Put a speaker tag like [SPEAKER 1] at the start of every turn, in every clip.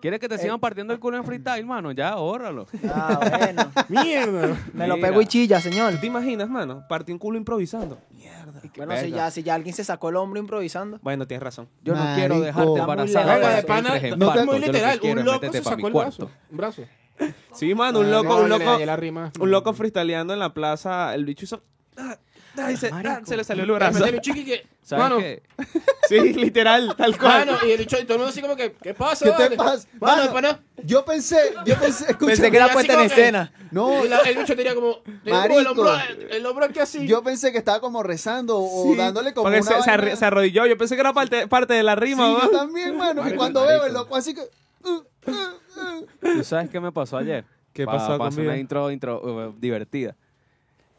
[SPEAKER 1] ¿Quieres
[SPEAKER 2] Eh,
[SPEAKER 1] que te sigan partiendo el culo en freestyle, mano? Ya, ahórralo.
[SPEAKER 3] Ah, bueno.
[SPEAKER 2] Mierda.
[SPEAKER 3] Me lo
[SPEAKER 1] Mira.
[SPEAKER 3] pego y chilla, señor.
[SPEAKER 2] ¿Tú te imaginas, mano? Partí un culo improvisando. Mierda.
[SPEAKER 3] Bueno, si
[SPEAKER 1] verga.
[SPEAKER 3] ya, si ya alguien se sacó el hombro improvisando.
[SPEAKER 2] Bueno, tienes razón.
[SPEAKER 1] Yo no quiero
[SPEAKER 4] Marico.
[SPEAKER 1] dejarte embarazada.
[SPEAKER 3] Verga,
[SPEAKER 1] para
[SPEAKER 3] de
[SPEAKER 1] ser
[SPEAKER 3] pana,
[SPEAKER 1] tres en
[SPEAKER 4] No te
[SPEAKER 1] parto.
[SPEAKER 4] muy
[SPEAKER 1] Yo lo que
[SPEAKER 4] literal,
[SPEAKER 1] quiero
[SPEAKER 4] un
[SPEAKER 1] es
[SPEAKER 4] loco
[SPEAKER 1] métete
[SPEAKER 4] se
[SPEAKER 1] pa' mi
[SPEAKER 4] sacó el
[SPEAKER 1] cuarto.
[SPEAKER 4] brazo. Un brazo.
[SPEAKER 2] Sí, mano, un
[SPEAKER 4] Ah,
[SPEAKER 2] loco,
[SPEAKER 4] no,
[SPEAKER 2] un
[SPEAKER 4] le
[SPEAKER 2] loco.
[SPEAKER 4] dañé la rima.
[SPEAKER 2] Un loco freestyleando en la plaza. El bicho hizo. ah, ah, y se, ah, se le salió el
[SPEAKER 4] Me
[SPEAKER 2] brazo.
[SPEAKER 4] salió un chiqui que-
[SPEAKER 1] ¿Sabes
[SPEAKER 4] mano,
[SPEAKER 1] qué?
[SPEAKER 2] Sí, literal, tal cual.
[SPEAKER 4] Mano, y el dicho, y todo el mundo así como que, ¿qué pasa?
[SPEAKER 5] ¿Qué te
[SPEAKER 4] vale?
[SPEAKER 5] pasa?
[SPEAKER 4] Mano,
[SPEAKER 5] Mano,
[SPEAKER 4] pana,
[SPEAKER 5] Yo pensé, yo pensé, escucha,
[SPEAKER 3] Pensé que era
[SPEAKER 4] así
[SPEAKER 2] pues,
[SPEAKER 3] puesta en
[SPEAKER 4] como que-
[SPEAKER 3] escena.
[SPEAKER 5] no,
[SPEAKER 4] y la- el bicho tenía como, tenía como el
[SPEAKER 5] Marico.
[SPEAKER 4] hombro, el, el hombro aquí así.
[SPEAKER 5] yo pensé que estaba como rezando o
[SPEAKER 2] Sí,
[SPEAKER 5] dándole como
[SPEAKER 2] porque
[SPEAKER 5] una
[SPEAKER 2] se, se
[SPEAKER 5] vaina.
[SPEAKER 2] arri- se arrodilló. Yo pensé que era parte, parte de la
[SPEAKER 5] Sí,
[SPEAKER 2] rima,
[SPEAKER 5] yo
[SPEAKER 2] ¿no?
[SPEAKER 5] también, mano, y
[SPEAKER 2] Marico,
[SPEAKER 5] cuando
[SPEAKER 2] marico.
[SPEAKER 5] veo el loco así que uh, uh, uh.
[SPEAKER 1] ¿Tú sabes qué me pasó ayer?
[SPEAKER 2] ¿Qué pasó
[SPEAKER 1] Para hacer
[SPEAKER 2] conmigo?
[SPEAKER 1] una intro, intro, eh, divertida.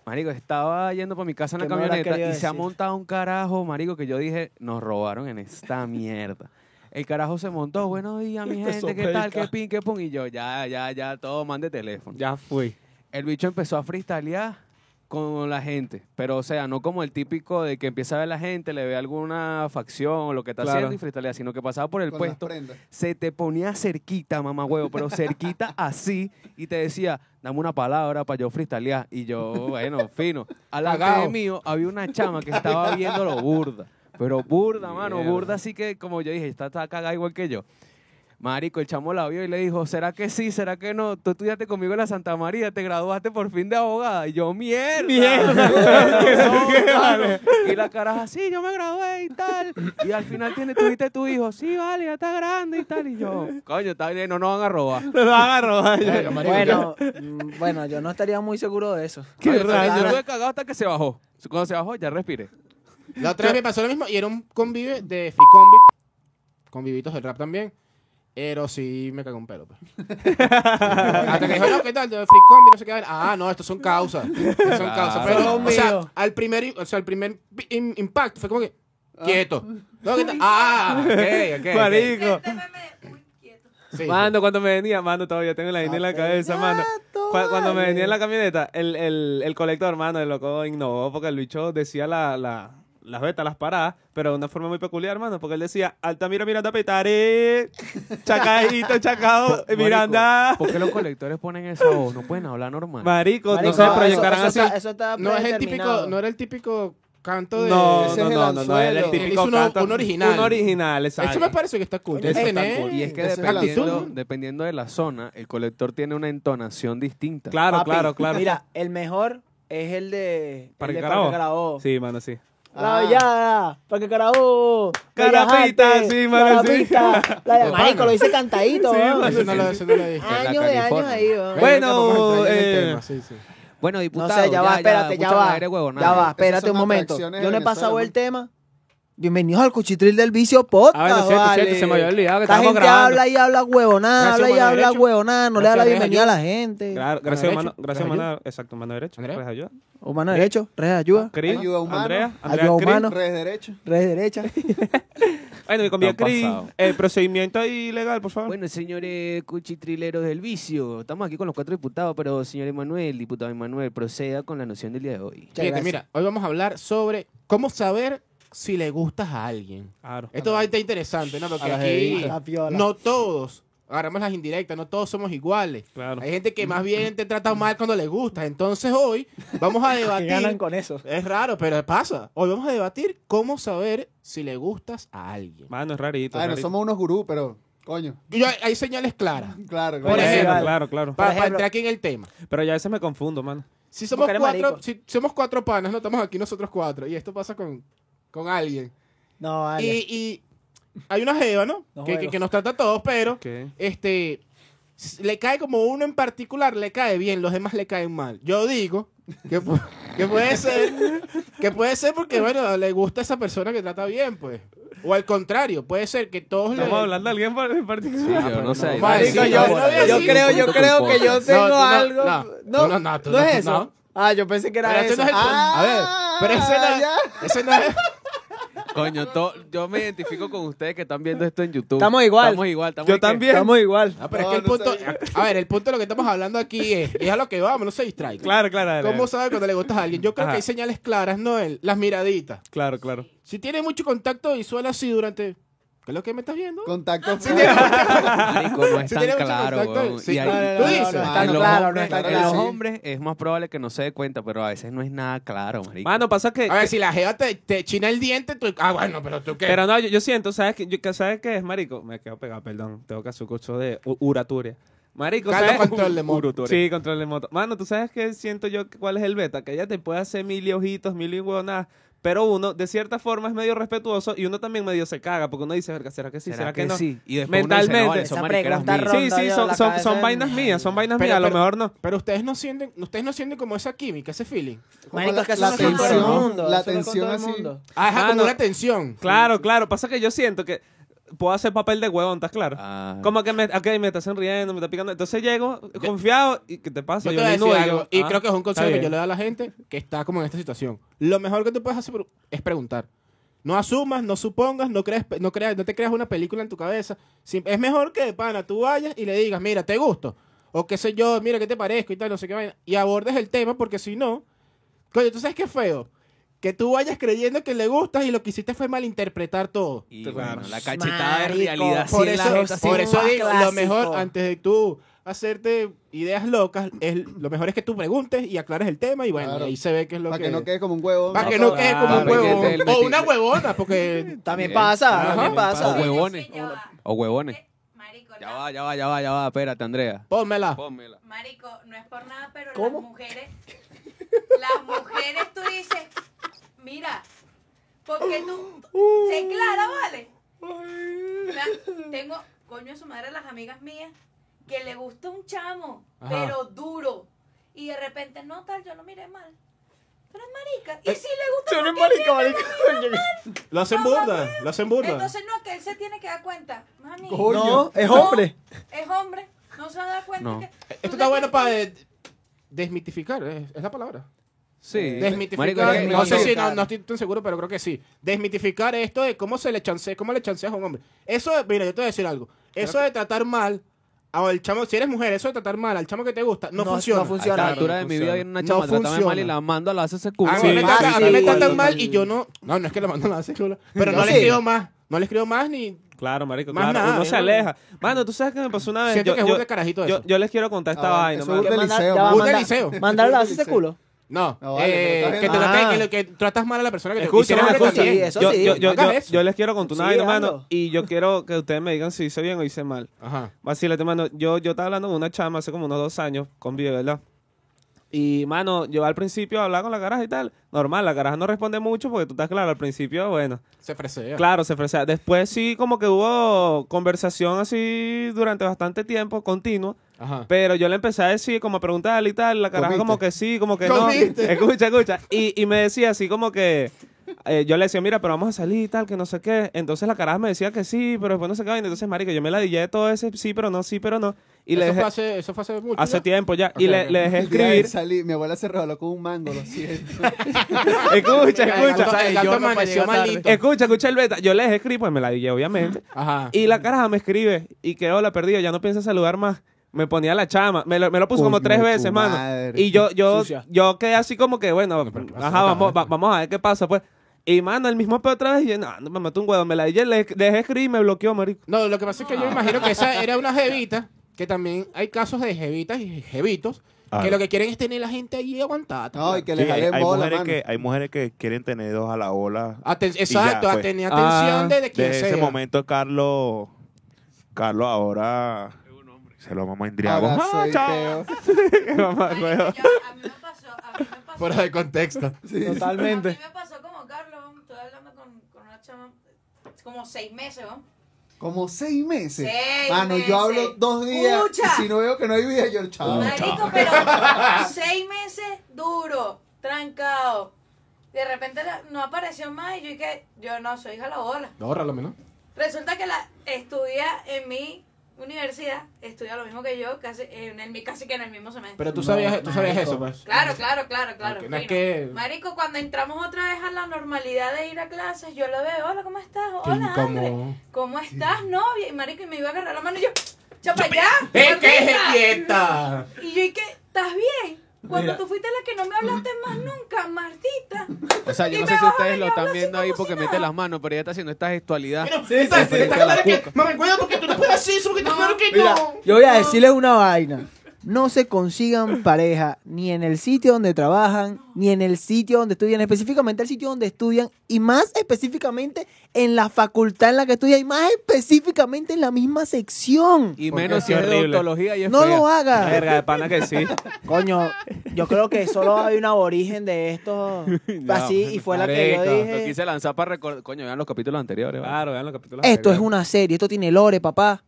[SPEAKER 1] Marico, estaba yendo para mi casa en la
[SPEAKER 3] ¿Qué me habrá
[SPEAKER 1] camioneta y
[SPEAKER 3] querido
[SPEAKER 1] se ha
[SPEAKER 3] decir?
[SPEAKER 1] montado un carajo, marico, que yo dije, nos robaron en esta mierda. El carajo se montó, buenos días, mi
[SPEAKER 2] Empezó
[SPEAKER 1] gente,
[SPEAKER 2] a
[SPEAKER 1] ¿qué tal? ¿Qué
[SPEAKER 2] predicar.
[SPEAKER 1] pin, qué pon? Y yo, ya, ya, ya, todo man de teléfono.
[SPEAKER 2] Ya fui.
[SPEAKER 1] El bicho empezó a freestylear con la gente, pero o sea, no como el típico de que empieza a ver la gente, le ve alguna facción o lo que está
[SPEAKER 2] Claro.
[SPEAKER 1] haciendo y freestylea, sino que pasaba por el
[SPEAKER 5] Con las
[SPEAKER 1] puesto
[SPEAKER 5] prendas.
[SPEAKER 1] se te ponía cerquita, mamá huevo, pero cerquita así, y te decía, dame una palabra para yo freestylear. Y yo, bueno, fino. Al lado
[SPEAKER 4] Cagao.
[SPEAKER 1] mío había una chama que estaba viéndolo burda. Pero burda, mano,
[SPEAKER 2] Mierda.
[SPEAKER 1] burda, así que como yo dije, está, está cagada igual que yo. Marico, el chamo la vio y le dijo, ¿será que sí? ¿Será que no? Tú estudiaste conmigo en la Santa María, te graduaste por fin de abogada. Y yo, mierda. No, mano. Y la caraja, sí, yo me gradué y tal. Y al final tiene, tuviste tu hijo, sí, vale, ya está grande y tal. Y yo, coño, está bien, no nos van a robar.
[SPEAKER 2] Lo agarro.
[SPEAKER 4] Verga, marico,
[SPEAKER 3] Bueno, mm, bueno, yo no estaría muy seguro de eso.
[SPEAKER 2] Qué
[SPEAKER 1] Coño,
[SPEAKER 2] raro.
[SPEAKER 1] Yo estuve cagado hasta que se bajó. Cuando se bajó, ya respiré.
[SPEAKER 4] La otra vez me pasó lo mismo y era un convive de Free Convi. Convivitos del rap también. Pero sí me cagó un pelo. pues. Hasta que dijo, no, ¿qué tal? Yo, Free Convi, no sé qué. vaina. Ah, no, estos son causas. Estos son causas. Pero,
[SPEAKER 3] Dios
[SPEAKER 4] o sea,
[SPEAKER 3] mío.
[SPEAKER 4] al primer, o sea, al primer pi- im- impacto fue como que, quieto. No, ¿qué tal? Ah, ok, ok, ok.
[SPEAKER 2] Marico.
[SPEAKER 4] Sí.
[SPEAKER 2] Mano, cuando me venía, mano, todavía tengo la vaina en la cabeza, mano. Cu- Cuando me venía en la camioneta, el, el, el colector, mano, el loco innovó porque el bicho decía la, la, las vetas, las paradas, pero de una forma muy peculiar, mano, porque él decía, Altamira, Miranda, Petare, Chacadito, Chacao,
[SPEAKER 1] Marico,
[SPEAKER 2] Miranda.
[SPEAKER 1] ¿Por qué los colectores ponen esa voz? No pueden hablar normal.
[SPEAKER 2] Marico,
[SPEAKER 3] Marico,
[SPEAKER 2] no se
[SPEAKER 3] eso-
[SPEAKER 2] proyectarán
[SPEAKER 3] eso
[SPEAKER 2] así.
[SPEAKER 3] está- eso está
[SPEAKER 4] No es el típico,
[SPEAKER 3] predeterminado.
[SPEAKER 4] no era el típico canto de...
[SPEAKER 2] No,
[SPEAKER 5] Ese es
[SPEAKER 2] no,
[SPEAKER 5] el
[SPEAKER 2] no, no, no, era el
[SPEAKER 5] anzuelo.
[SPEAKER 2] típico
[SPEAKER 4] Él hizo uno-
[SPEAKER 2] canto.
[SPEAKER 4] un original.
[SPEAKER 2] Un original, exacto.
[SPEAKER 4] Eso me parece que está cool.
[SPEAKER 3] Eso
[SPEAKER 4] Debe
[SPEAKER 3] está
[SPEAKER 4] tener-
[SPEAKER 3] cool.
[SPEAKER 1] Y es que
[SPEAKER 3] Eso es
[SPEAKER 1] dependiendo,
[SPEAKER 4] actitud.
[SPEAKER 1] dependiendo de la zona, el colector tiene una entonación distinta.
[SPEAKER 2] Claro,
[SPEAKER 3] Papi,
[SPEAKER 2] claro, claro.
[SPEAKER 3] Mira, el mejor es el de.
[SPEAKER 2] Parque
[SPEAKER 3] el de
[SPEAKER 2] Carabobo.
[SPEAKER 3] Parque Carabobo.
[SPEAKER 2] Sí, mano, sí.
[SPEAKER 3] La
[SPEAKER 5] Ah.
[SPEAKER 3] bellada, Parque Carabobo.
[SPEAKER 2] Carapita,
[SPEAKER 3] Bellas Artes,
[SPEAKER 2] sí, mano, sí. pues,
[SPEAKER 3] Carapita, Playa-
[SPEAKER 4] De
[SPEAKER 3] Marico,
[SPEAKER 4] pana.
[SPEAKER 3] lo hice cantadito, weón.
[SPEAKER 4] Eso no lo, eso no lo dije.
[SPEAKER 3] Años
[SPEAKER 1] La
[SPEAKER 3] de años
[SPEAKER 1] California.
[SPEAKER 3] ahí, weón.
[SPEAKER 2] Bueno,
[SPEAKER 4] Vamos a entrar en el
[SPEAKER 2] eh,
[SPEAKER 4] tema, sí, sí.
[SPEAKER 1] Bueno,
[SPEAKER 3] No
[SPEAKER 1] diputado,
[SPEAKER 3] sé, ya va, espérate, ya
[SPEAKER 1] mucho
[SPEAKER 3] va.
[SPEAKER 1] aire, huevonada.
[SPEAKER 3] Ya va,
[SPEAKER 5] Esas
[SPEAKER 3] espérate
[SPEAKER 5] son
[SPEAKER 3] un momento. Yo
[SPEAKER 5] atracciones
[SPEAKER 3] no he
[SPEAKER 5] de
[SPEAKER 3] pasado
[SPEAKER 5] Venezuela,
[SPEAKER 3] el tema. Bienvenidos al Cuchitril del Vicio Podcast,
[SPEAKER 2] Ah, bueno, cierto,
[SPEAKER 3] vale.
[SPEAKER 2] cierto, se me había olvidado que
[SPEAKER 3] Esta
[SPEAKER 2] estábamos
[SPEAKER 3] gente
[SPEAKER 2] grabando.
[SPEAKER 3] habla y habla huevonada,
[SPEAKER 4] Gracias,
[SPEAKER 3] habla y
[SPEAKER 4] mano
[SPEAKER 3] habla
[SPEAKER 4] derecho.
[SPEAKER 3] huevonada, no le da la
[SPEAKER 4] Gracias,
[SPEAKER 3] bienvenida a
[SPEAKER 4] Reja
[SPEAKER 3] la gente.
[SPEAKER 2] Claro,
[SPEAKER 4] Mano
[SPEAKER 2] gracias,
[SPEAKER 4] derecho,
[SPEAKER 2] mano. Gracias,
[SPEAKER 4] ¿redes
[SPEAKER 2] mano. Exacto, mano derecho.
[SPEAKER 4] Andrea.
[SPEAKER 2] ¿Redes ayuda?
[SPEAKER 3] O mano derecho, red ayuda,
[SPEAKER 2] Cris,
[SPEAKER 5] Ayuda humana.
[SPEAKER 2] Andrea, Andrea,
[SPEAKER 3] ayuda
[SPEAKER 2] Cris.
[SPEAKER 3] humana,
[SPEAKER 5] Redes derecho.
[SPEAKER 3] red derecha.
[SPEAKER 2] Bueno, mi comida
[SPEAKER 1] Están
[SPEAKER 2] Cris,
[SPEAKER 1] pasados.
[SPEAKER 2] eh, procedimiento ilegal, por favor.
[SPEAKER 1] Bueno, señores cuchitrileros del vicio, estamos aquí con los cuatro diputados, pero señor Emanuel, diputado Emanuel, proceda con la noción del día de hoy.
[SPEAKER 3] Muchas
[SPEAKER 4] Fíjate,
[SPEAKER 3] gracias.
[SPEAKER 4] mira, hoy vamos a hablar sobre cómo saber si le gustas a alguien.
[SPEAKER 2] claro.
[SPEAKER 4] Esto va a estar interesante, ¿no? Porque
[SPEAKER 5] A la
[SPEAKER 4] aquí
[SPEAKER 5] jevita.
[SPEAKER 3] La piola.
[SPEAKER 4] no todos, agarramos las indirectas, no todos somos iguales.
[SPEAKER 2] Claro.
[SPEAKER 4] Hay gente que más bien te trata mal cuando le gustas. Entonces hoy vamos a
[SPEAKER 3] Que ganan
[SPEAKER 4] debatir.
[SPEAKER 3] con eso.
[SPEAKER 4] Es raro, pero pasa. Hoy vamos a debatir cómo saber si le gustas a alguien.
[SPEAKER 2] Mano, es rarito. es
[SPEAKER 5] Bueno,
[SPEAKER 2] rarito.
[SPEAKER 5] somos unos gurús, pero coño,
[SPEAKER 4] Yo- hay señales claras
[SPEAKER 5] claro.
[SPEAKER 4] Por
[SPEAKER 5] claro.
[SPEAKER 2] Bueno,
[SPEAKER 4] ejemplo.
[SPEAKER 2] Claro, claro.
[SPEAKER 4] para, para
[SPEAKER 3] ejemplo-
[SPEAKER 4] entrar aquí en el tema.
[SPEAKER 2] Pero ya a veces me confundo, mano.
[SPEAKER 4] Si somos
[SPEAKER 3] Buscar el
[SPEAKER 4] cuatro,
[SPEAKER 3] marico.
[SPEAKER 4] si somos cuatro panas, no estamos aquí nosotros cuatro. Y esto pasa con, con alguien.
[SPEAKER 3] No, vale.
[SPEAKER 4] Y, y hay una jeva, ¿no?
[SPEAKER 3] No
[SPEAKER 4] que, que-
[SPEAKER 3] juego.
[SPEAKER 4] que nos trata a todos, pero
[SPEAKER 2] Ok.
[SPEAKER 4] este s- le cae como uno en particular, le cae bien, los demás le caen mal. Yo digo que, pu- que puede ser, que puede ser porque, bueno, le gusta esa persona que trata bien, pues. O al contrario, puede ser que todos le...
[SPEAKER 2] Estamos hablando de alguien por- en
[SPEAKER 1] Sí,
[SPEAKER 2] particular.
[SPEAKER 1] yo no sé.
[SPEAKER 4] Marico,
[SPEAKER 1] Sí,
[SPEAKER 4] yo-
[SPEAKER 1] por ahí.
[SPEAKER 4] yo creo-
[SPEAKER 1] Un punto culposo.
[SPEAKER 4] tengo tú no, algo- no, no, no, no, tú no,
[SPEAKER 3] es
[SPEAKER 4] tú
[SPEAKER 3] eso.
[SPEAKER 4] no.
[SPEAKER 3] Ah, yo pensé que era
[SPEAKER 4] Pero ese
[SPEAKER 3] eso.
[SPEAKER 4] no es el-
[SPEAKER 3] Ah,
[SPEAKER 4] a ver, pero ese no,
[SPEAKER 5] ya.
[SPEAKER 4] ese no es...
[SPEAKER 1] Coño, to- yo me identifico con ustedes que están viendo esto en YouTube.
[SPEAKER 3] Estamos igual.
[SPEAKER 1] Estamos igual, estamos
[SPEAKER 2] Yo
[SPEAKER 1] igual.
[SPEAKER 2] también. Estamos igual.
[SPEAKER 4] Ah, pero
[SPEAKER 5] No,
[SPEAKER 4] es que el
[SPEAKER 5] no
[SPEAKER 4] punto. A ver, el punto de lo que estamos hablando aquí es. Y es a lo que vamos, no se distraiga.
[SPEAKER 2] Claro, claro. dale,
[SPEAKER 4] ¿Cómo
[SPEAKER 2] dale.
[SPEAKER 4] sabe cuando le gustas a alguien? Yo creo
[SPEAKER 2] Ajá.
[SPEAKER 4] que hay señales claras, Noel. Las miraditas.
[SPEAKER 2] Claro, claro.
[SPEAKER 4] Si tiene mucho contacto visual así durante. ¿Qué es lo que me estás viendo?
[SPEAKER 5] Contacto
[SPEAKER 4] Sí, tiene-
[SPEAKER 1] Marico, no es
[SPEAKER 4] Sí,
[SPEAKER 1] tan
[SPEAKER 4] tiene mucho
[SPEAKER 1] claro,
[SPEAKER 4] contacto,
[SPEAKER 1] weón.
[SPEAKER 4] sí.
[SPEAKER 1] Y hay-
[SPEAKER 4] No, no,
[SPEAKER 1] en
[SPEAKER 4] no, no, no,
[SPEAKER 5] no,
[SPEAKER 1] los
[SPEAKER 5] está
[SPEAKER 1] hombres-
[SPEAKER 3] claro, no está
[SPEAKER 1] En los
[SPEAKER 5] claro.
[SPEAKER 1] hombres es más probable que no se dé cuenta, pero a veces no es nada claro, marico.
[SPEAKER 2] Mano, pasa que.
[SPEAKER 4] A ver, si la jeva te, te china el diente, tú... Ah, bueno, pero tú qué.
[SPEAKER 2] Pero no, yo, yo siento, ¿sabes qué, yo- que- ¿sabes qué es, marico? Me quedo pegado, perdón. Tengo que hacer un curso de u- uraturia. Marico,
[SPEAKER 4] Carlos,
[SPEAKER 2] ¿sabes?
[SPEAKER 4] control de moto.
[SPEAKER 2] Sí, control de moto. Mano, ¿tú sabes qué siento yo? que- ¿Cuál es el beta? Que ella te puede hacer mil y ojitos, mil y huevonadas. Pero uno, de cierta forma, es medio respetuoso y uno también medio se caga porque uno dice, verga, ¿será que sí? ¿Será, que, no?
[SPEAKER 1] sí? Y después uno dice,
[SPEAKER 2] Mentalmente.
[SPEAKER 1] no, vale, son
[SPEAKER 3] Esa
[SPEAKER 1] mariqueras
[SPEAKER 3] pregunta
[SPEAKER 1] mil.
[SPEAKER 3] ro-
[SPEAKER 2] Sí,
[SPEAKER 3] Ronda
[SPEAKER 2] sí,
[SPEAKER 3] yo
[SPEAKER 2] son,
[SPEAKER 3] la
[SPEAKER 2] son,
[SPEAKER 3] cabeza
[SPEAKER 2] son
[SPEAKER 3] en-
[SPEAKER 2] vainas mías, son vainas
[SPEAKER 4] Pero-
[SPEAKER 2] mías, a lo
[SPEAKER 4] pero-
[SPEAKER 2] mejor no.
[SPEAKER 4] Pero ustedes no sienten, ustedes no sienten como esa química, ese feeling.
[SPEAKER 3] Marico, es que eso
[SPEAKER 5] la
[SPEAKER 3] no es con todo el
[SPEAKER 5] tensión,
[SPEAKER 3] mundo,
[SPEAKER 5] la
[SPEAKER 3] eso no es con todo el
[SPEAKER 5] tensión así.
[SPEAKER 3] mundo.
[SPEAKER 4] Ah, ajá, como
[SPEAKER 2] Mano.
[SPEAKER 4] una tensión.
[SPEAKER 2] Claro, claro. Pasa que yo siento que puedo hacer papel de huevón, ¿estás claro?
[SPEAKER 1] Ah.
[SPEAKER 2] Como que me, ok, me está sonriendo, me está picando. Entonces llego confiado y ¿qué te pasa?
[SPEAKER 4] Yo te voy a decir
[SPEAKER 2] desnudo,
[SPEAKER 4] algo, y
[SPEAKER 2] ah,
[SPEAKER 4] creo que es un
[SPEAKER 2] está
[SPEAKER 4] consejo que
[SPEAKER 2] bien.
[SPEAKER 4] yo le doy a la gente que está como en esta situación. Lo mejor que tú puedes hacer es preguntar. No asumas, no supongas, no creas, no creas, no te creas una película en tu cabeza. Sim- Es mejor que de pana tú vayas y le digas, mira, te gusto. O qué sé yo, mira, qué te parezco y tal, no sé qué vaina. Y abordes el tema porque si no, coño, tú sabes qué feo. Que tú vayas creyendo que le gustas y lo que hiciste fue malinterpretar todo.
[SPEAKER 1] Y
[SPEAKER 2] Claro.
[SPEAKER 1] bueno, la cachetada de
[SPEAKER 3] Marico,
[SPEAKER 1] realidad sí
[SPEAKER 4] Por
[SPEAKER 1] en la
[SPEAKER 4] eso,
[SPEAKER 1] jeta, sí.
[SPEAKER 4] por eso
[SPEAKER 3] un
[SPEAKER 4] digo, lo
[SPEAKER 3] clásico.
[SPEAKER 4] mejor, antes de tú hacerte ideas locas, es, lo mejor es que tú preguntes y aclares el tema y bueno,
[SPEAKER 5] Claro.
[SPEAKER 4] ahí se ve qué es lo
[SPEAKER 5] Para
[SPEAKER 4] que...
[SPEAKER 5] que no quede como un huevo.
[SPEAKER 4] para que no
[SPEAKER 3] Ah,
[SPEAKER 4] quede como un
[SPEAKER 1] para que te-
[SPEAKER 4] huevón.
[SPEAKER 1] el
[SPEAKER 4] O
[SPEAKER 1] meti-
[SPEAKER 4] una huevona, porque...
[SPEAKER 3] También
[SPEAKER 1] Bien.
[SPEAKER 3] pasa,
[SPEAKER 4] Ajá.
[SPEAKER 3] también
[SPEAKER 1] O
[SPEAKER 3] pasa.
[SPEAKER 1] huevones.
[SPEAKER 6] Ya va.
[SPEAKER 1] O huevones.
[SPEAKER 6] Marico,
[SPEAKER 1] Ya
[SPEAKER 6] no-
[SPEAKER 1] va, ya va, ya va, ya va. Espérate, Andrea.
[SPEAKER 4] Pónmela.
[SPEAKER 1] Pónmela.
[SPEAKER 6] Marico, no es por nada, pero
[SPEAKER 3] ¿Cómo?
[SPEAKER 6] las mujeres. Las mujeres, tú dices, mira, porque tú. Sé clara, vale. La- tengo, coño, de su madre, las amigas mías, que le gusta un chamo,
[SPEAKER 4] Ajá.
[SPEAKER 6] pero duro. Y de repente, no, tal, yo lo miré mal. Pero es marica. Y si le gusta.
[SPEAKER 3] Tú eres
[SPEAKER 6] ¿por qué
[SPEAKER 3] marica, marico.
[SPEAKER 4] Lo hacen burda, lo hacen
[SPEAKER 6] siempre?
[SPEAKER 4] burda.
[SPEAKER 6] Entonces, no, que él se tiene que dar cuenta. Mami,
[SPEAKER 5] Coño.
[SPEAKER 3] No, es
[SPEAKER 6] No.
[SPEAKER 3] hombre.
[SPEAKER 6] es hombre, no se va a dar cuenta.
[SPEAKER 1] No.
[SPEAKER 6] que-
[SPEAKER 4] Esto está bueno para de- desmitificar, es, es la palabra.
[SPEAKER 1] Sí. Marico,
[SPEAKER 4] Desmitificar,
[SPEAKER 1] es que
[SPEAKER 4] no sé
[SPEAKER 1] cuando-
[SPEAKER 4] si, no, no estoy tan seguro, pero creo que sí. Desmitificar esto de cómo se le chancea, cómo le chanceas a un hombre. Eso, de- mira, yo te voy a decir algo. Eso de tratar mal al chamo, si eres mujer, eso de tratar mal al chamo que te gusta, no,
[SPEAKER 3] No,
[SPEAKER 4] funciona.
[SPEAKER 3] no
[SPEAKER 1] A
[SPEAKER 3] funciona.
[SPEAKER 1] esta
[SPEAKER 3] Claro,
[SPEAKER 1] altura de mi vida
[SPEAKER 2] funciona. Ah,
[SPEAKER 1] viene una
[SPEAKER 4] No
[SPEAKER 1] chama, trátame mal y
[SPEAKER 4] funciona.
[SPEAKER 1] la mando a la hace
[SPEAKER 4] A mí
[SPEAKER 1] culo.
[SPEAKER 3] sí,
[SPEAKER 4] me
[SPEAKER 3] sí,
[SPEAKER 4] tratan- a mí me
[SPEAKER 3] sí,
[SPEAKER 4] tratan
[SPEAKER 3] sí.
[SPEAKER 4] mal y yo no, no, no es que le mandan a la célula, pero no
[SPEAKER 3] Yo
[SPEAKER 4] le
[SPEAKER 3] sí.
[SPEAKER 4] escribo más, no le escribo más ni
[SPEAKER 2] Claro, marico,
[SPEAKER 4] Más
[SPEAKER 2] claro.
[SPEAKER 4] nada,
[SPEAKER 2] uno
[SPEAKER 4] ¿eh?
[SPEAKER 2] se aleja. Mano, tú sabes que me pasó una vez.
[SPEAKER 4] siento
[SPEAKER 2] Yo,
[SPEAKER 4] que es
[SPEAKER 2] yo-
[SPEAKER 4] burda de carajito
[SPEAKER 2] yo-
[SPEAKER 4] eso.
[SPEAKER 2] yo les quiero contar esta
[SPEAKER 5] Ah,
[SPEAKER 2] vaina,
[SPEAKER 5] eso
[SPEAKER 2] mano.
[SPEAKER 5] Burda
[SPEAKER 3] Mandar-
[SPEAKER 5] liceo,
[SPEAKER 3] ya va a
[SPEAKER 5] burda
[SPEAKER 3] mandar-
[SPEAKER 4] liceo.
[SPEAKER 3] Mandar a ese
[SPEAKER 5] Burda
[SPEAKER 3] culo.
[SPEAKER 4] no,
[SPEAKER 5] No, vale, pero
[SPEAKER 4] eh,
[SPEAKER 5] está bien.
[SPEAKER 4] que, te traten-
[SPEAKER 3] Ah.
[SPEAKER 4] que lo- que tratas mal a la persona que te
[SPEAKER 3] Escucha,
[SPEAKER 4] y si eres
[SPEAKER 3] escucha,
[SPEAKER 4] hombre también.
[SPEAKER 3] sí, eso
[SPEAKER 2] yo,
[SPEAKER 3] sí.
[SPEAKER 2] yo- yo-
[SPEAKER 4] Hagas
[SPEAKER 2] yo-
[SPEAKER 4] eso.
[SPEAKER 2] yo les quiero contar una
[SPEAKER 3] Sí,
[SPEAKER 2] vaina, mano.
[SPEAKER 3] hazlo.
[SPEAKER 2] Y yo quiero que ustedes me digan si hice bien o hice mal.
[SPEAKER 4] Ajá.
[SPEAKER 2] Vacílate, mano. Yo, yo estaba hablando con una chama hace como unos dos años, con video, ¿verdad? Y, mano, yo al principio hablaba con la garaja y tal. Normal, la garaja no responde mucho porque tú estás claro. Al principio, bueno.
[SPEAKER 4] Se fresea.
[SPEAKER 2] Claro, se fresea. Después sí como que hubo conversación así durante bastante tiempo, continuo.
[SPEAKER 4] Ajá.
[SPEAKER 2] Pero yo le empecé a decir, como a preguntarle y tal, la caraja
[SPEAKER 5] Comiste.
[SPEAKER 2] como que sí, como que no.
[SPEAKER 4] Comiste.
[SPEAKER 2] Escucha, escucha. Y, y me decía así como que, eh, yo le decía, mira, pero vamos a salir y tal, que no sé qué. Entonces la caraja me decía que sí, pero después no sé qué. vaina. Entonces, marico, yo me la dije todo ese sí, pero no, sí, pero no. Y
[SPEAKER 4] eso,
[SPEAKER 2] le dejé,
[SPEAKER 4] fue hace, eso fue hace mucho.
[SPEAKER 2] hace
[SPEAKER 4] ya.
[SPEAKER 2] tiempo ya, y
[SPEAKER 4] Ok,
[SPEAKER 2] le,
[SPEAKER 4] ok.
[SPEAKER 2] le dejé
[SPEAKER 5] El día de
[SPEAKER 2] escribir.
[SPEAKER 5] salir, mi abuela se rebaló con un mango, lo siento.
[SPEAKER 2] escucha,
[SPEAKER 4] El gato-
[SPEAKER 2] escucha.
[SPEAKER 4] el gato amaneció malito.
[SPEAKER 2] Escucha, escucha el beta. Yo le dejé escribir, pues me la dije, obviamente.
[SPEAKER 4] Ajá.
[SPEAKER 2] Y la caraja me escribe y que hola, perdido, ya no piensa saludar más. Me ponía la chama, me lo, me lo puso como
[SPEAKER 5] Coño
[SPEAKER 2] tres
[SPEAKER 5] de tu
[SPEAKER 2] veces, mano.
[SPEAKER 5] madre.
[SPEAKER 2] Y yo, yo,
[SPEAKER 3] Sucia.
[SPEAKER 2] yo quedé así como que, bueno,
[SPEAKER 4] pero ¿qué pasa?
[SPEAKER 2] ajá, vamos, va- vamos a ver qué pasa, pues. Y, mano, el mismo pedo otra vez, y yo, no, no me mató un huevo, me la dije, le dejé escribir y me bloqueó, marico.
[SPEAKER 4] No, lo que pasa es que yo me imagino que esa era una jevita, que también hay casos de jevitas y jevitos,
[SPEAKER 7] Ah.
[SPEAKER 4] que lo que quieren es tener la gente ahí aguantada.
[SPEAKER 5] No, y que
[SPEAKER 7] Sí,
[SPEAKER 5] le
[SPEAKER 7] hay,
[SPEAKER 5] jalen
[SPEAKER 7] hay
[SPEAKER 5] bola,
[SPEAKER 7] mujeres
[SPEAKER 5] mano.
[SPEAKER 7] que, hay mujeres que quieren tener dos a la ola.
[SPEAKER 4] Aten-
[SPEAKER 7] Y ya,
[SPEAKER 4] exacto,
[SPEAKER 7] pues.
[SPEAKER 4] tener
[SPEAKER 2] Ah,
[SPEAKER 4] atención desde Ah, quien
[SPEAKER 7] Desde
[SPEAKER 4] sea.
[SPEAKER 7] ese momento, Carlos, Carlos ahora se lo vamos a
[SPEAKER 5] Ahora
[SPEAKER 7] indriagos.
[SPEAKER 5] soy feo.
[SPEAKER 2] Mamá, huevo.
[SPEAKER 6] Marico, yo- a mí me pasó, a mí me pasó.
[SPEAKER 4] Fuera de contexto.
[SPEAKER 6] A
[SPEAKER 3] Totalmente.
[SPEAKER 6] mí me pasó como Carlos, estoy hablando con, con una chama como seis meses, ¿no?
[SPEAKER 5] Como seis meses.
[SPEAKER 6] Seis
[SPEAKER 5] Mano, yo hablo
[SPEAKER 6] meses.
[SPEAKER 5] dos días.
[SPEAKER 6] Escucha.
[SPEAKER 5] Y si no veo que no hay vida, yo
[SPEAKER 4] Ah,
[SPEAKER 5] chao.
[SPEAKER 6] Marico, pero seis meses duro, trancado. De repente la- no apareció más y yo dije, yo no, soy hija de la bola.
[SPEAKER 4] No, ahorralo menos.
[SPEAKER 6] Resulta que la estudia en mi universidad, estudia lo mismo que yo, casi, en el, mi- casi que en el mismo semestre.
[SPEAKER 4] Pero tú
[SPEAKER 3] No,
[SPEAKER 4] sabías, tú sabías
[SPEAKER 3] marico.
[SPEAKER 4] eso, pues.
[SPEAKER 6] Claro, claro, claro, claro.
[SPEAKER 4] Aunque no es
[SPEAKER 6] fino.
[SPEAKER 4] que-
[SPEAKER 6] Marico, cuando entramos otra vez a la normalidad de ir a clases, yo lo veo, hola, ¿cómo estás?
[SPEAKER 4] Qué
[SPEAKER 6] Hola, André.
[SPEAKER 4] incómodo.
[SPEAKER 6] ¿Cómo estás, novia? Y marico, y me iba a agarrar la mano y yo, ¡ya para allá!
[SPEAKER 4] ¡Eh, qué
[SPEAKER 6] gordita".
[SPEAKER 4] quieta!
[SPEAKER 6] Y yo, ¿y qué? ¿Estás bien? Cuando
[SPEAKER 3] Mira.
[SPEAKER 6] tú fuiste la que no me hablaste más nunca, Martita.
[SPEAKER 1] O sea, yo
[SPEAKER 6] Y
[SPEAKER 1] no
[SPEAKER 6] me
[SPEAKER 1] sé si
[SPEAKER 6] vas a
[SPEAKER 1] ustedes lo
[SPEAKER 6] venir a
[SPEAKER 1] están
[SPEAKER 6] hablar
[SPEAKER 1] viendo
[SPEAKER 6] así
[SPEAKER 1] ahí
[SPEAKER 6] como
[SPEAKER 1] porque
[SPEAKER 6] si
[SPEAKER 1] mete
[SPEAKER 6] nada.
[SPEAKER 1] las manos, pero ella está haciendo esta gestualidad.
[SPEAKER 4] Pero, está, está,
[SPEAKER 1] frente a la
[SPEAKER 4] claro que, mami, cuida porque tú no puedes decir eso, porque tú claro que
[SPEAKER 3] Mira,
[SPEAKER 4] no.
[SPEAKER 3] yo voy a decirles una vaina. No se consigan pareja ni en el sitio donde trabajan, ni en el sitio donde estudian, específicamente el sitio donde estudian, y más específicamente en la facultad en la que estudian, y más específicamente en la misma sección.
[SPEAKER 1] Y
[SPEAKER 2] Porque
[SPEAKER 1] menos
[SPEAKER 2] es
[SPEAKER 1] si es de
[SPEAKER 2] horrible.
[SPEAKER 1] odontología y es
[SPEAKER 3] No
[SPEAKER 1] fea.
[SPEAKER 3] lo hagas.
[SPEAKER 2] Verga, de pana que sí.
[SPEAKER 3] Coño, yo creo que solo hay un aborigen de esto así, y fue la que yo
[SPEAKER 1] Marico, Lo
[SPEAKER 3] dije. Ah,
[SPEAKER 1] quise lanzar para recordar. Coño, vean los capítulos anteriores. ¿vale?
[SPEAKER 2] Claro, vean los capítulos.
[SPEAKER 3] Esto es
[SPEAKER 2] anteriores.
[SPEAKER 3] una serie, esto tiene lore, papá.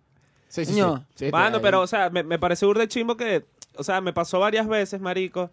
[SPEAKER 4] Sí, eh,
[SPEAKER 3] Coño.
[SPEAKER 2] Mano, pero, o sea, me, me parece burde chimbo que, o sea, me pasó varias veces, marico,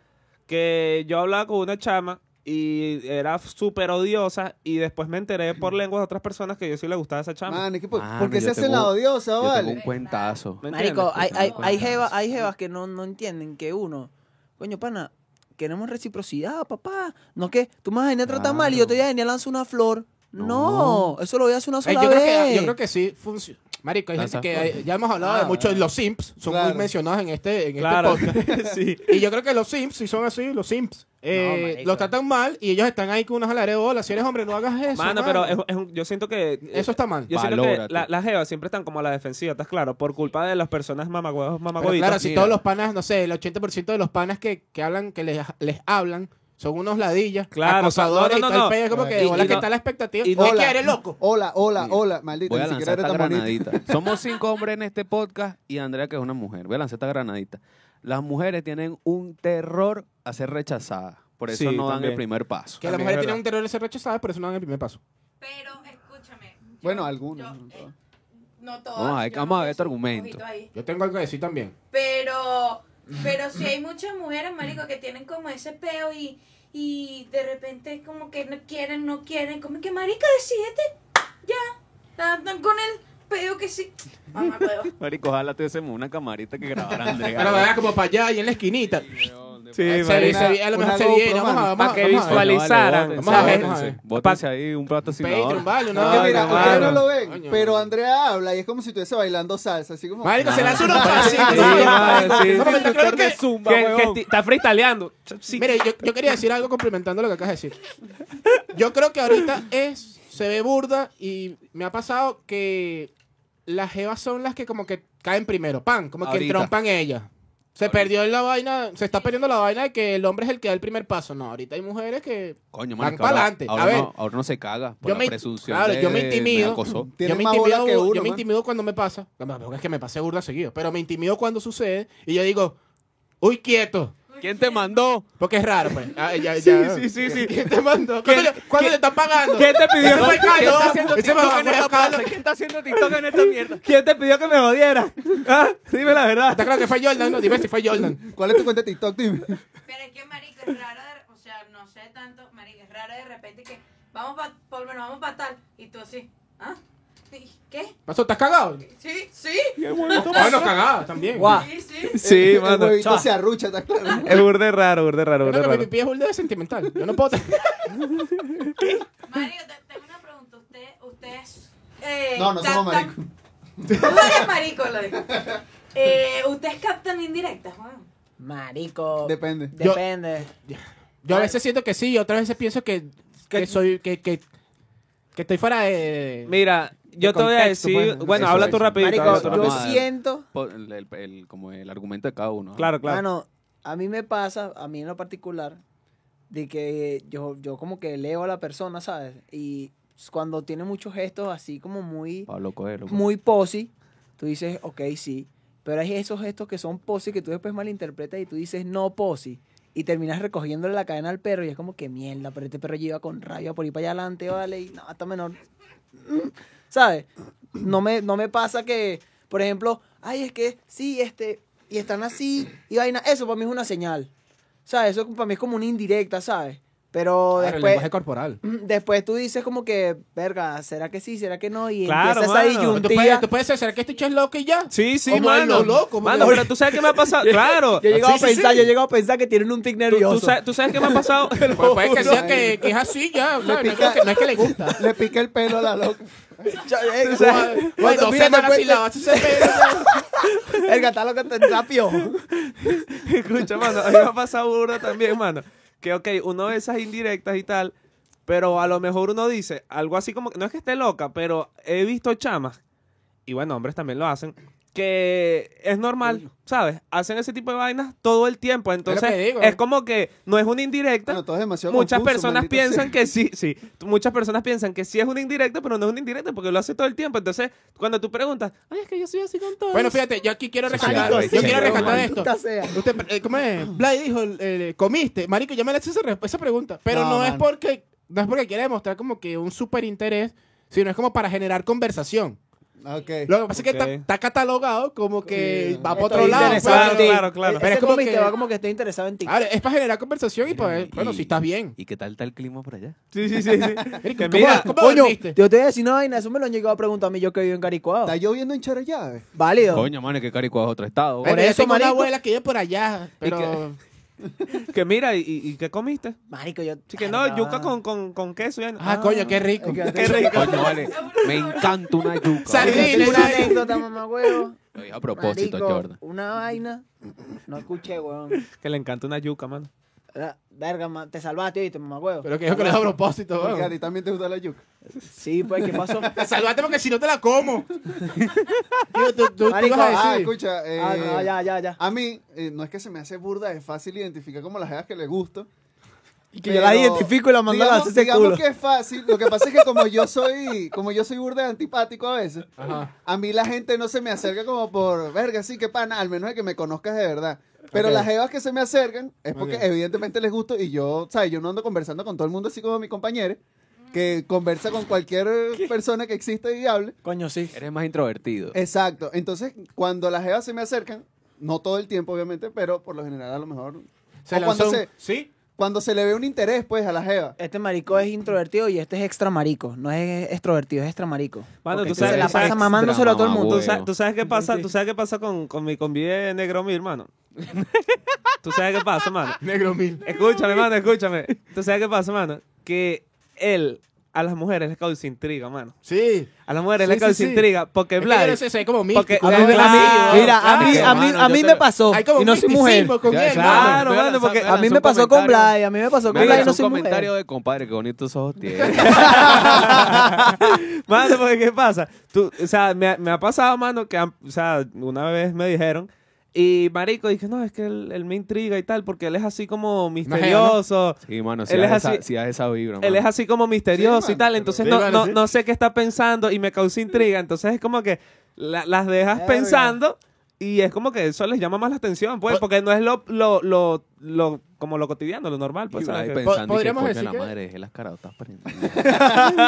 [SPEAKER 2] que yo hablaba con una chama y era súper odiosa y después me enteré por lenguas de otras personas que yo sí le gustaba a esa chama.
[SPEAKER 5] Man, es que por,
[SPEAKER 1] Mano,
[SPEAKER 5] ¿por qué
[SPEAKER 1] yo
[SPEAKER 5] se hace
[SPEAKER 1] tengo-
[SPEAKER 5] la odiosa,
[SPEAKER 1] Yo tengo un
[SPEAKER 5] vale?
[SPEAKER 1] cuentazo.
[SPEAKER 2] ¿Me entiendes?
[SPEAKER 3] Marico, hay, hay,
[SPEAKER 1] no
[SPEAKER 3] hay,
[SPEAKER 1] cuentas.
[SPEAKER 3] jeva- hay jevas que no, no entienden que uno, coño, pana, queremos reciprocidad, papá. No que tú me vas a venir a tratar mal y yo te voy a venir a lanzar una flor. No, eso lo voy a hacer una
[SPEAKER 4] Eh,
[SPEAKER 3] sola
[SPEAKER 4] yo,
[SPEAKER 3] vez.
[SPEAKER 4] creo que, yo creo que sí funciona. Marico, hay gente
[SPEAKER 1] Lanza.
[SPEAKER 4] que eh, ya hemos hablado de
[SPEAKER 3] Ah,
[SPEAKER 4] muchos. Los Sims son muy
[SPEAKER 5] Claro.
[SPEAKER 4] mencionados en este, en
[SPEAKER 2] Claro,
[SPEAKER 4] este podcast.
[SPEAKER 2] sí.
[SPEAKER 4] Y yo creo que los Sims, si son así, los Sims, eh,
[SPEAKER 3] marico.
[SPEAKER 4] los tratan mal y ellos están ahí con unas alares de bola. Si eres hombre, no hagas eso. mano.
[SPEAKER 2] Mano, pero es- es un- yo siento que...
[SPEAKER 4] Eso está mal.
[SPEAKER 2] Yo siento que
[SPEAKER 1] Valórate.
[SPEAKER 2] la- las jevas siempre están como a la defensiva, ¿estás claro? Por culpa de las personas mamagüeos,
[SPEAKER 4] Pero claro,
[SPEAKER 2] mamagüeditas.
[SPEAKER 4] si
[SPEAKER 1] mira.
[SPEAKER 4] todos los panas, no sé, el 80% de los panas que, que hablan, que les, les hablan, son unos ladillas,
[SPEAKER 2] Claro,
[SPEAKER 4] acosadores
[SPEAKER 2] no, no,
[SPEAKER 4] y tal
[SPEAKER 2] no.
[SPEAKER 4] pedo, como que
[SPEAKER 2] Y-
[SPEAKER 4] de bola
[SPEAKER 2] y
[SPEAKER 4] que
[SPEAKER 2] no-
[SPEAKER 4] está la expectativa.
[SPEAKER 2] y
[SPEAKER 4] Y
[SPEAKER 2] no-
[SPEAKER 4] no, que eres loco.
[SPEAKER 5] Hola, hola,
[SPEAKER 1] Sí.
[SPEAKER 5] hola. Maldito,
[SPEAKER 1] Voy a
[SPEAKER 5] ni siquiera
[SPEAKER 1] lanzar
[SPEAKER 5] eres
[SPEAKER 1] esta
[SPEAKER 5] tan bonito.
[SPEAKER 1] granadita. Somos cinco hombres en este podcast y Andrea, que es una mujer. Voy a lanzar esta granadita. Las mujeres tienen un terror a ser rechazadas. Por eso
[SPEAKER 2] Sí,
[SPEAKER 1] no dan
[SPEAKER 2] también.
[SPEAKER 1] el primer paso.
[SPEAKER 4] Que las
[SPEAKER 2] También es
[SPEAKER 4] mujeres
[SPEAKER 2] verdad.
[SPEAKER 4] tienen un terror de ser rechazadas, pero eso no dan el primer paso.
[SPEAKER 6] Pero escúchame. yo-
[SPEAKER 5] Bueno, algunos,
[SPEAKER 6] yo,
[SPEAKER 5] no
[SPEAKER 6] eh,
[SPEAKER 5] todos.
[SPEAKER 6] no todas.
[SPEAKER 1] Vamos a ver-
[SPEAKER 6] yo no
[SPEAKER 1] vamos a
[SPEAKER 6] soy
[SPEAKER 1] ver tu
[SPEAKER 6] su
[SPEAKER 1] argumento.
[SPEAKER 6] ojito ahí.
[SPEAKER 4] Yo tengo algo que decir también.
[SPEAKER 6] Pero, pero sí hay muchas mujeres, marico, que tienen como ese peo y, y de repente como que no quieren, no quieren. Como que, marica, decidete. Ya. Andan con el peo que sí. Mamá, huevo.
[SPEAKER 1] Marico, ojalá te hacemos una camarita que grabara Andrea.
[SPEAKER 4] Pero vaya como para allá y en la esquinita.
[SPEAKER 2] Sí,
[SPEAKER 4] Se-
[SPEAKER 2] marico.
[SPEAKER 4] se- a lo
[SPEAKER 5] una
[SPEAKER 4] mejor se
[SPEAKER 5] GoPro,
[SPEAKER 4] viene. Vamos a-
[SPEAKER 5] mano.
[SPEAKER 4] vamos a-
[SPEAKER 2] Pa'
[SPEAKER 4] vamos a
[SPEAKER 2] que
[SPEAKER 4] ver.
[SPEAKER 2] visualice. visualizaran.
[SPEAKER 1] Vamos
[SPEAKER 4] Vamos a ver, vamos a
[SPEAKER 1] Bótense
[SPEAKER 4] ver.
[SPEAKER 1] Bótense ahí un patrocinador.
[SPEAKER 4] Patreon, vale, una
[SPEAKER 5] Es
[SPEAKER 2] Ay,
[SPEAKER 5] que mira,
[SPEAKER 2] no,
[SPEAKER 5] ustedes no
[SPEAKER 2] mano.
[SPEAKER 5] lo ven,
[SPEAKER 4] Coño.
[SPEAKER 5] pero Andrea habla y es como si estuviese bailando salsa, así como... "Ah,
[SPEAKER 4] Marico, se lanza unos
[SPEAKER 2] Sí,
[SPEAKER 4] pasitos.
[SPEAKER 2] mano, sí.
[SPEAKER 4] No, pero yo creo que-
[SPEAKER 1] Zumba,
[SPEAKER 2] Que- que
[SPEAKER 1] huevón.
[SPEAKER 2] esti- Está freestyleando. Sí.
[SPEAKER 4] Mire, yo, yo quería decir algo complementando lo que acabas de decir. Yo creo que ahorita es, se ve burda y me ha pasado que las jevas son las que como que caen primero, pan, como que
[SPEAKER 1] Ahorita.
[SPEAKER 4] trompan ellas. Se perdió la vaina, se está perdiendo la vaina de que el hombre es el que da el primer paso. No, ahorita hay mujeres que
[SPEAKER 1] Coño,
[SPEAKER 4] Van
[SPEAKER 1] marico,
[SPEAKER 4] para
[SPEAKER 1] ahora-
[SPEAKER 4] adelante.
[SPEAKER 1] Ahora,
[SPEAKER 4] A ver.
[SPEAKER 1] no, ahora no se caga por
[SPEAKER 4] Yo
[SPEAKER 1] la
[SPEAKER 4] me-
[SPEAKER 1] presunción
[SPEAKER 4] claro,
[SPEAKER 1] de-
[SPEAKER 4] yo me
[SPEAKER 1] de-
[SPEAKER 4] intimido.
[SPEAKER 1] acosó.
[SPEAKER 5] Tiene
[SPEAKER 4] yo me
[SPEAKER 5] más bola
[SPEAKER 4] intimido,
[SPEAKER 5] que uno,
[SPEAKER 4] yo me
[SPEAKER 5] man.
[SPEAKER 4] intimido cuando me pasa. No, no, porque es que me pasé burda seguido, pero me intimido cuando sucede y yo digo, uy, quieto.
[SPEAKER 1] ¿Quién te mandó?
[SPEAKER 4] Porque es raro, pues. Ah, ya, ya.
[SPEAKER 2] Sí, sí, sí, sí.
[SPEAKER 4] ¿Quién te mandó? ¿Cuánto, le, cuánto le están pagando?
[SPEAKER 2] ¿Quién te pidió?
[SPEAKER 4] Ese fue Carlos, ¿ah? Ese fue
[SPEAKER 1] en esta
[SPEAKER 4] Juan Carlos.
[SPEAKER 1] plaza? ¿Quién está haciendo TikTok en esta mierda?
[SPEAKER 2] ¿Quién te pidió que me jodiera? ¿Ah? Dime la verdad.
[SPEAKER 4] Está claro que fue Jordan, no, dime si fue Jordan.
[SPEAKER 5] ¿Cuál es tu cuenta de TikTok, dime?
[SPEAKER 6] Pero es que, marico, es raro, de- o sea, no sé tanto, marico, es raro de repente que vamos pa, por lo menos vamos pa tal, y tú así, ¿ah? Sí, ¿Qué?
[SPEAKER 4] ¿Pasó? ¿Estás cagado?
[SPEAKER 6] Sí, sí,
[SPEAKER 4] Bueno, cagado también.
[SPEAKER 3] Guau.
[SPEAKER 6] sí, sí.
[SPEAKER 2] Sí,
[SPEAKER 5] El
[SPEAKER 2] mano.
[SPEAKER 5] huevito
[SPEAKER 2] Chao.
[SPEAKER 5] se arrucha, ¿está claro?
[SPEAKER 2] Es burde raro, burde raro,
[SPEAKER 4] Yo
[SPEAKER 2] burde
[SPEAKER 4] creo que mi
[SPEAKER 2] raro.
[SPEAKER 4] pipí es burda de sentimental. Yo no puedo.
[SPEAKER 6] Mario, te- tengo una pregunta, usted, ustedes... eh,
[SPEAKER 5] No, no somos
[SPEAKER 6] captan-
[SPEAKER 5] marico.
[SPEAKER 6] Tú eres marico, lo digo. Eh, ustedes captan indirectas, Juan.
[SPEAKER 3] Marico.
[SPEAKER 5] Depende.
[SPEAKER 4] Yo-
[SPEAKER 3] Depende.
[SPEAKER 4] Yo a veces siento que sí, y otras veces pienso que, que soy. Que, que, que estoy fuera de.
[SPEAKER 2] Mira, yo
[SPEAKER 4] De
[SPEAKER 2] te voy a
[SPEAKER 4] contexto,
[SPEAKER 2] decir.
[SPEAKER 4] pues.
[SPEAKER 2] Bueno,
[SPEAKER 1] Eso,
[SPEAKER 2] habla
[SPEAKER 1] eso.
[SPEAKER 2] tú rapidito.
[SPEAKER 1] Marico,
[SPEAKER 2] habla tú
[SPEAKER 1] eso,
[SPEAKER 3] Marico, yo
[SPEAKER 2] rapidito.
[SPEAKER 1] vamos a-
[SPEAKER 3] siento.
[SPEAKER 1] Por el, el- el- como el argumento de cada uno. ¿no?
[SPEAKER 2] Claro, claro.
[SPEAKER 3] Mano, a mí me pasa, a mí en lo particular, de que yo, yo como que leo a la persona, ¿sabes? Y cuando tiene muchos gestos así como muy,
[SPEAKER 1] Pablo Coelho. pues.
[SPEAKER 3] muy posi, tú dices, ok, sí. Pero hay esos gestos que son posi que tú después malinterpretas y tú dices, no posi. Y terminas recogiéndole la cadena al perro y es como que mierda, pero este perro ya iba con rabia por ir para allá adelante, vale, y no, está menor. Mm, ¿Sabes? No me, no me pasa que, por ejemplo, ay, es que sí, este, y están así, y vaina. Eso para mí es una señal. ¿Sabes? Eso para mí es como una indirecta, ¿sabes? Pero
[SPEAKER 4] Claro, Ah, el
[SPEAKER 3] después,
[SPEAKER 4] lenguaje corporal.
[SPEAKER 3] Mm, Después tú dices como que, verga, ¿será que sí? ¿Será que no? Y empieza
[SPEAKER 2] Claro,
[SPEAKER 3] esa
[SPEAKER 2] mano.
[SPEAKER 4] Tú puedes,
[SPEAKER 3] disyuntiva.
[SPEAKER 4] tú puedes ser que este chico es loco y ya.
[SPEAKER 2] Sí, sí,
[SPEAKER 4] Como a
[SPEAKER 2] mano.
[SPEAKER 4] lo loco,
[SPEAKER 2] mano,
[SPEAKER 4] porque-
[SPEAKER 2] pero tú sabes qué me ha pasado. Claro.
[SPEAKER 3] Yo he llegado
[SPEAKER 2] Sí,
[SPEAKER 3] a
[SPEAKER 2] sí,
[SPEAKER 3] pensar,
[SPEAKER 2] sí.
[SPEAKER 3] yo he llegado a pensar que tienen un tic
[SPEAKER 2] Tú- tú
[SPEAKER 3] nervioso.
[SPEAKER 2] sabes- ¿Tú sabes qué me ha pasado?
[SPEAKER 4] Pues puede que
[SPEAKER 5] juro.
[SPEAKER 4] sea que, que es así ya. o sea, no, es que, no es que le gusta.
[SPEAKER 5] Le pica el pelo a la loca.
[SPEAKER 3] Ey,
[SPEAKER 4] Bueno,
[SPEAKER 3] cuando-
[SPEAKER 4] dos
[SPEAKER 3] mira,
[SPEAKER 4] semanas
[SPEAKER 3] después
[SPEAKER 4] sin lavarse ese pelo.
[SPEAKER 3] El catálogo que tendrá piojo.
[SPEAKER 2] Escucha, mano, a mí me ha pasado una también, mano. Que, ok, uno de esas indirectas y tal, pero a lo mejor uno dice algo así como, que- no es que esté loca, pero he visto chamas, y bueno, hombres también lo hacen, que es normal, ¿sabes? Hacen ese tipo de vainas todo el tiempo, entonces
[SPEAKER 4] que digo.
[SPEAKER 2] es como que no es una indirecta.
[SPEAKER 5] Bueno, todo es demasiado
[SPEAKER 2] Muchas
[SPEAKER 5] confuso,
[SPEAKER 2] personas
[SPEAKER 5] maldita sea.
[SPEAKER 2] piensan que sí, sí. Muchas personas piensan que sí es una indirecta, pero no es una indirecta porque lo hace todo el tiempo. Entonces, cuando tú preguntas, ay, es que yo soy así con todo.
[SPEAKER 4] Bueno, fíjate, yo aquí quiero rescatar.
[SPEAKER 7] claro,
[SPEAKER 4] Yo
[SPEAKER 7] sí,
[SPEAKER 4] quiero
[SPEAKER 7] claro.
[SPEAKER 4] rescatar esto.
[SPEAKER 3] Maldita sea.
[SPEAKER 4] Usted, eh, ¿cómo es? Blay dijo, eh, ¿comiste? Marico, yo me le hice esa, re- esa pregunta. Pero
[SPEAKER 5] No,
[SPEAKER 4] no, es
[SPEAKER 5] mano.
[SPEAKER 4] porque no es porque quiera demostrar como que un súper interés, sino es como para generar conversación.
[SPEAKER 5] Ok.
[SPEAKER 4] Lo que pasa es que
[SPEAKER 2] Ok.
[SPEAKER 4] está, está catalogado como que
[SPEAKER 5] Sí.
[SPEAKER 4] va para
[SPEAKER 3] Estoy
[SPEAKER 4] otro lado. pues.
[SPEAKER 3] interesado
[SPEAKER 2] claro,
[SPEAKER 3] en ti.
[SPEAKER 2] claro, claro.
[SPEAKER 4] Pero
[SPEAKER 3] Ese
[SPEAKER 4] es como
[SPEAKER 3] comiste
[SPEAKER 4] que-
[SPEAKER 3] va como que está interesado en ti.
[SPEAKER 4] Claro, es para generar conversación y para ver, bueno,
[SPEAKER 1] y-
[SPEAKER 4] si estás bien.
[SPEAKER 1] ¿Y qué tal está el clima por allá?
[SPEAKER 2] Sí, sí, sí. sí. Que
[SPEAKER 4] ¿Cómo-
[SPEAKER 2] mira,
[SPEAKER 4] ¿Cómo
[SPEAKER 3] Coño,
[SPEAKER 4] dormiste?
[SPEAKER 3] yo te voy a decir una vaina, eso me lo han llegado a preguntar a mí yo que vivo en Caricuado.
[SPEAKER 5] Está lloviendo en Charallave.
[SPEAKER 3] Válido.
[SPEAKER 1] Coño, mano, que Caricuá es otro estado.
[SPEAKER 4] Bueno,
[SPEAKER 3] por
[SPEAKER 4] yo
[SPEAKER 3] eso,
[SPEAKER 4] tengo una
[SPEAKER 3] marico.
[SPEAKER 4] abuela que vive por allá, pero...
[SPEAKER 2] que mira, ¿y, y qué comiste?
[SPEAKER 3] Marico, yo.
[SPEAKER 2] Así que no, yuca con, con, con queso. ya-
[SPEAKER 4] Ah, coño, qué rico.
[SPEAKER 3] Qué
[SPEAKER 2] Qué rico.
[SPEAKER 1] Coño, vale. Me encanta una yuca.
[SPEAKER 4] Sal-
[SPEAKER 1] vale.
[SPEAKER 4] Sardines,
[SPEAKER 3] Una
[SPEAKER 4] ¿sabes?
[SPEAKER 3] anécdota, mamá, huevo.
[SPEAKER 1] Lo dije a propósito,
[SPEAKER 3] Marico,
[SPEAKER 1] Jordan.
[SPEAKER 3] Una vaina. No escuché, weón.
[SPEAKER 2] Que le encanta una yuca, mano.
[SPEAKER 3] Ah, Verga, ma- te salvaste, oíste, mamá, huevo.
[SPEAKER 4] Pero que yo que lo hago a propósito,
[SPEAKER 5] Porque a
[SPEAKER 4] weón.
[SPEAKER 5] ti también te gusta la yuca.
[SPEAKER 3] Sí, pues, ¿qué pasó?
[SPEAKER 4] Salvate porque si no te la como. Tío, tú, tú- tú
[SPEAKER 3] Marico,
[SPEAKER 4] vas a decir...
[SPEAKER 5] Ah, escucha. eh,
[SPEAKER 3] Ah, no, ya, ya, ya.
[SPEAKER 5] A mí, eh, no es que se me hace burda, es fácil identificar como las jegas que le gusta.
[SPEAKER 3] Y
[SPEAKER 5] Pero digamos, digamos que es fácil. Lo que pasa es que como yo soy, como yo soy burda de antipático a veces, a mí la gente no se me acerca como por verga, sí, que pana, al menos de que me conozcas de verdad. Pero
[SPEAKER 4] Ok.
[SPEAKER 5] las jevas que se me acercan es porque
[SPEAKER 4] Ok.
[SPEAKER 5] evidentemente les gusto y yo, ¿sabes? Yo no ando conversando con todo el mundo así como mi compañero, que conversa con cualquier persona que exista y hable.
[SPEAKER 3] Coño, sí.
[SPEAKER 1] Eres más introvertido.
[SPEAKER 5] Exacto. Entonces, cuando las jevas se me acercan, no todo el tiempo, obviamente, pero por lo general a lo mejor. o
[SPEAKER 4] lanzó
[SPEAKER 5] cuando
[SPEAKER 4] un-
[SPEAKER 5] se,
[SPEAKER 4] ¿Sí?
[SPEAKER 5] cuando se le ve un interés, pues, a la jeva.
[SPEAKER 3] Este marico es introvertido y este es extra marico. No es extrovertido, es extra marico.
[SPEAKER 2] Mano,
[SPEAKER 1] Porque
[SPEAKER 2] tú
[SPEAKER 1] tú
[SPEAKER 2] sabes,
[SPEAKER 3] se la
[SPEAKER 2] tú sabes-
[SPEAKER 3] pasa mamándoselo a todo el
[SPEAKER 1] mamá,
[SPEAKER 3] mundo.
[SPEAKER 2] tú sabes-
[SPEAKER 1] huevo.
[SPEAKER 2] tú sabes qué pasa, tú sabes qué pasa con, con mi convive negro mi hermano. Tú sabes qué pasa, mano.
[SPEAKER 4] Negro mil.
[SPEAKER 2] Escúchame, mano, escúchame. ¿Tú sabes qué pasa, mano? Que él a las mujeres les causa intriga, mano.
[SPEAKER 4] Sí.
[SPEAKER 2] A las mujeres
[SPEAKER 4] Sí,
[SPEAKER 2] les causa
[SPEAKER 4] sí, sí.
[SPEAKER 2] intriga porque
[SPEAKER 4] Es que
[SPEAKER 2] Vlad...
[SPEAKER 4] yo no sé, se ve como místico.
[SPEAKER 2] porque-
[SPEAKER 3] A mí- a mí-
[SPEAKER 2] Claro,
[SPEAKER 3] mira, a mí,
[SPEAKER 2] claro,
[SPEAKER 3] a mí,
[SPEAKER 1] mano,
[SPEAKER 3] a
[SPEAKER 1] yo
[SPEAKER 3] mí
[SPEAKER 1] te
[SPEAKER 3] me
[SPEAKER 1] lo-
[SPEAKER 3] pasó.
[SPEAKER 4] Hay como
[SPEAKER 3] Y no soy mujer.
[SPEAKER 4] misticismo con
[SPEAKER 1] Ya,
[SPEAKER 4] él,
[SPEAKER 1] claro.
[SPEAKER 4] mano.
[SPEAKER 2] Claro, mano, porque
[SPEAKER 3] A mí
[SPEAKER 1] Lanzó
[SPEAKER 3] me
[SPEAKER 1] un
[SPEAKER 3] pasó con
[SPEAKER 1] comentario.
[SPEAKER 3] Blay, a mí me pasó
[SPEAKER 1] Me
[SPEAKER 3] con Blay,
[SPEAKER 1] lanzó
[SPEAKER 3] no
[SPEAKER 1] un
[SPEAKER 3] soy mujer.
[SPEAKER 1] comentario de compadre, qué bonitos ojos tienes.
[SPEAKER 2] Mano, porque ¿qué pasa? Tú, o sea, me, ha- me ha pasado, mano, que han- o sea, una vez me dijeron, y marico, dije, no, es que él, él me intriga y tal, porque él es así como misterioso.
[SPEAKER 1] Sí, mano, si
[SPEAKER 2] Él es
[SPEAKER 1] haz
[SPEAKER 2] así-
[SPEAKER 1] esa, si haz esa vibra,
[SPEAKER 2] Él
[SPEAKER 1] mano.
[SPEAKER 2] es así como misterioso
[SPEAKER 5] Sí,
[SPEAKER 2] y tal,
[SPEAKER 5] mano,
[SPEAKER 2] entonces
[SPEAKER 4] pero-
[SPEAKER 2] no,
[SPEAKER 4] Sí,
[SPEAKER 2] no,
[SPEAKER 4] mano, sí.
[SPEAKER 2] no sé qué está pensando y me causa intriga. Entonces es como que la- las dejas
[SPEAKER 3] Verga.
[SPEAKER 2] pensando y es como que eso les llama más la atención, pues, porque no es lo, lo, lo, lo- como lo cotidiano, lo normal. Pues,
[SPEAKER 1] Y
[SPEAKER 2] ¿sabes?
[SPEAKER 1] ahí
[SPEAKER 2] Que-
[SPEAKER 1] pensando y que,
[SPEAKER 4] podríamos
[SPEAKER 1] coño,
[SPEAKER 4] decir
[SPEAKER 1] la
[SPEAKER 4] que-
[SPEAKER 1] madre, dejé las carotas prendidas.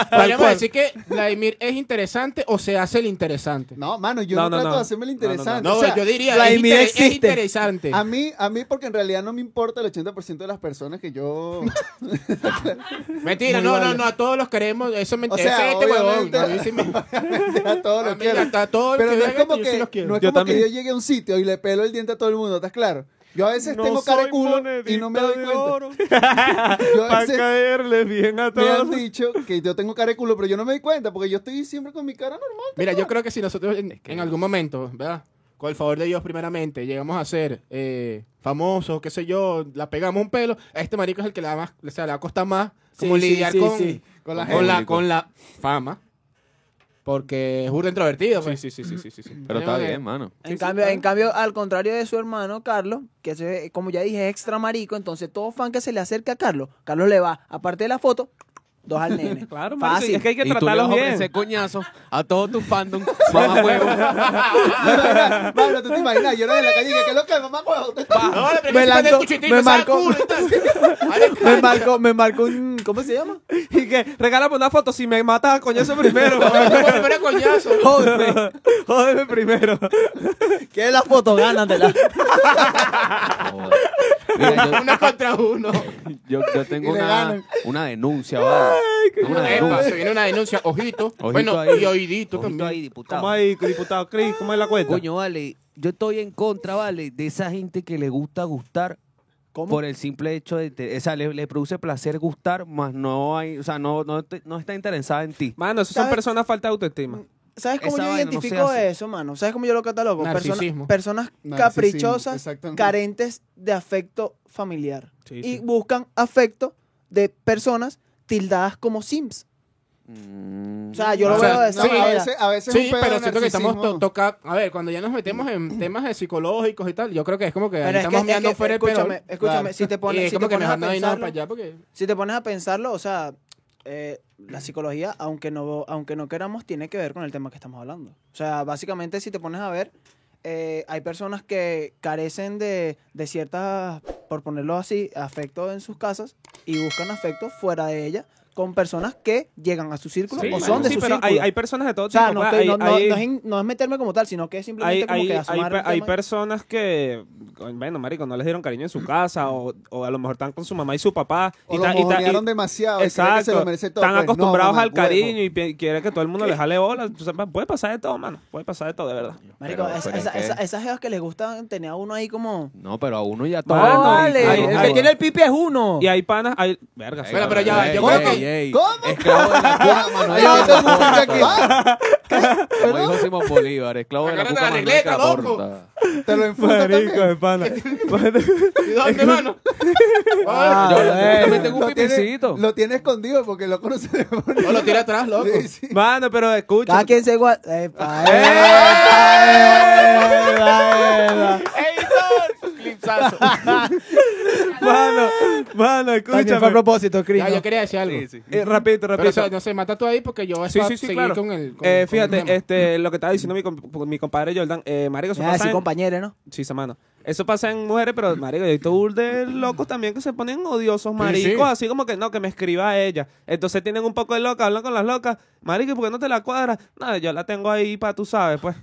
[SPEAKER 4] Podríamos
[SPEAKER 3] cual.
[SPEAKER 4] decir que Vladimir es interesante o se hace el interesante.
[SPEAKER 5] No, mano, yo
[SPEAKER 2] No,
[SPEAKER 5] no,
[SPEAKER 2] no,
[SPEAKER 5] trato
[SPEAKER 2] no.
[SPEAKER 5] de hacerme el
[SPEAKER 2] No, no, no.
[SPEAKER 5] interesante.
[SPEAKER 4] No,
[SPEAKER 5] O sea,
[SPEAKER 4] yo diría, es,
[SPEAKER 3] Vladimir
[SPEAKER 4] inter-
[SPEAKER 3] existe.
[SPEAKER 4] es interesante.
[SPEAKER 5] A mí, a mí, porque en realidad no me importa el 80% de las personas que yo.
[SPEAKER 4] Mentira,
[SPEAKER 5] Muy
[SPEAKER 4] no, no,
[SPEAKER 5] vale.
[SPEAKER 4] no, a todos los queremos. Eso me
[SPEAKER 5] O
[SPEAKER 4] interesa.
[SPEAKER 5] sea,
[SPEAKER 4] este huevón.
[SPEAKER 5] obviamente,
[SPEAKER 4] A mí sí me-
[SPEAKER 5] a todos
[SPEAKER 4] a
[SPEAKER 5] los
[SPEAKER 4] mí me
[SPEAKER 5] quiero.
[SPEAKER 4] encanta, a todos
[SPEAKER 5] Pero no es como
[SPEAKER 4] yo sí
[SPEAKER 5] que
[SPEAKER 4] los quiero.
[SPEAKER 5] no es
[SPEAKER 2] Yo
[SPEAKER 5] como
[SPEAKER 2] también.
[SPEAKER 5] que yo llegue a un sitio y le pelo el diente a todo el mundo, ¿estás claro? Yo a veces
[SPEAKER 2] No
[SPEAKER 5] tengo cara de
[SPEAKER 2] soy
[SPEAKER 5] culo y no me
[SPEAKER 2] monedita
[SPEAKER 5] doy
[SPEAKER 2] de
[SPEAKER 5] cuenta.
[SPEAKER 2] oro.
[SPEAKER 5] Yo a
[SPEAKER 2] Para
[SPEAKER 5] veces
[SPEAKER 2] caerle bien a
[SPEAKER 5] me han
[SPEAKER 2] todos.
[SPEAKER 5] dicho que yo tengo cara de culo, pero yo no me doy cuenta porque yo estoy siempre con mi cara normal.
[SPEAKER 4] Mira, yo creo que si nosotros en, en algún momento, ¿verdad? Con el favor de Dios, primeramente, llegamos a ser eh, famosos, qué sé yo, la pegamos un pelo, a este marico es el que le, da más, o sea, le va a costar más como
[SPEAKER 3] Sí, sí,
[SPEAKER 4] lidiar
[SPEAKER 3] sí,
[SPEAKER 4] con,
[SPEAKER 3] sí.
[SPEAKER 5] Con la
[SPEAKER 4] con, la,
[SPEAKER 1] público.
[SPEAKER 4] con la fama. Porque es burda introvertido.
[SPEAKER 2] Sí,
[SPEAKER 4] pues.
[SPEAKER 2] sí, sí, sí, sí, sí, sí.
[SPEAKER 1] Pero está
[SPEAKER 4] Tengo que-
[SPEAKER 1] bien, mano.
[SPEAKER 3] En, cambio, en cambio, al contrario de su hermano Carlos, que se- como ya dije es extra marico, entonces todo fan que se le acerca a Carlos, Carlos le va, aparte de la foto, dos al nene.
[SPEAKER 2] Claro, marico,
[SPEAKER 3] Fácil.
[SPEAKER 2] y es que hay que
[SPEAKER 1] y tú le vas
[SPEAKER 2] tratarlos
[SPEAKER 1] a
[SPEAKER 2] bien.
[SPEAKER 1] ofrecer coñazo a todo tu fandom, mamá huevo.
[SPEAKER 4] Ah.
[SPEAKER 5] Mano, Mano, tú te imaginas, yo era de la calle y que, ¿qué es lo que mamá huevo?
[SPEAKER 4] No, la
[SPEAKER 3] Me
[SPEAKER 4] primera vez que
[SPEAKER 3] lanzó-
[SPEAKER 4] te escuché,
[SPEAKER 3] me
[SPEAKER 4] te saca
[SPEAKER 3] marcó.
[SPEAKER 4] culo y tal. Ay,
[SPEAKER 3] Me marcó, me marcó un, ¿cómo se llama?
[SPEAKER 2] Y que regálame una foto si me matas a coñazo primero.
[SPEAKER 4] te voy a volver a coñazo.
[SPEAKER 3] Jódeme,
[SPEAKER 2] Jódeme primero.
[SPEAKER 3] que es la foto, gánatela.
[SPEAKER 1] Joder. Mira, yo,
[SPEAKER 4] Uno contra uno.
[SPEAKER 1] yo, yo tengo
[SPEAKER 5] Y le
[SPEAKER 1] una,
[SPEAKER 5] ganan.
[SPEAKER 1] una denuncia, vale. Tengo una
[SPEAKER 4] Epa,
[SPEAKER 1] denuncia.
[SPEAKER 4] se viene una denuncia. Ojito.
[SPEAKER 1] Ojito
[SPEAKER 4] bueno,
[SPEAKER 1] ahí.
[SPEAKER 4] y oídito
[SPEAKER 1] Ojito
[SPEAKER 4] también.
[SPEAKER 1] ahí, diputado.
[SPEAKER 2] ¿Cómo hay, diputado Cris? ¿Cómo es la cuenta?
[SPEAKER 1] Coño, vale, yo estoy en contra, vale, de esa gente que le gusta gustar
[SPEAKER 3] ¿Cómo?
[SPEAKER 1] Por el simple hecho de, te- o sea, le, le produce placer gustar, más no hay, o sea, no, no, te- no está interesada en ti.
[SPEAKER 2] Mano, eso son
[SPEAKER 3] ¿Sabes?
[SPEAKER 2] personas falta de autoestima.
[SPEAKER 3] ¿Sabes cómo
[SPEAKER 1] Esa
[SPEAKER 3] yo
[SPEAKER 1] vaina no se
[SPEAKER 3] identifico
[SPEAKER 1] hace.
[SPEAKER 3] eso, mano? ¿Sabes cómo yo lo catalogo? Persona-
[SPEAKER 4] Narcisismo.
[SPEAKER 3] personas
[SPEAKER 5] Narcisismo,
[SPEAKER 3] caprichosas,
[SPEAKER 5] exactamente.
[SPEAKER 3] carentes de afecto familiar.
[SPEAKER 2] Sí,
[SPEAKER 3] y
[SPEAKER 2] sí.
[SPEAKER 3] buscan afecto de personas tildadas como sims. O sea, yo
[SPEAKER 4] O
[SPEAKER 3] lo
[SPEAKER 4] sea,
[SPEAKER 3] veo de esa
[SPEAKER 5] No,
[SPEAKER 4] sí,
[SPEAKER 5] a
[SPEAKER 3] manera.
[SPEAKER 5] veces, a veces
[SPEAKER 4] Sí,
[SPEAKER 5] un pedo
[SPEAKER 4] pero
[SPEAKER 5] de
[SPEAKER 4] siento que estamos to-
[SPEAKER 5] narcisismo-
[SPEAKER 4] toca A ver, cuando ya nos metemos en temas de psicológicos y tal, yo creo que es como que ahí
[SPEAKER 3] Pero es que,
[SPEAKER 4] estamos
[SPEAKER 3] es
[SPEAKER 4] mirando
[SPEAKER 3] que-
[SPEAKER 4] fuera de
[SPEAKER 3] escúchame,
[SPEAKER 4] Perol.
[SPEAKER 3] escúchame,
[SPEAKER 5] Claro.
[SPEAKER 3] si te
[SPEAKER 4] Y
[SPEAKER 3] pones,
[SPEAKER 4] es
[SPEAKER 3] si
[SPEAKER 4] como
[SPEAKER 3] te
[SPEAKER 4] que
[SPEAKER 3] pones a
[SPEAKER 4] mejor no hay nada
[SPEAKER 3] pensarlo,
[SPEAKER 4] para allá porque...
[SPEAKER 3] si te pones a pensarlo, o sea, eh, la psicología, aunque no, aunque no queramos, tiene que ver con el tema que estamos hablando. O sea, básicamente, si te pones a ver, eh, hay personas que carecen de, de ciertas, por ponerlo así, afecto en sus casas y buscan afecto fuera de ella con personas que llegan a su círculo o
[SPEAKER 2] mano,
[SPEAKER 3] son de
[SPEAKER 2] sí,
[SPEAKER 3] su
[SPEAKER 2] pero
[SPEAKER 3] círculo.
[SPEAKER 2] hay, hay personas de todo
[SPEAKER 3] o sea,
[SPEAKER 2] tipo.
[SPEAKER 3] no,
[SPEAKER 2] pues,
[SPEAKER 3] estoy- no-
[SPEAKER 2] hay-
[SPEAKER 3] no-
[SPEAKER 2] hay-
[SPEAKER 3] no es, in- no es meterme como tal, sino que es
[SPEAKER 2] hay,
[SPEAKER 3] simplemente como
[SPEAKER 2] hay-
[SPEAKER 3] que
[SPEAKER 2] hay
[SPEAKER 3] asomar
[SPEAKER 2] pe-
[SPEAKER 3] el
[SPEAKER 2] hay
[SPEAKER 3] tema y-
[SPEAKER 2] personas que, bueno, marico, no les dieron cariño en su casa o, o a lo mejor están con su mamá y su papá.
[SPEAKER 5] O
[SPEAKER 2] y
[SPEAKER 5] lo
[SPEAKER 2] ta- y ta- y-
[SPEAKER 5] mojonearon demasiado. y creen que se
[SPEAKER 2] Exacto.
[SPEAKER 5] lo merece todo.
[SPEAKER 2] Están
[SPEAKER 5] Pues, no,
[SPEAKER 2] acostumbrados
[SPEAKER 5] mamá,
[SPEAKER 2] al
[SPEAKER 5] huevo.
[SPEAKER 2] cariño y pi- quieren que todo el mundo les jale bolas. O sea, puede pasar de todo, mano. Puede pasar de todo, de verdad.
[SPEAKER 3] Marico,
[SPEAKER 1] Pero-
[SPEAKER 3] esa-
[SPEAKER 1] pero es
[SPEAKER 3] esa-
[SPEAKER 1] que-
[SPEAKER 3] esa- esas jevas que les gustan tener a uno ahí como...
[SPEAKER 1] No, pero a uno ya todo.
[SPEAKER 2] Mano,
[SPEAKER 3] No, vale,
[SPEAKER 2] hay-
[SPEAKER 3] el
[SPEAKER 2] hay-
[SPEAKER 3] que tiene el pipi es uno.
[SPEAKER 2] Y hay panas, hay... Verga, sí,
[SPEAKER 4] Espera, pero ya va, yo
[SPEAKER 5] creo
[SPEAKER 1] ey,
[SPEAKER 5] que-
[SPEAKER 1] ey,
[SPEAKER 5] ¿Cómo?
[SPEAKER 1] Esclavo de la puta, Manuel
[SPEAKER 5] Ay, todo el mundo está aquí.
[SPEAKER 1] Caporta. Como dijo Simón Bolívar, esclavo de la
[SPEAKER 4] Agárrate
[SPEAKER 1] puta,
[SPEAKER 4] la
[SPEAKER 1] Manuel
[SPEAKER 4] regleta, loco.
[SPEAKER 1] Caporta.
[SPEAKER 5] Te lo enfoca
[SPEAKER 2] Marico,
[SPEAKER 5] también.
[SPEAKER 2] de pana.
[SPEAKER 4] ¿Y dónde, mano?
[SPEAKER 5] Ah,
[SPEAKER 1] Yo- yo
[SPEAKER 5] bueno.
[SPEAKER 1] también tengo un
[SPEAKER 5] Lo tiene-
[SPEAKER 1] pipicito.
[SPEAKER 5] Lo tiene escondido porque lo conoce de
[SPEAKER 4] No, lo tira atrás, loco.
[SPEAKER 5] Sí, sí.
[SPEAKER 2] Mano, pero escucha.
[SPEAKER 3] Cada quien se igual. Epa, epa, epa, epa.
[SPEAKER 4] ¡Editor! Clipsazo.
[SPEAKER 2] Mano, mano,
[SPEAKER 3] También fue a
[SPEAKER 2] escúchame.
[SPEAKER 3] propósito, Cris.
[SPEAKER 4] Ya, yo
[SPEAKER 3] ¿no?
[SPEAKER 4] quería decir algo.
[SPEAKER 1] Sí, sí.
[SPEAKER 2] Eh, rapidito,
[SPEAKER 4] Pero
[SPEAKER 2] rapidito.
[SPEAKER 4] o sea, no sé, mata tú ahí porque yo voy
[SPEAKER 2] Sí,
[SPEAKER 4] a
[SPEAKER 2] sí, sí,
[SPEAKER 4] seguir
[SPEAKER 2] claro.
[SPEAKER 4] con el. con- con
[SPEAKER 2] Eh,
[SPEAKER 4] el
[SPEAKER 2] fíjate,
[SPEAKER 4] tema.
[SPEAKER 2] este, lo que estaba diciendo mi, comp- mi compadre Jordan, eh, marico,
[SPEAKER 5] Ah,
[SPEAKER 2] eso
[SPEAKER 3] Ya,
[SPEAKER 2] pasa
[SPEAKER 3] sí,
[SPEAKER 2] en,
[SPEAKER 3] compañero, ¿no?
[SPEAKER 2] sí, esa mano. Eso pasa en mujeres, pero marico, yo he visto burda de locos también que se ponen odiosos, maricos,
[SPEAKER 4] sí.
[SPEAKER 2] así como que no, que me escriba a ella. Entonces tienen un poco de loca, hablan con las locas, marico, ¿y ¿por qué no te la cuadras? No, yo la tengo ahí para tú sabes, pues.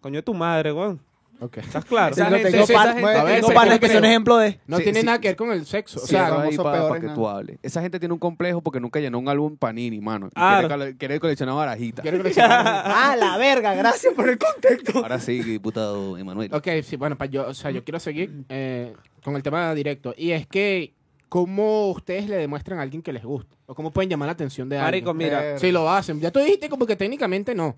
[SPEAKER 2] Coño, es tu madre, weón.
[SPEAKER 4] Ok.
[SPEAKER 2] ¿Estás claro?
[SPEAKER 1] Esa
[SPEAKER 4] no
[SPEAKER 1] gente-
[SPEAKER 4] tengo
[SPEAKER 1] esa
[SPEAKER 4] pan-
[SPEAKER 1] gente-
[SPEAKER 4] a ver,
[SPEAKER 3] Tengo
[SPEAKER 4] se
[SPEAKER 3] panas que
[SPEAKER 4] creo.
[SPEAKER 3] son ejemplo de.
[SPEAKER 4] No
[SPEAKER 1] Sí,
[SPEAKER 4] tiene
[SPEAKER 1] sí.
[SPEAKER 4] nada que ver con el sexo. O
[SPEAKER 1] Sí,
[SPEAKER 4] sea,
[SPEAKER 1] eso
[SPEAKER 5] vamos,
[SPEAKER 1] ahí
[SPEAKER 5] son
[SPEAKER 1] pa- pa'
[SPEAKER 5] peores,
[SPEAKER 1] que
[SPEAKER 5] ¿no?
[SPEAKER 1] tú hables. Esa gente tiene un complejo porque nunca llenó un álbum Panini, mano. Y
[SPEAKER 2] Claro.
[SPEAKER 1] quiere, cole- quiere coleccionar barajitas.
[SPEAKER 4] quiero que lo sepan.
[SPEAKER 3] Ah, la verga, gracias por el contexto.
[SPEAKER 1] Ahora sí, diputado Emanuel.
[SPEAKER 4] Ok, sí, bueno, pa- yo, o sea,
[SPEAKER 5] Mm.
[SPEAKER 4] yo quiero seguir eh, con el tema directo. Y es que, ¿cómo ustedes le demuestran a alguien que les gusta? ¿O cómo pueden llamar la atención de
[SPEAKER 2] Marico,
[SPEAKER 4] alguien?
[SPEAKER 2] mira.
[SPEAKER 5] Eh,
[SPEAKER 4] Si lo hacen. Ya tú dijiste como que técnicamente no.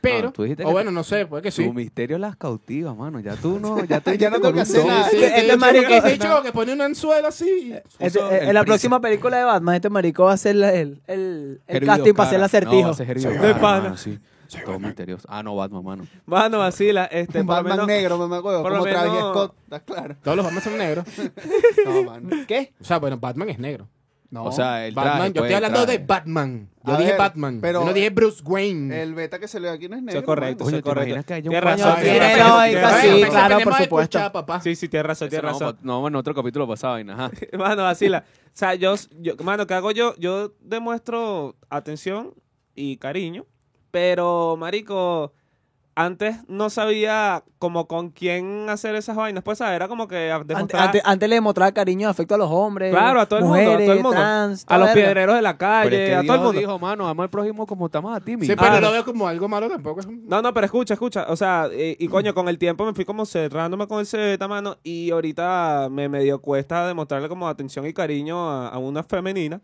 [SPEAKER 4] Pero,
[SPEAKER 1] No, Ah, tú dijiste
[SPEAKER 4] o
[SPEAKER 1] que-
[SPEAKER 4] bueno, no sé, puede que sí.
[SPEAKER 1] Su misterio las cautiva, mano. Ya tú no, ya tú
[SPEAKER 5] Ya no tengo
[SPEAKER 1] con
[SPEAKER 5] que
[SPEAKER 1] un
[SPEAKER 5] hacer
[SPEAKER 1] don.
[SPEAKER 5] nada.
[SPEAKER 4] Ah, Sí,
[SPEAKER 3] Este-
[SPEAKER 4] te
[SPEAKER 3] este
[SPEAKER 4] digo
[SPEAKER 3] marico-
[SPEAKER 4] que- te digo que pone un anzuelo así. y-
[SPEAKER 3] Este,
[SPEAKER 1] Puso
[SPEAKER 3] eh, en
[SPEAKER 1] el
[SPEAKER 3] la
[SPEAKER 1] prisa.
[SPEAKER 3] próxima película de Batman, este marico va a hacer la- el, el, el
[SPEAKER 1] Herbie
[SPEAKER 3] casting para
[SPEAKER 1] Oscar.
[SPEAKER 3] hacer el acertijo.
[SPEAKER 1] No, hace Herbie
[SPEAKER 2] De
[SPEAKER 1] Oscar,
[SPEAKER 2] pana.
[SPEAKER 1] mano, sí. Todo misterioso. Ah, no, Batman, mano.
[SPEAKER 2] Mano, vacila, este,
[SPEAKER 5] Un
[SPEAKER 2] por lo
[SPEAKER 5] Batman
[SPEAKER 2] menos-
[SPEAKER 5] negro, mamá huevo.
[SPEAKER 2] por lo
[SPEAKER 5] Como Travis
[SPEAKER 2] menos-
[SPEAKER 5] Scott. ¿Estás claro?
[SPEAKER 4] Todos los Batman son negros.
[SPEAKER 5] No, mano.
[SPEAKER 3] ¿Qué?
[SPEAKER 4] O sea, bueno, Batman es negro.
[SPEAKER 5] No.
[SPEAKER 1] ¿Eh? O sea, el
[SPEAKER 4] Batman,
[SPEAKER 1] traje,
[SPEAKER 4] yo
[SPEAKER 1] pues,
[SPEAKER 4] estoy
[SPEAKER 1] el
[SPEAKER 4] hablando
[SPEAKER 1] traje.
[SPEAKER 4] de Batman. Yo
[SPEAKER 5] A
[SPEAKER 4] dije
[SPEAKER 5] ver,
[SPEAKER 4] Batman.
[SPEAKER 5] pero-
[SPEAKER 4] yo no dije Bruce Wayne.
[SPEAKER 5] el beta que se le ve aquí no es negro.
[SPEAKER 2] Mm. Eso es correcto, eso
[SPEAKER 1] Coño,
[SPEAKER 2] es
[SPEAKER 1] ¿te
[SPEAKER 2] correcto.
[SPEAKER 1] imaginas que haya un
[SPEAKER 2] Tienes
[SPEAKER 1] paño
[SPEAKER 2] razón,
[SPEAKER 1] de
[SPEAKER 2] tienes
[SPEAKER 3] papel?
[SPEAKER 2] razón,
[SPEAKER 3] Ay,
[SPEAKER 2] tienes
[SPEAKER 3] casi,
[SPEAKER 2] razón.
[SPEAKER 4] Bueno,
[SPEAKER 3] claro,
[SPEAKER 4] pensé,
[SPEAKER 3] por
[SPEAKER 4] tenemos que
[SPEAKER 3] supuesto.
[SPEAKER 4] escuchar, papá.
[SPEAKER 2] Sí, sí, tienes razón,
[SPEAKER 1] Ese
[SPEAKER 2] tienes
[SPEAKER 1] no,
[SPEAKER 2] razón.
[SPEAKER 1] No, en otro capítulo pasaba vaina. Ajá.
[SPEAKER 2] Mano, vacila. O sea, yo, yo- mano, ¿qué hago yo? Yo demuestro atención y cariño, pero, marico, antes no sabía como con quién hacer esas vainas. Pues, ¿sabes? era como que a-
[SPEAKER 3] Ante-
[SPEAKER 2] demostrar...
[SPEAKER 3] Antes, antes le demostraba cariño, afecto a los hombres.
[SPEAKER 2] claro, a todo el
[SPEAKER 3] mujeres,
[SPEAKER 2] mundo, a todo el mundo.
[SPEAKER 3] trans,
[SPEAKER 2] a los
[SPEAKER 3] toda verga.
[SPEAKER 2] piedreros de la calle,
[SPEAKER 1] Pero es que
[SPEAKER 2] a todo el
[SPEAKER 1] Dios
[SPEAKER 2] mundo.
[SPEAKER 1] dijo, mano, ama al prójimo como estamos a ti, mi
[SPEAKER 4] Sí,
[SPEAKER 1] madre".
[SPEAKER 4] pero
[SPEAKER 2] Ah.
[SPEAKER 4] no veo como algo malo tampoco. es un-
[SPEAKER 2] No, no, pero escucha, escucha. O sea, eh, y coño, con el tiempo me fui como cerrándome con ese tamaño y ahorita me medio cuesta demostrarle como atención y cariño a, a una femenina.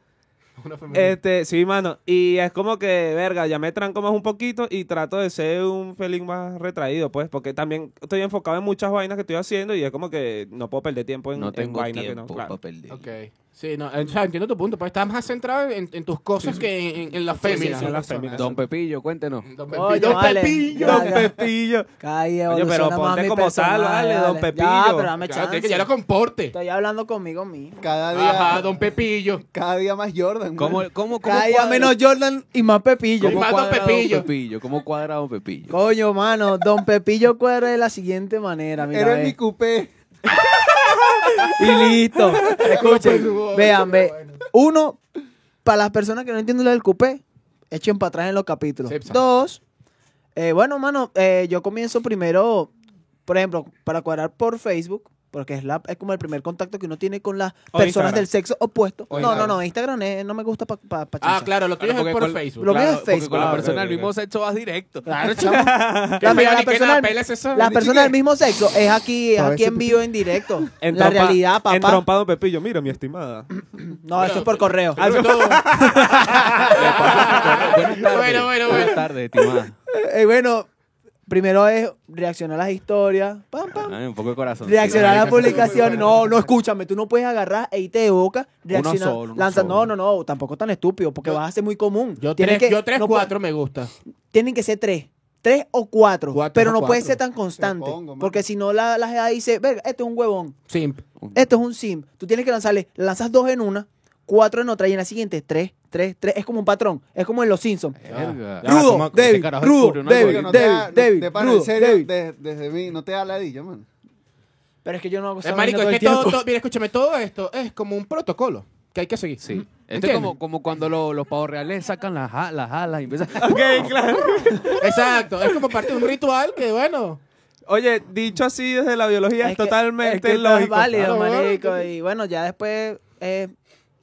[SPEAKER 4] una femenina.
[SPEAKER 3] Eh,
[SPEAKER 2] Este, sí, mano. Y es como que, verga, ya me tranco más un poquito y trato de ser un pelín más retraído, pues, porque también estoy enfocado en muchas vainas que estoy haciendo y es como que no puedo perder tiempo en,
[SPEAKER 1] No
[SPEAKER 2] en
[SPEAKER 1] tengo
[SPEAKER 2] vainas
[SPEAKER 1] tiempo
[SPEAKER 2] que no. claro.
[SPEAKER 1] para perder.
[SPEAKER 4] Ok. Sí, no, eh, o sea, entiendo tu punto, pues estás más centrado en, en tus cosas que en, en las féminas.
[SPEAKER 2] sí, en las féminas.
[SPEAKER 1] Don Pepillo, cuéntenos.
[SPEAKER 4] Don Pepi-
[SPEAKER 3] Oye,
[SPEAKER 4] Don
[SPEAKER 3] vale.
[SPEAKER 4] Pepillo.
[SPEAKER 3] Ya,
[SPEAKER 2] Don
[SPEAKER 3] ya.
[SPEAKER 2] Pepillo.
[SPEAKER 3] Calle,
[SPEAKER 2] Coño,
[SPEAKER 3] evoluciona
[SPEAKER 2] pero
[SPEAKER 3] más
[SPEAKER 2] ponte
[SPEAKER 3] mi
[SPEAKER 2] como
[SPEAKER 3] personaje,
[SPEAKER 2] tal, vale, don
[SPEAKER 3] Ya,
[SPEAKER 2] Pepillo.
[SPEAKER 3] pero dame
[SPEAKER 4] Claro,
[SPEAKER 3] chance.
[SPEAKER 4] tiene que ya lo comporte.
[SPEAKER 3] Estoy hablando conmigo mismo.
[SPEAKER 5] Cada día,
[SPEAKER 4] Ajá, Don Pepillo.
[SPEAKER 5] cada día más Jordan.
[SPEAKER 1] ¿Cómo,
[SPEAKER 5] man.
[SPEAKER 1] cómo, cómo
[SPEAKER 3] Cada día
[SPEAKER 1] cuadra-
[SPEAKER 3] menos Jordan y más Pepillo.
[SPEAKER 1] cómo
[SPEAKER 4] Y más Don
[SPEAKER 1] cuadra
[SPEAKER 4] Pepillo.
[SPEAKER 1] ¿Cómo cuadra Don Pepillo?
[SPEAKER 3] Coño, mano, Don Pepillo cuadra de la siguiente manera, mira.
[SPEAKER 5] Eres
[SPEAKER 3] ve.
[SPEAKER 5] mi coupé.
[SPEAKER 3] Y listo.
[SPEAKER 4] No,
[SPEAKER 3] Escuchen, vean,
[SPEAKER 4] no,
[SPEAKER 3] ve.
[SPEAKER 4] bueno.
[SPEAKER 3] Uno, para las personas que no entienden lo del coupé, echen para atrás en los capítulos.
[SPEAKER 4] Sí, pues.
[SPEAKER 3] Dos, eh, bueno, mano, eh, yo comienzo primero, por ejemplo, para cuadrar por Facebook, Porque es, la, es como el primer contacto que uno tiene con las
[SPEAKER 2] O
[SPEAKER 3] personas
[SPEAKER 2] Instagram.
[SPEAKER 3] del sexo opuesto.
[SPEAKER 2] O
[SPEAKER 3] no, no,
[SPEAKER 2] Instagram.
[SPEAKER 3] no, Instagram eh, no me gusta para pa, pa
[SPEAKER 4] Ah,
[SPEAKER 3] chinchar.
[SPEAKER 4] claro, lo tuyo
[SPEAKER 1] Claro, porque
[SPEAKER 4] es por
[SPEAKER 1] con-
[SPEAKER 4] Facebook.
[SPEAKER 3] Lo mío
[SPEAKER 1] Claro,
[SPEAKER 3] es
[SPEAKER 1] porque
[SPEAKER 3] Facebook.
[SPEAKER 1] con la
[SPEAKER 2] Ah,
[SPEAKER 1] persona
[SPEAKER 2] ok,
[SPEAKER 1] del
[SPEAKER 2] ok.
[SPEAKER 1] mismo sexo vas directo.
[SPEAKER 3] Claro, chamo. La, la
[SPEAKER 4] feo, ni que
[SPEAKER 3] persona
[SPEAKER 4] nada,
[SPEAKER 3] del-
[SPEAKER 4] pelas eso.
[SPEAKER 3] las
[SPEAKER 4] Ni
[SPEAKER 3] personas del mismo sexo es aquí, es aquí en vivo, en directo. la
[SPEAKER 2] Entrompa-
[SPEAKER 3] realidad, papá.
[SPEAKER 2] Entrompado Pepillo, mira, mi estimada.
[SPEAKER 3] No, eso es por correo.
[SPEAKER 4] Sobre todo.
[SPEAKER 1] Buenas tardes.
[SPEAKER 4] Bueno, bueno, bueno.
[SPEAKER 1] Buenas tardes, estimada.
[SPEAKER 3] Eh, bueno, primero es reaccionar a las historias. Pam, pam.
[SPEAKER 1] Ay, un poco de corazón.
[SPEAKER 3] Reaccionar a la
[SPEAKER 4] marica, sí,
[SPEAKER 3] publicación.
[SPEAKER 4] muy
[SPEAKER 3] No,
[SPEAKER 4] bueno.
[SPEAKER 3] no, escúchame. Tú no puedes agarrar e irte de boca. Reaccionar.
[SPEAKER 1] solo, uno
[SPEAKER 3] lanza- No,
[SPEAKER 1] solo.
[SPEAKER 3] no, no. Tampoco tan estúpido. Porque vas a ser muy común.
[SPEAKER 4] Yo
[SPEAKER 3] Tienen
[SPEAKER 4] tres,
[SPEAKER 3] que-
[SPEAKER 4] yo tres
[SPEAKER 3] no puede-
[SPEAKER 4] cuatro me gusta.
[SPEAKER 3] Tienen que ser tres. Tres o cuatro.
[SPEAKER 4] Cuatro
[SPEAKER 3] pero
[SPEAKER 4] o
[SPEAKER 3] no puede
[SPEAKER 4] cuatro.
[SPEAKER 3] ser tan constante.
[SPEAKER 5] Propongo, mano.
[SPEAKER 3] porque si no, la, la GA dice: Verga, este es un huevón.
[SPEAKER 4] Simp.
[SPEAKER 3] Esto es un sim. Tú tienes que lanzarle. Lanzas dos en una, cuatro en otra y en la siguiente, tres, tres, tres. Es como un patrón. Es como en los Simpsons.
[SPEAKER 1] Verga.
[SPEAKER 4] Ya,
[SPEAKER 3] Rudo,
[SPEAKER 4] toma-
[SPEAKER 3] débil,
[SPEAKER 4] ese carajo es
[SPEAKER 3] rudo,
[SPEAKER 4] culo, ¿no?
[SPEAKER 3] débil,
[SPEAKER 5] Porque no te
[SPEAKER 3] débil,
[SPEAKER 5] da- no-
[SPEAKER 3] débil,
[SPEAKER 5] de pana, en
[SPEAKER 3] rudo,
[SPEAKER 5] serio,
[SPEAKER 3] débil.
[SPEAKER 5] de- desde mí, no te da ladilla, mano.
[SPEAKER 3] Pero es que yo no hago
[SPEAKER 4] Eh,
[SPEAKER 3] esa
[SPEAKER 4] marico,
[SPEAKER 3] vaina todo
[SPEAKER 4] es
[SPEAKER 3] el
[SPEAKER 4] que todo,
[SPEAKER 3] tiempo.
[SPEAKER 4] todo- mira, escúchame, todo esto es como un protocolo que hay que seguir.
[SPEAKER 1] Sí. Esto es
[SPEAKER 4] ¿Entiendes?
[SPEAKER 1] como, como cuando lo- los pavos reales sacan las ja- las alas y empiezan.
[SPEAKER 2] Ok, claro.
[SPEAKER 4] Exacto, es como parte de un ritual que, bueno,
[SPEAKER 2] Oye, dicho así desde la biología, es,
[SPEAKER 3] que-
[SPEAKER 2] totalmente
[SPEAKER 3] es que todo
[SPEAKER 2] lógico.
[SPEAKER 3] Es válido,
[SPEAKER 4] Claro, weón.
[SPEAKER 3] marico. Y bueno, ya después, eh,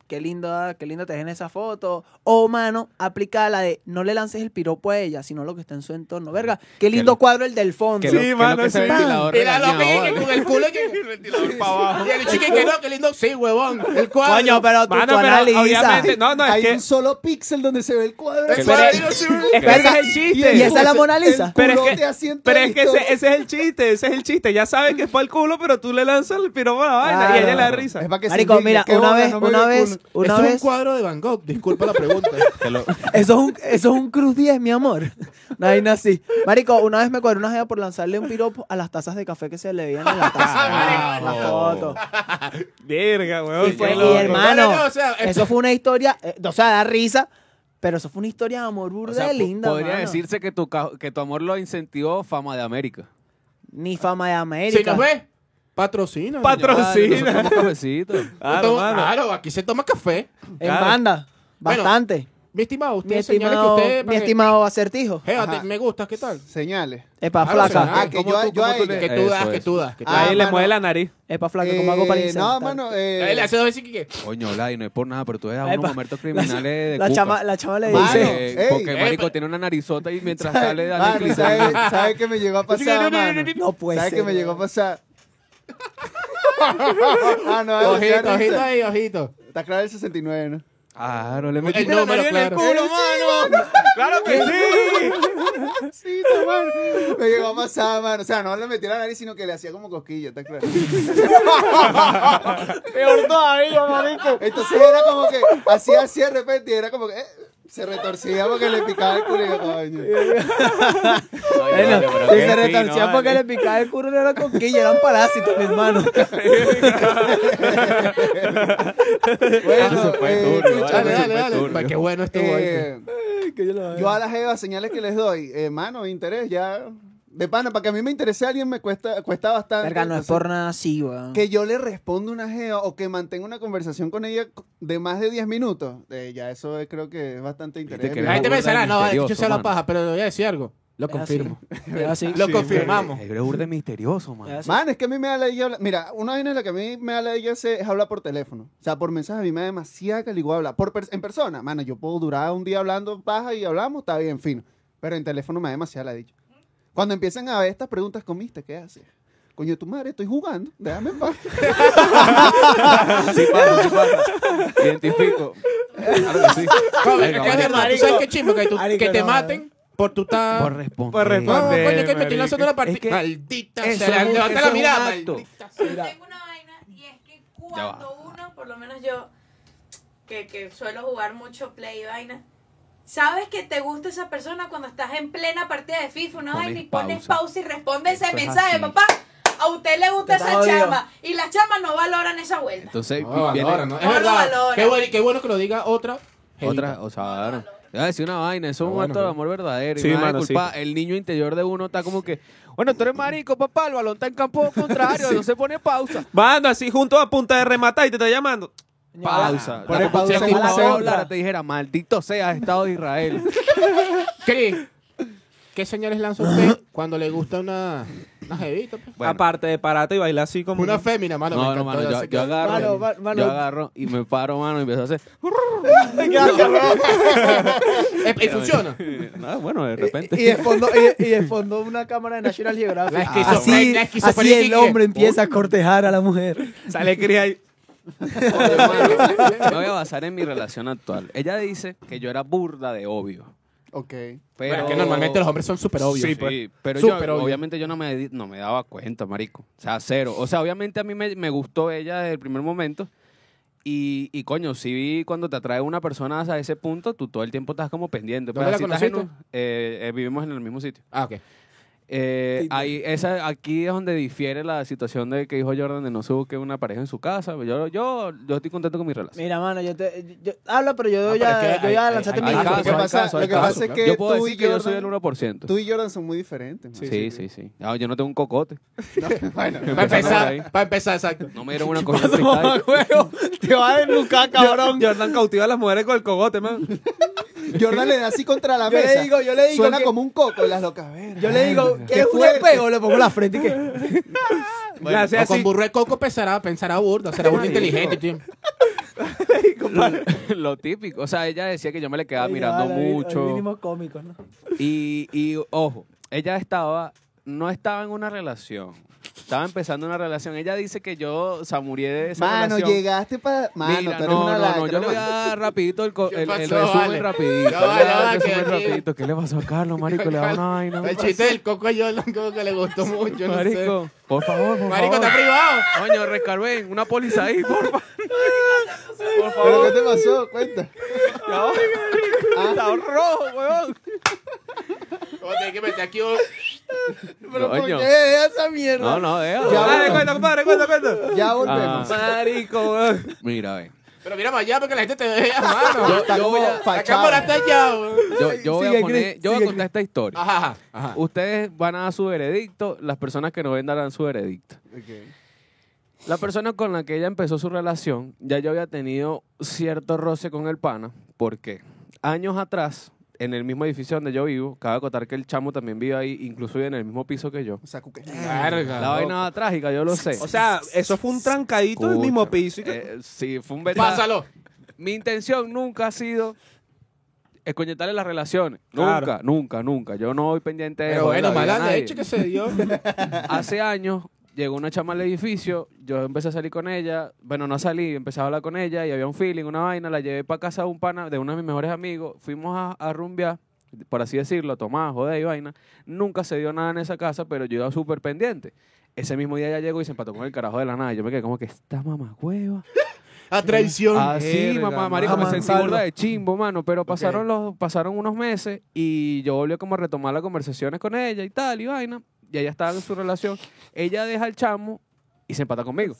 [SPEAKER 3] qué linda, qué linda te dejen esa foto. O, mano, aplica la de no le lances el piropo a ella, sino lo que está en su entorno. Verga, qué lindo
[SPEAKER 1] lo-
[SPEAKER 3] cuadro el del fondo.
[SPEAKER 1] Que lo-
[SPEAKER 2] Sí,
[SPEAKER 1] que lo
[SPEAKER 2] mano,
[SPEAKER 1] que ese
[SPEAKER 2] sí.
[SPEAKER 1] ventilador
[SPEAKER 4] Mira, lo
[SPEAKER 1] regañado,
[SPEAKER 4] que que
[SPEAKER 1] ¿vale?
[SPEAKER 4] con el culo que el ventilador para abajo. Y el chico que no, qué lindo, sí, huevón. El cuadro.
[SPEAKER 3] Coño, pero tú,
[SPEAKER 2] Mano,
[SPEAKER 3] tú
[SPEAKER 2] pero
[SPEAKER 3] analiza.
[SPEAKER 2] obviamente- No, no, es
[SPEAKER 5] Hay
[SPEAKER 2] que-
[SPEAKER 5] un solo píxel donde se ve el cuadro.
[SPEAKER 4] El cuadro, sí, huevón.
[SPEAKER 2] Pero ese
[SPEAKER 3] Verga,
[SPEAKER 2] es el chiste.
[SPEAKER 3] Y esa es la Mona Lisa.
[SPEAKER 2] Pero es
[SPEAKER 5] culote
[SPEAKER 2] que-
[SPEAKER 5] asiento
[SPEAKER 2] Pero
[SPEAKER 5] de
[SPEAKER 2] es que ese,
[SPEAKER 5] historia.
[SPEAKER 2] ese es el chiste, ese es el chiste. Ya sabes que es para el culo, pero tú le lanzas el piropo a la vaina y
[SPEAKER 3] Claro.
[SPEAKER 2] ella le da risa.
[SPEAKER 5] Es para que se
[SPEAKER 3] Marico,
[SPEAKER 5] indigne,
[SPEAKER 3] mira,
[SPEAKER 5] qué
[SPEAKER 3] una
[SPEAKER 5] bola,
[SPEAKER 3] vez,
[SPEAKER 5] no me
[SPEAKER 3] una
[SPEAKER 5] veo el
[SPEAKER 3] vez,
[SPEAKER 5] culo.
[SPEAKER 3] una
[SPEAKER 4] Eso es un
[SPEAKER 3] vez.
[SPEAKER 4] cuadro de Van Gogh, disculpa la pregunta.
[SPEAKER 1] Te lo-
[SPEAKER 3] Eso es un, eso es un Cruz 10, mi amor. Una vaina así. Marico, una vez me cuadró una jeva por lanzarle un piropo a las tazas de café que se le veían en la taza. en la foto.
[SPEAKER 2] Verga, weón.
[SPEAKER 3] Y fue
[SPEAKER 2] qué
[SPEAKER 3] mi
[SPEAKER 2] loco.
[SPEAKER 3] hermano.
[SPEAKER 4] No, no, no, o sea, es-
[SPEAKER 3] Eso fue una historia, eh, o sea, da risa, pero eso fue una historia de amor burda
[SPEAKER 1] O sea,
[SPEAKER 3] de
[SPEAKER 1] po-
[SPEAKER 3] linda.
[SPEAKER 1] podría
[SPEAKER 3] mano.
[SPEAKER 1] decirse que tu, ca- que tu amor lo incentivó fama de América.
[SPEAKER 3] Ni fama de América.
[SPEAKER 4] Si nos ve, patrocina.
[SPEAKER 1] Nosotros
[SPEAKER 2] Patrocina.
[SPEAKER 1] somos cafecitos.
[SPEAKER 2] Claro, Ah, mano.
[SPEAKER 4] claro, aquí se toma café.
[SPEAKER 3] en
[SPEAKER 2] Claro.
[SPEAKER 3] banda.
[SPEAKER 4] Bueno,
[SPEAKER 3] Bastante.
[SPEAKER 4] Mi estimado,
[SPEAKER 3] mi
[SPEAKER 4] usted señala que
[SPEAKER 3] estimado,
[SPEAKER 4] usted.
[SPEAKER 3] mi estimado acertijo.
[SPEAKER 4] Jeva,
[SPEAKER 5] Ajá.
[SPEAKER 4] te- me gusta, ¿qué tal?
[SPEAKER 5] Señales.
[SPEAKER 3] Epa
[SPEAKER 4] Claro,
[SPEAKER 3] flaca.
[SPEAKER 4] señal.
[SPEAKER 5] Ah, que
[SPEAKER 1] ¿Cómo
[SPEAKER 5] yo, a-
[SPEAKER 1] tú-
[SPEAKER 5] yo
[SPEAKER 1] cómo
[SPEAKER 5] a
[SPEAKER 1] tú
[SPEAKER 5] ella.
[SPEAKER 1] le-
[SPEAKER 4] Que tú
[SPEAKER 1] Eso,
[SPEAKER 4] das, que
[SPEAKER 1] eso.
[SPEAKER 4] tú das. que tú
[SPEAKER 5] Ah,
[SPEAKER 4] das.
[SPEAKER 2] Ahí le
[SPEAKER 5] mano.
[SPEAKER 2] mueve la nariz.
[SPEAKER 3] Epa flaca, ¿cómo hago para
[SPEAKER 5] Eh, No,
[SPEAKER 3] insertar?
[SPEAKER 5] mano, eh,
[SPEAKER 4] Él hace dos veces que- que.
[SPEAKER 1] Coño, la, y no es por nada, pero tú eres a
[SPEAKER 3] Epa,
[SPEAKER 1] unos momentos criminales de
[SPEAKER 3] La
[SPEAKER 1] cuca.
[SPEAKER 3] chama, la chama le
[SPEAKER 1] Porque-
[SPEAKER 5] Mano,
[SPEAKER 3] dice.
[SPEAKER 1] eh,
[SPEAKER 5] ey.
[SPEAKER 1] porque
[SPEAKER 4] Eh,
[SPEAKER 1] marico
[SPEAKER 4] pero-
[SPEAKER 1] tiene una narizota y mientras sale
[SPEAKER 5] ¿sabes
[SPEAKER 1] dale
[SPEAKER 5] mano,
[SPEAKER 1] glicina.
[SPEAKER 5] sabe- sabe que me llegó a pasar, mano?
[SPEAKER 3] No puede
[SPEAKER 5] ¿Sabes
[SPEAKER 3] ser.
[SPEAKER 5] que me llegó a pasar? ah, no, vale, ya
[SPEAKER 4] Ojito,
[SPEAKER 5] no
[SPEAKER 4] ojito
[SPEAKER 5] sé.
[SPEAKER 4] ahí, ojito.
[SPEAKER 5] Está claro el 69, ¿no?
[SPEAKER 1] Claro, le metí
[SPEAKER 4] El
[SPEAKER 1] la
[SPEAKER 4] número,
[SPEAKER 1] nariz en el
[SPEAKER 4] claro.
[SPEAKER 1] culo, mano.
[SPEAKER 2] Claro que sí.
[SPEAKER 5] Sí, no, mano. Me llegó a pasar, mano. O sea, no le metí la nariz, sino que le hacía como cosquilla, está claro.
[SPEAKER 2] Peor todavía, marico.
[SPEAKER 5] Entonces era como que hacía así de repente y era como que eh, se retorcía porque le picaba el culo y yo, coño.
[SPEAKER 1] Ah, Bueno, pero
[SPEAKER 3] Y
[SPEAKER 1] qué
[SPEAKER 3] se
[SPEAKER 1] fino,
[SPEAKER 3] retorcía
[SPEAKER 1] vale.
[SPEAKER 3] porque le picaba el culo, no era coquilla, eran parásitos, mi hermano.
[SPEAKER 5] Bueno,
[SPEAKER 1] Eso fue
[SPEAKER 5] eh,
[SPEAKER 1] duro,
[SPEAKER 5] escucha,
[SPEAKER 1] vale, eso
[SPEAKER 4] Dale, dale,
[SPEAKER 1] fue pues.
[SPEAKER 4] dale.
[SPEAKER 1] turbio.
[SPEAKER 4] Ay, Qué bueno estuvo ahí. que-
[SPEAKER 5] eh, Yo a las jevas señales que les doy, eh, mano, interés, ya. De pana, para que a mí me interese a alguien me cuesta, cuesta bastante.
[SPEAKER 3] Verga, no es
[SPEAKER 5] Entonces,
[SPEAKER 3] por nada así, weón.
[SPEAKER 5] Que yo le respondo una jeva o que mantenga una conversación con ella de más de 10 minutos. eh, ya eso es- creo que es bastante interés.
[SPEAKER 1] que
[SPEAKER 5] mi
[SPEAKER 4] La gente
[SPEAKER 1] burda
[SPEAKER 4] me
[SPEAKER 5] amor.
[SPEAKER 4] pensará,
[SPEAKER 1] de
[SPEAKER 4] no, vale,
[SPEAKER 1] misterioso,
[SPEAKER 4] yo sé la
[SPEAKER 1] mano.
[SPEAKER 4] paja, pero le voy a decir algo. Lo
[SPEAKER 3] Es
[SPEAKER 4] confirmo.
[SPEAKER 3] así, es así.
[SPEAKER 4] Lo confirmamos.
[SPEAKER 1] Ay, pero es Eh, burda de misterioso, man.
[SPEAKER 3] Es así.
[SPEAKER 5] Mano, es que a mí me da la idea hablar- Mira, una vaina en la que a mí me da la idea hacer es hablar por teléfono. O sea, por mensaje a mí me da demasiada caligua hablar. Por per- en persona, mano, yo puedo durar un día hablando paja y hablamos, está bien, fino. Pero en teléfono me da demasiada la dicha. Cuando empiezan a ver estas preguntas, ¿comiste? ¿Qué haces? Coño, tu madre, estoy jugando. Déjame en paz.
[SPEAKER 1] Sí, pasa, sí pasa. Identifico. Claro que sí.
[SPEAKER 4] Coño,
[SPEAKER 1] Venga,
[SPEAKER 4] que es
[SPEAKER 1] marico.
[SPEAKER 4] verdad, ¿Tú sabes qué chismo? Que, tú-
[SPEAKER 3] Marico,
[SPEAKER 4] que te
[SPEAKER 3] no,
[SPEAKER 4] maten por tu ta...
[SPEAKER 1] Por responder.
[SPEAKER 2] Por
[SPEAKER 4] No,
[SPEAKER 2] responder.
[SPEAKER 4] coño, que te
[SPEAKER 2] marico.
[SPEAKER 4] estoy lanzando la partida.
[SPEAKER 1] Es que-
[SPEAKER 4] Maldita
[SPEAKER 1] Eso
[SPEAKER 4] sea,
[SPEAKER 1] es un- eso
[SPEAKER 4] levanta la
[SPEAKER 1] es un
[SPEAKER 4] mirada,
[SPEAKER 1] acto.
[SPEAKER 4] maldita sea.
[SPEAKER 6] Yo tengo una vaina y es que cuando uno, por lo menos yo, que, que suelo jugar mucho play y vaina, sabes que te gusta esa persona cuando estás en plena partida de FIFA, una
[SPEAKER 1] Pones
[SPEAKER 6] vaina y pones
[SPEAKER 1] pausa.
[SPEAKER 6] pausa y responde ese
[SPEAKER 1] Eso es
[SPEAKER 6] mensaje,
[SPEAKER 1] así.
[SPEAKER 6] papá. A usted le gusta
[SPEAKER 3] Te
[SPEAKER 6] esa
[SPEAKER 3] odio.
[SPEAKER 6] chama y las chamas no valoran esa vuelta.
[SPEAKER 1] Entonces,
[SPEAKER 4] No, valora,
[SPEAKER 1] viene
[SPEAKER 4] ¿no? Es
[SPEAKER 6] No lo
[SPEAKER 4] verdad.
[SPEAKER 6] valora.
[SPEAKER 4] Qué bueno, qué bueno que lo diga otra.
[SPEAKER 1] otra,
[SPEAKER 4] jevita.
[SPEAKER 1] o sea, claro. Te voy a decir una vaina, eso es
[SPEAKER 4] Ah,
[SPEAKER 1] un
[SPEAKER 4] bueno,
[SPEAKER 1] acto de
[SPEAKER 4] bueno.
[SPEAKER 1] amor verdadero. y
[SPEAKER 2] Sí,
[SPEAKER 1] nada de
[SPEAKER 2] mano, sí.
[SPEAKER 1] culpa. El niño interior de uno está como que, bueno, tú eres marico, papá, el balón está en campo contrario, no se pone pausa.
[SPEAKER 2] Mano, así junto a punta de rematar y te está llamando.
[SPEAKER 1] Pausa.
[SPEAKER 5] Pone
[SPEAKER 1] La
[SPEAKER 5] pausa
[SPEAKER 1] si
[SPEAKER 5] en
[SPEAKER 1] Simón
[SPEAKER 5] la
[SPEAKER 1] Bolívar
[SPEAKER 3] contra.
[SPEAKER 1] te dijera, maldito sea Estado de Israel.
[SPEAKER 4] Cris, ¿qué señales lanza usted cuando le gusta una Una jevita, pues.
[SPEAKER 1] Bueno.
[SPEAKER 2] Aparte de pararte y bailar así como.
[SPEAKER 4] Una fémina, mano.
[SPEAKER 1] No,
[SPEAKER 4] me
[SPEAKER 1] no,
[SPEAKER 4] encantó,
[SPEAKER 1] mano,
[SPEAKER 4] ya
[SPEAKER 1] yo,
[SPEAKER 4] sé
[SPEAKER 1] yo
[SPEAKER 4] que-
[SPEAKER 1] agarro,
[SPEAKER 3] Mano, ma- mano.
[SPEAKER 1] yo agarro y me paro, mano, y empiezo a hacer...
[SPEAKER 4] Eh, Y funciona.
[SPEAKER 1] Ah, bueno, de repente.
[SPEAKER 3] Y de fondo, y, y de fondo una cámara de National Geographic.
[SPEAKER 4] La esquizo-
[SPEAKER 3] Así,
[SPEAKER 4] la
[SPEAKER 3] así
[SPEAKER 4] esquizofrenia
[SPEAKER 3] el
[SPEAKER 4] que-
[SPEAKER 3] hombre empieza a cortejar a la mujer.
[SPEAKER 2] Sale cría ahí.
[SPEAKER 1] Me voy a basar en mi relación actual. Ella dice que yo era burda de obvio.
[SPEAKER 5] Ok.
[SPEAKER 1] Pero,
[SPEAKER 4] Pero es que normalmente los hombres son súper obvios.
[SPEAKER 1] Sí, pues, pero yo,
[SPEAKER 4] Súper obvio.
[SPEAKER 1] obviamente yo no me, di- no me daba cuenta, marico. O sea, cero. O sea, obviamente a mí me, me gustó ella desde el primer momento. Y, y coño, si cuando te atrae una persona a ese punto, tú todo el tiempo estás como pendiente.
[SPEAKER 4] ¿Dónde la
[SPEAKER 1] si estás en un-
[SPEAKER 4] conociste?
[SPEAKER 1] eh, eh, vivimos en el mismo sitio.
[SPEAKER 4] Ah, ok.
[SPEAKER 1] Eh,
[SPEAKER 3] Tinder.
[SPEAKER 1] ahí, esa, aquí es donde difiere la situación de que dijo Jordan de no se busque una pareja en su casa. Yo, yo, yo estoy contento con mi relación.
[SPEAKER 3] Mira, mano, yo te. yo- habla, pero yo,
[SPEAKER 4] Ah,
[SPEAKER 3] ya,
[SPEAKER 4] pero es que
[SPEAKER 3] yo ya
[SPEAKER 4] hay-
[SPEAKER 3] lanzaste
[SPEAKER 5] hay-
[SPEAKER 3] mi.
[SPEAKER 5] hay
[SPEAKER 3] Lo que
[SPEAKER 5] casos,
[SPEAKER 3] pasa-
[SPEAKER 5] casos, hay
[SPEAKER 3] lo que
[SPEAKER 5] casos.
[SPEAKER 3] pasa-
[SPEAKER 5] es que
[SPEAKER 1] yo puedo
[SPEAKER 5] tú y
[SPEAKER 1] decir que yo soy el
[SPEAKER 5] Jordan-
[SPEAKER 1] 1%.
[SPEAKER 5] Tú y Jordan son muy diferentes. man.
[SPEAKER 1] sí, sí, sí. Ah, yo no tengo un cocote.
[SPEAKER 5] Bueno,
[SPEAKER 4] Para
[SPEAKER 1] por ahí.
[SPEAKER 4] empezar, para empezar, exacto.
[SPEAKER 1] No me dieron una cosa freestyle.
[SPEAKER 3] Te va a desnucar, cabrón.
[SPEAKER 2] Jordan cautiva a las mujeres con el cogote, man.
[SPEAKER 5] Jordan le da así contra la
[SPEAKER 3] Yo
[SPEAKER 5] mesa.
[SPEAKER 3] le digo, yo le digo.
[SPEAKER 5] Suena
[SPEAKER 3] que-
[SPEAKER 5] como un coco y las locas. ver,
[SPEAKER 3] Yo le digo,
[SPEAKER 5] qué
[SPEAKER 3] ¿quieres un
[SPEAKER 5] fuerte.
[SPEAKER 3] espejo? Le pongo la frente y que.
[SPEAKER 2] Le hace
[SPEAKER 4] O con
[SPEAKER 2] así.
[SPEAKER 4] burro de coco pensará, pensará burda, será burda inteligente, tío.
[SPEAKER 1] lo, lo típico. O sea, ella decía que yo me le quedaba mirando
[SPEAKER 3] Ay, Hoy
[SPEAKER 1] mucho.
[SPEAKER 3] vinimos cómicos, ¿no?
[SPEAKER 1] Y, y, ojo, ella estaba, no estaba en una relación. Estaba empezando una relación. Ella dice que yo samurié de esa
[SPEAKER 5] Mano,
[SPEAKER 1] relación.
[SPEAKER 5] llegaste para. Mano,
[SPEAKER 1] Mira,
[SPEAKER 5] tú eres
[SPEAKER 1] no,
[SPEAKER 5] una
[SPEAKER 1] no,
[SPEAKER 5] lacra,
[SPEAKER 1] no, yo le voy a
[SPEAKER 5] mano.
[SPEAKER 1] dar rapidito el, co-
[SPEAKER 4] ¿Qué
[SPEAKER 1] el, el
[SPEAKER 4] pasó,
[SPEAKER 1] resumen
[SPEAKER 4] vale?
[SPEAKER 1] rapidito.
[SPEAKER 4] Ya
[SPEAKER 1] Le voy
[SPEAKER 4] va,
[SPEAKER 1] a
[SPEAKER 4] ya
[SPEAKER 1] dar
[SPEAKER 4] va,
[SPEAKER 1] el
[SPEAKER 4] que
[SPEAKER 1] resumen
[SPEAKER 4] aquí-
[SPEAKER 1] rapidito. ¿Qué le pasó a Carlos, marico? Le da una vaina.
[SPEAKER 4] El chiste del coco yo lo creo que le gustó mucho, no sé.
[SPEAKER 1] Marico, por favor, por
[SPEAKER 4] Marico,
[SPEAKER 1] favor.
[SPEAKER 4] está privado.
[SPEAKER 1] Coño, Rescarben, una póliza ahí, por favor. Por
[SPEAKER 5] ¿Pero qué
[SPEAKER 1] favor.
[SPEAKER 5] te pasó? Cuenta.
[SPEAKER 1] Está rojo, weón.
[SPEAKER 4] Voy a tener que meter aquí un...
[SPEAKER 1] Pero Coño. ¿por qué
[SPEAKER 5] esa mierda?
[SPEAKER 1] No, no, déjalo.
[SPEAKER 5] Ya,
[SPEAKER 2] Dale,
[SPEAKER 5] bueno.
[SPEAKER 2] cuenta, compadre, cuenta, cuenta.
[SPEAKER 5] Ya volvemos.
[SPEAKER 1] Ah,
[SPEAKER 2] Marico, weón.
[SPEAKER 1] mira, ve.
[SPEAKER 4] Pero mira para allá porque la gente te vea, mano.
[SPEAKER 5] Está como
[SPEAKER 4] La
[SPEAKER 5] fachado.
[SPEAKER 4] cámara está allá, güey.
[SPEAKER 1] Yo, yo voy
[SPEAKER 3] Sigue,
[SPEAKER 1] a poner,
[SPEAKER 3] Chris,
[SPEAKER 1] yo voy a
[SPEAKER 3] sigue,
[SPEAKER 1] contar esta historia.
[SPEAKER 4] Ajá, ajá, ajá.
[SPEAKER 1] Ustedes van a dar su veredicto, las personas que no ven darán su veredicto. La persona con la que ella empezó su relación, ya yo había tenido cierto roce con el pana, porque años atrás, en el mismo edificio donde yo vivo, cabe acotar que el chamo también vive ahí, incluso vive en el mismo piso que yo.
[SPEAKER 5] O sea, cuque-
[SPEAKER 4] Verga,
[SPEAKER 1] La vaina va trágica, yo lo sé.
[SPEAKER 2] O sea, eso fue un trancadito del mismo
[SPEAKER 1] Escucha,
[SPEAKER 2] piso. Y que...
[SPEAKER 1] eh, sí, fue un verdad-
[SPEAKER 4] Pásalo.
[SPEAKER 1] Mi intención nunca ha sido escoñetarle las relaciones. Nunca,
[SPEAKER 2] Claro.
[SPEAKER 1] nunca, nunca. Yo no voy pendiente de
[SPEAKER 4] Pero
[SPEAKER 1] joder
[SPEAKER 4] bueno,
[SPEAKER 1] la vida a
[SPEAKER 4] mala
[SPEAKER 1] nadie.
[SPEAKER 4] leche que se dio.
[SPEAKER 1] Hace años llegó una chama al edificio, yo empecé a salir con ella, bueno, no salí, empecé a hablar con ella y había un feeling, una vaina, la llevé para casa de un pana, de uno de mis mejores amigos, fuimos a, a rumbear, por así decirlo, a tomar, joder y vaina. Nunca se dio nada en esa casa, pero yo iba súper pendiente. Ese mismo día ya llegó y se empató con el carajo de la nada. y Yo me quedé como que esta mamá hueva.
[SPEAKER 4] A traición.
[SPEAKER 1] Ah, Así,
[SPEAKER 2] Verga,
[SPEAKER 1] mamá, marico, me
[SPEAKER 3] mamá.
[SPEAKER 1] sentí burda de chimbo, mano. Pero pasaron los, pasaron unos meses y yo volví como a retomar las conversaciones con ella y tal, y vaina. Y ella estaba en su relación. Ella deja al chamo y se empata conmigo.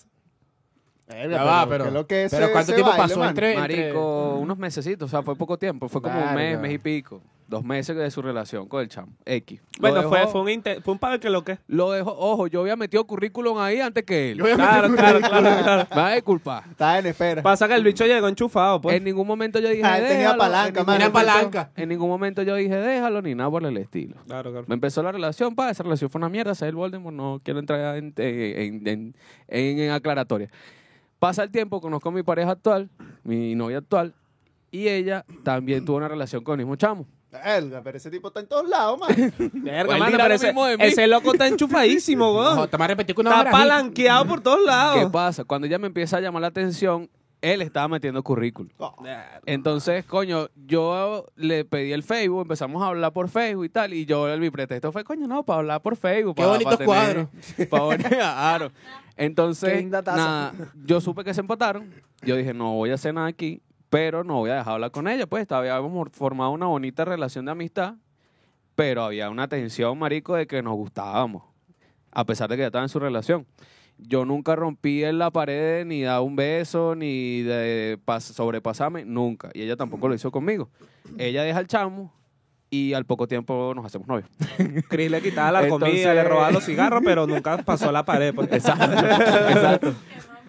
[SPEAKER 4] Ya va,
[SPEAKER 5] ¿qué
[SPEAKER 4] pero.
[SPEAKER 5] es lo que es
[SPEAKER 4] pero
[SPEAKER 5] ese-
[SPEAKER 4] ¿cuánto
[SPEAKER 5] ese
[SPEAKER 4] tiempo
[SPEAKER 5] baile,
[SPEAKER 4] pasó
[SPEAKER 5] mano?
[SPEAKER 4] entre, entre-
[SPEAKER 1] Marico, unos mesecitos, o sea, fue poco tiempo. Fue como un mes,
[SPEAKER 4] Verga.
[SPEAKER 1] mes y pico. Dos meses de su relación con el chamo. X. Lo
[SPEAKER 2] Bueno,
[SPEAKER 1] dejó-
[SPEAKER 2] fue, fue un inte- fue un padre que lo que.
[SPEAKER 1] Lo dejó, ojo, yo había metido currículum ahí antes que él.
[SPEAKER 4] Yo voy a
[SPEAKER 2] Claro,
[SPEAKER 4] meter-
[SPEAKER 2] claro, claro, claro.
[SPEAKER 1] Me va a disculpar.
[SPEAKER 5] Estaba en espera.
[SPEAKER 2] Pasa que el bicho llegó enchufado, pues.
[SPEAKER 1] en ningún momento yo dije.
[SPEAKER 5] Ah, él tenía
[SPEAKER 1] "Déjalo", en
[SPEAKER 5] palanca,
[SPEAKER 1] ningún
[SPEAKER 5] mano.
[SPEAKER 4] Tenía
[SPEAKER 1] momento-
[SPEAKER 4] palanca.
[SPEAKER 1] En ningún momento yo dije, déjalo, ni nada por el estilo.
[SPEAKER 2] Claro, claro.
[SPEAKER 1] Me empezó la relación, pa, esa relación fue una mierda, sé el Voldemort, no quiero entrar en, en, en- en- en aclaratoria. Pasa el tiempo, conozco a mi pareja actual, mi novia actual, y ella también tuvo una relación con el mismo chamo.
[SPEAKER 5] Verga, pero ese tipo está en todos lados, man.
[SPEAKER 2] Verga,
[SPEAKER 1] Él
[SPEAKER 2] mano,
[SPEAKER 1] dirá
[SPEAKER 2] pero
[SPEAKER 1] lo
[SPEAKER 2] ese,
[SPEAKER 1] mismo de mí.
[SPEAKER 2] ese loco está enchufadísimo,
[SPEAKER 4] Ojo,
[SPEAKER 2] weón.
[SPEAKER 4] te vas a repetir con una
[SPEAKER 2] Está
[SPEAKER 4] barajita.
[SPEAKER 2] palanqueado por todos
[SPEAKER 1] ¿Qué
[SPEAKER 4] Ah.
[SPEAKER 2] lados.
[SPEAKER 1] pasa? Cuando ella me empieza a llamar la atención, él estaba metiendo currículum.
[SPEAKER 4] Ah.
[SPEAKER 1] Entonces, coño, yo le pedí el Facebook, empezamos a hablar por Facebook y tal, y yo mi pretexto fue, coño, no, para hablar por Facebook.
[SPEAKER 4] Qué
[SPEAKER 1] para-
[SPEAKER 4] bonitos
[SPEAKER 1] para tener- Para bonito- claro.
[SPEAKER 3] Qué
[SPEAKER 1] Entonces,
[SPEAKER 3] linda taza.
[SPEAKER 1] nada, yo supe que se empataron, yo dije, no voy a hacer nada aquí, pero no voy a dejar hablar con ella, pues todavía habíamos formado una bonita relación de amistad, pero había una tensión, marico, de que nos gustábamos, a pesar de que ya estaba en su relación. Yo nunca rompí en la pared, ni daba un beso, ni de pas- sobrepasarme, nunca. Y ella tampoco lo hizo conmigo. Ella deja al chamo y al poco tiempo nos hacemos novios.
[SPEAKER 2] Chris le quitaba la
[SPEAKER 1] Entonces-
[SPEAKER 2] comida, le robaba los cigarros, pero nunca pasó la pared. pues.
[SPEAKER 1] Exacto. Exacto.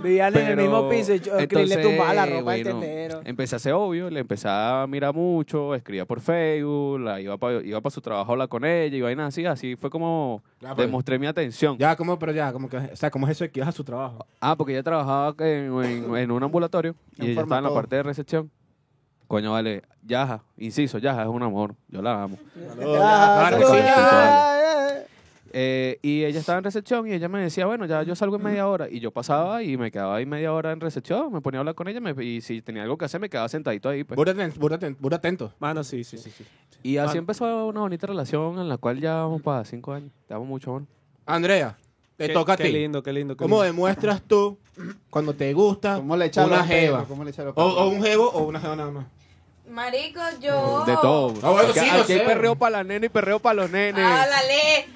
[SPEAKER 3] Vivían en el
[SPEAKER 1] Pero,
[SPEAKER 3] mismo piso y yo- Chris le
[SPEAKER 1] entonces,
[SPEAKER 3] tumbaba la ropa al
[SPEAKER 1] bueno, eh,
[SPEAKER 3] tendero.
[SPEAKER 1] Empecé a ser obvio, le empecé a mirar mucho, escribía por Facebook, la iba para iba pa su trabajo a hablar con ella y vainas así. Así fue como
[SPEAKER 4] Ya, pues.
[SPEAKER 1] demostré mi atención.
[SPEAKER 4] Ya, como, pero ya, como que, o sea, como es eso de que ibas a su trabajo.
[SPEAKER 1] Ah, porque ella trabajaba en, en- en un ambulatorio
[SPEAKER 5] En
[SPEAKER 1] y ella estaba en la
[SPEAKER 5] farmacólogo.
[SPEAKER 1] parte de recepción. Coño, vale, Yaja, inciso, Yaja es un amor, yo la amo.
[SPEAKER 5] Ah,
[SPEAKER 1] Claro,
[SPEAKER 5] saludos,
[SPEAKER 1] sí,
[SPEAKER 5] ya,
[SPEAKER 1] total.
[SPEAKER 5] ya, ya.
[SPEAKER 1] Eh, y ella estaba en recepción y ella me decía, bueno, ya yo salgo en media hora. Y yo pasaba y me quedaba ahí media hora en recepción, me ponía a hablar con ella me- y si tenía algo que hacer me quedaba sentadito ahí. pues.
[SPEAKER 4] Burda aten- burda aten- burda atento.
[SPEAKER 2] Mano, sí, sí, sí. sí.
[SPEAKER 1] Y así
[SPEAKER 4] Ah.
[SPEAKER 2] Bueno.
[SPEAKER 1] empezó una bonita relación en la cual ya vamos para cinco años. Te amo mucho, amor.
[SPEAKER 4] Andrea, te
[SPEAKER 2] Qué-
[SPEAKER 4] toca a
[SPEAKER 2] qué
[SPEAKER 4] ti.
[SPEAKER 2] lindo, qué lindo. qué
[SPEAKER 4] ¿Cómo
[SPEAKER 2] lindo.
[SPEAKER 4] demuestras tú cuando te gusta
[SPEAKER 5] ¿Cómo le echaron
[SPEAKER 4] una
[SPEAKER 5] los perros?
[SPEAKER 4] jeva?
[SPEAKER 5] ¿Cómo le echaron
[SPEAKER 4] O,
[SPEAKER 5] los
[SPEAKER 4] o un jevo o una jeva nada más.
[SPEAKER 6] Marico, yo.
[SPEAKER 1] Oh. De todo.
[SPEAKER 4] Ah, bueno,
[SPEAKER 1] Porque
[SPEAKER 4] sí, lo
[SPEAKER 1] aquí hay
[SPEAKER 4] sé.
[SPEAKER 1] perreo para la nena y perreo para los nenes.
[SPEAKER 6] Ah, Háblale.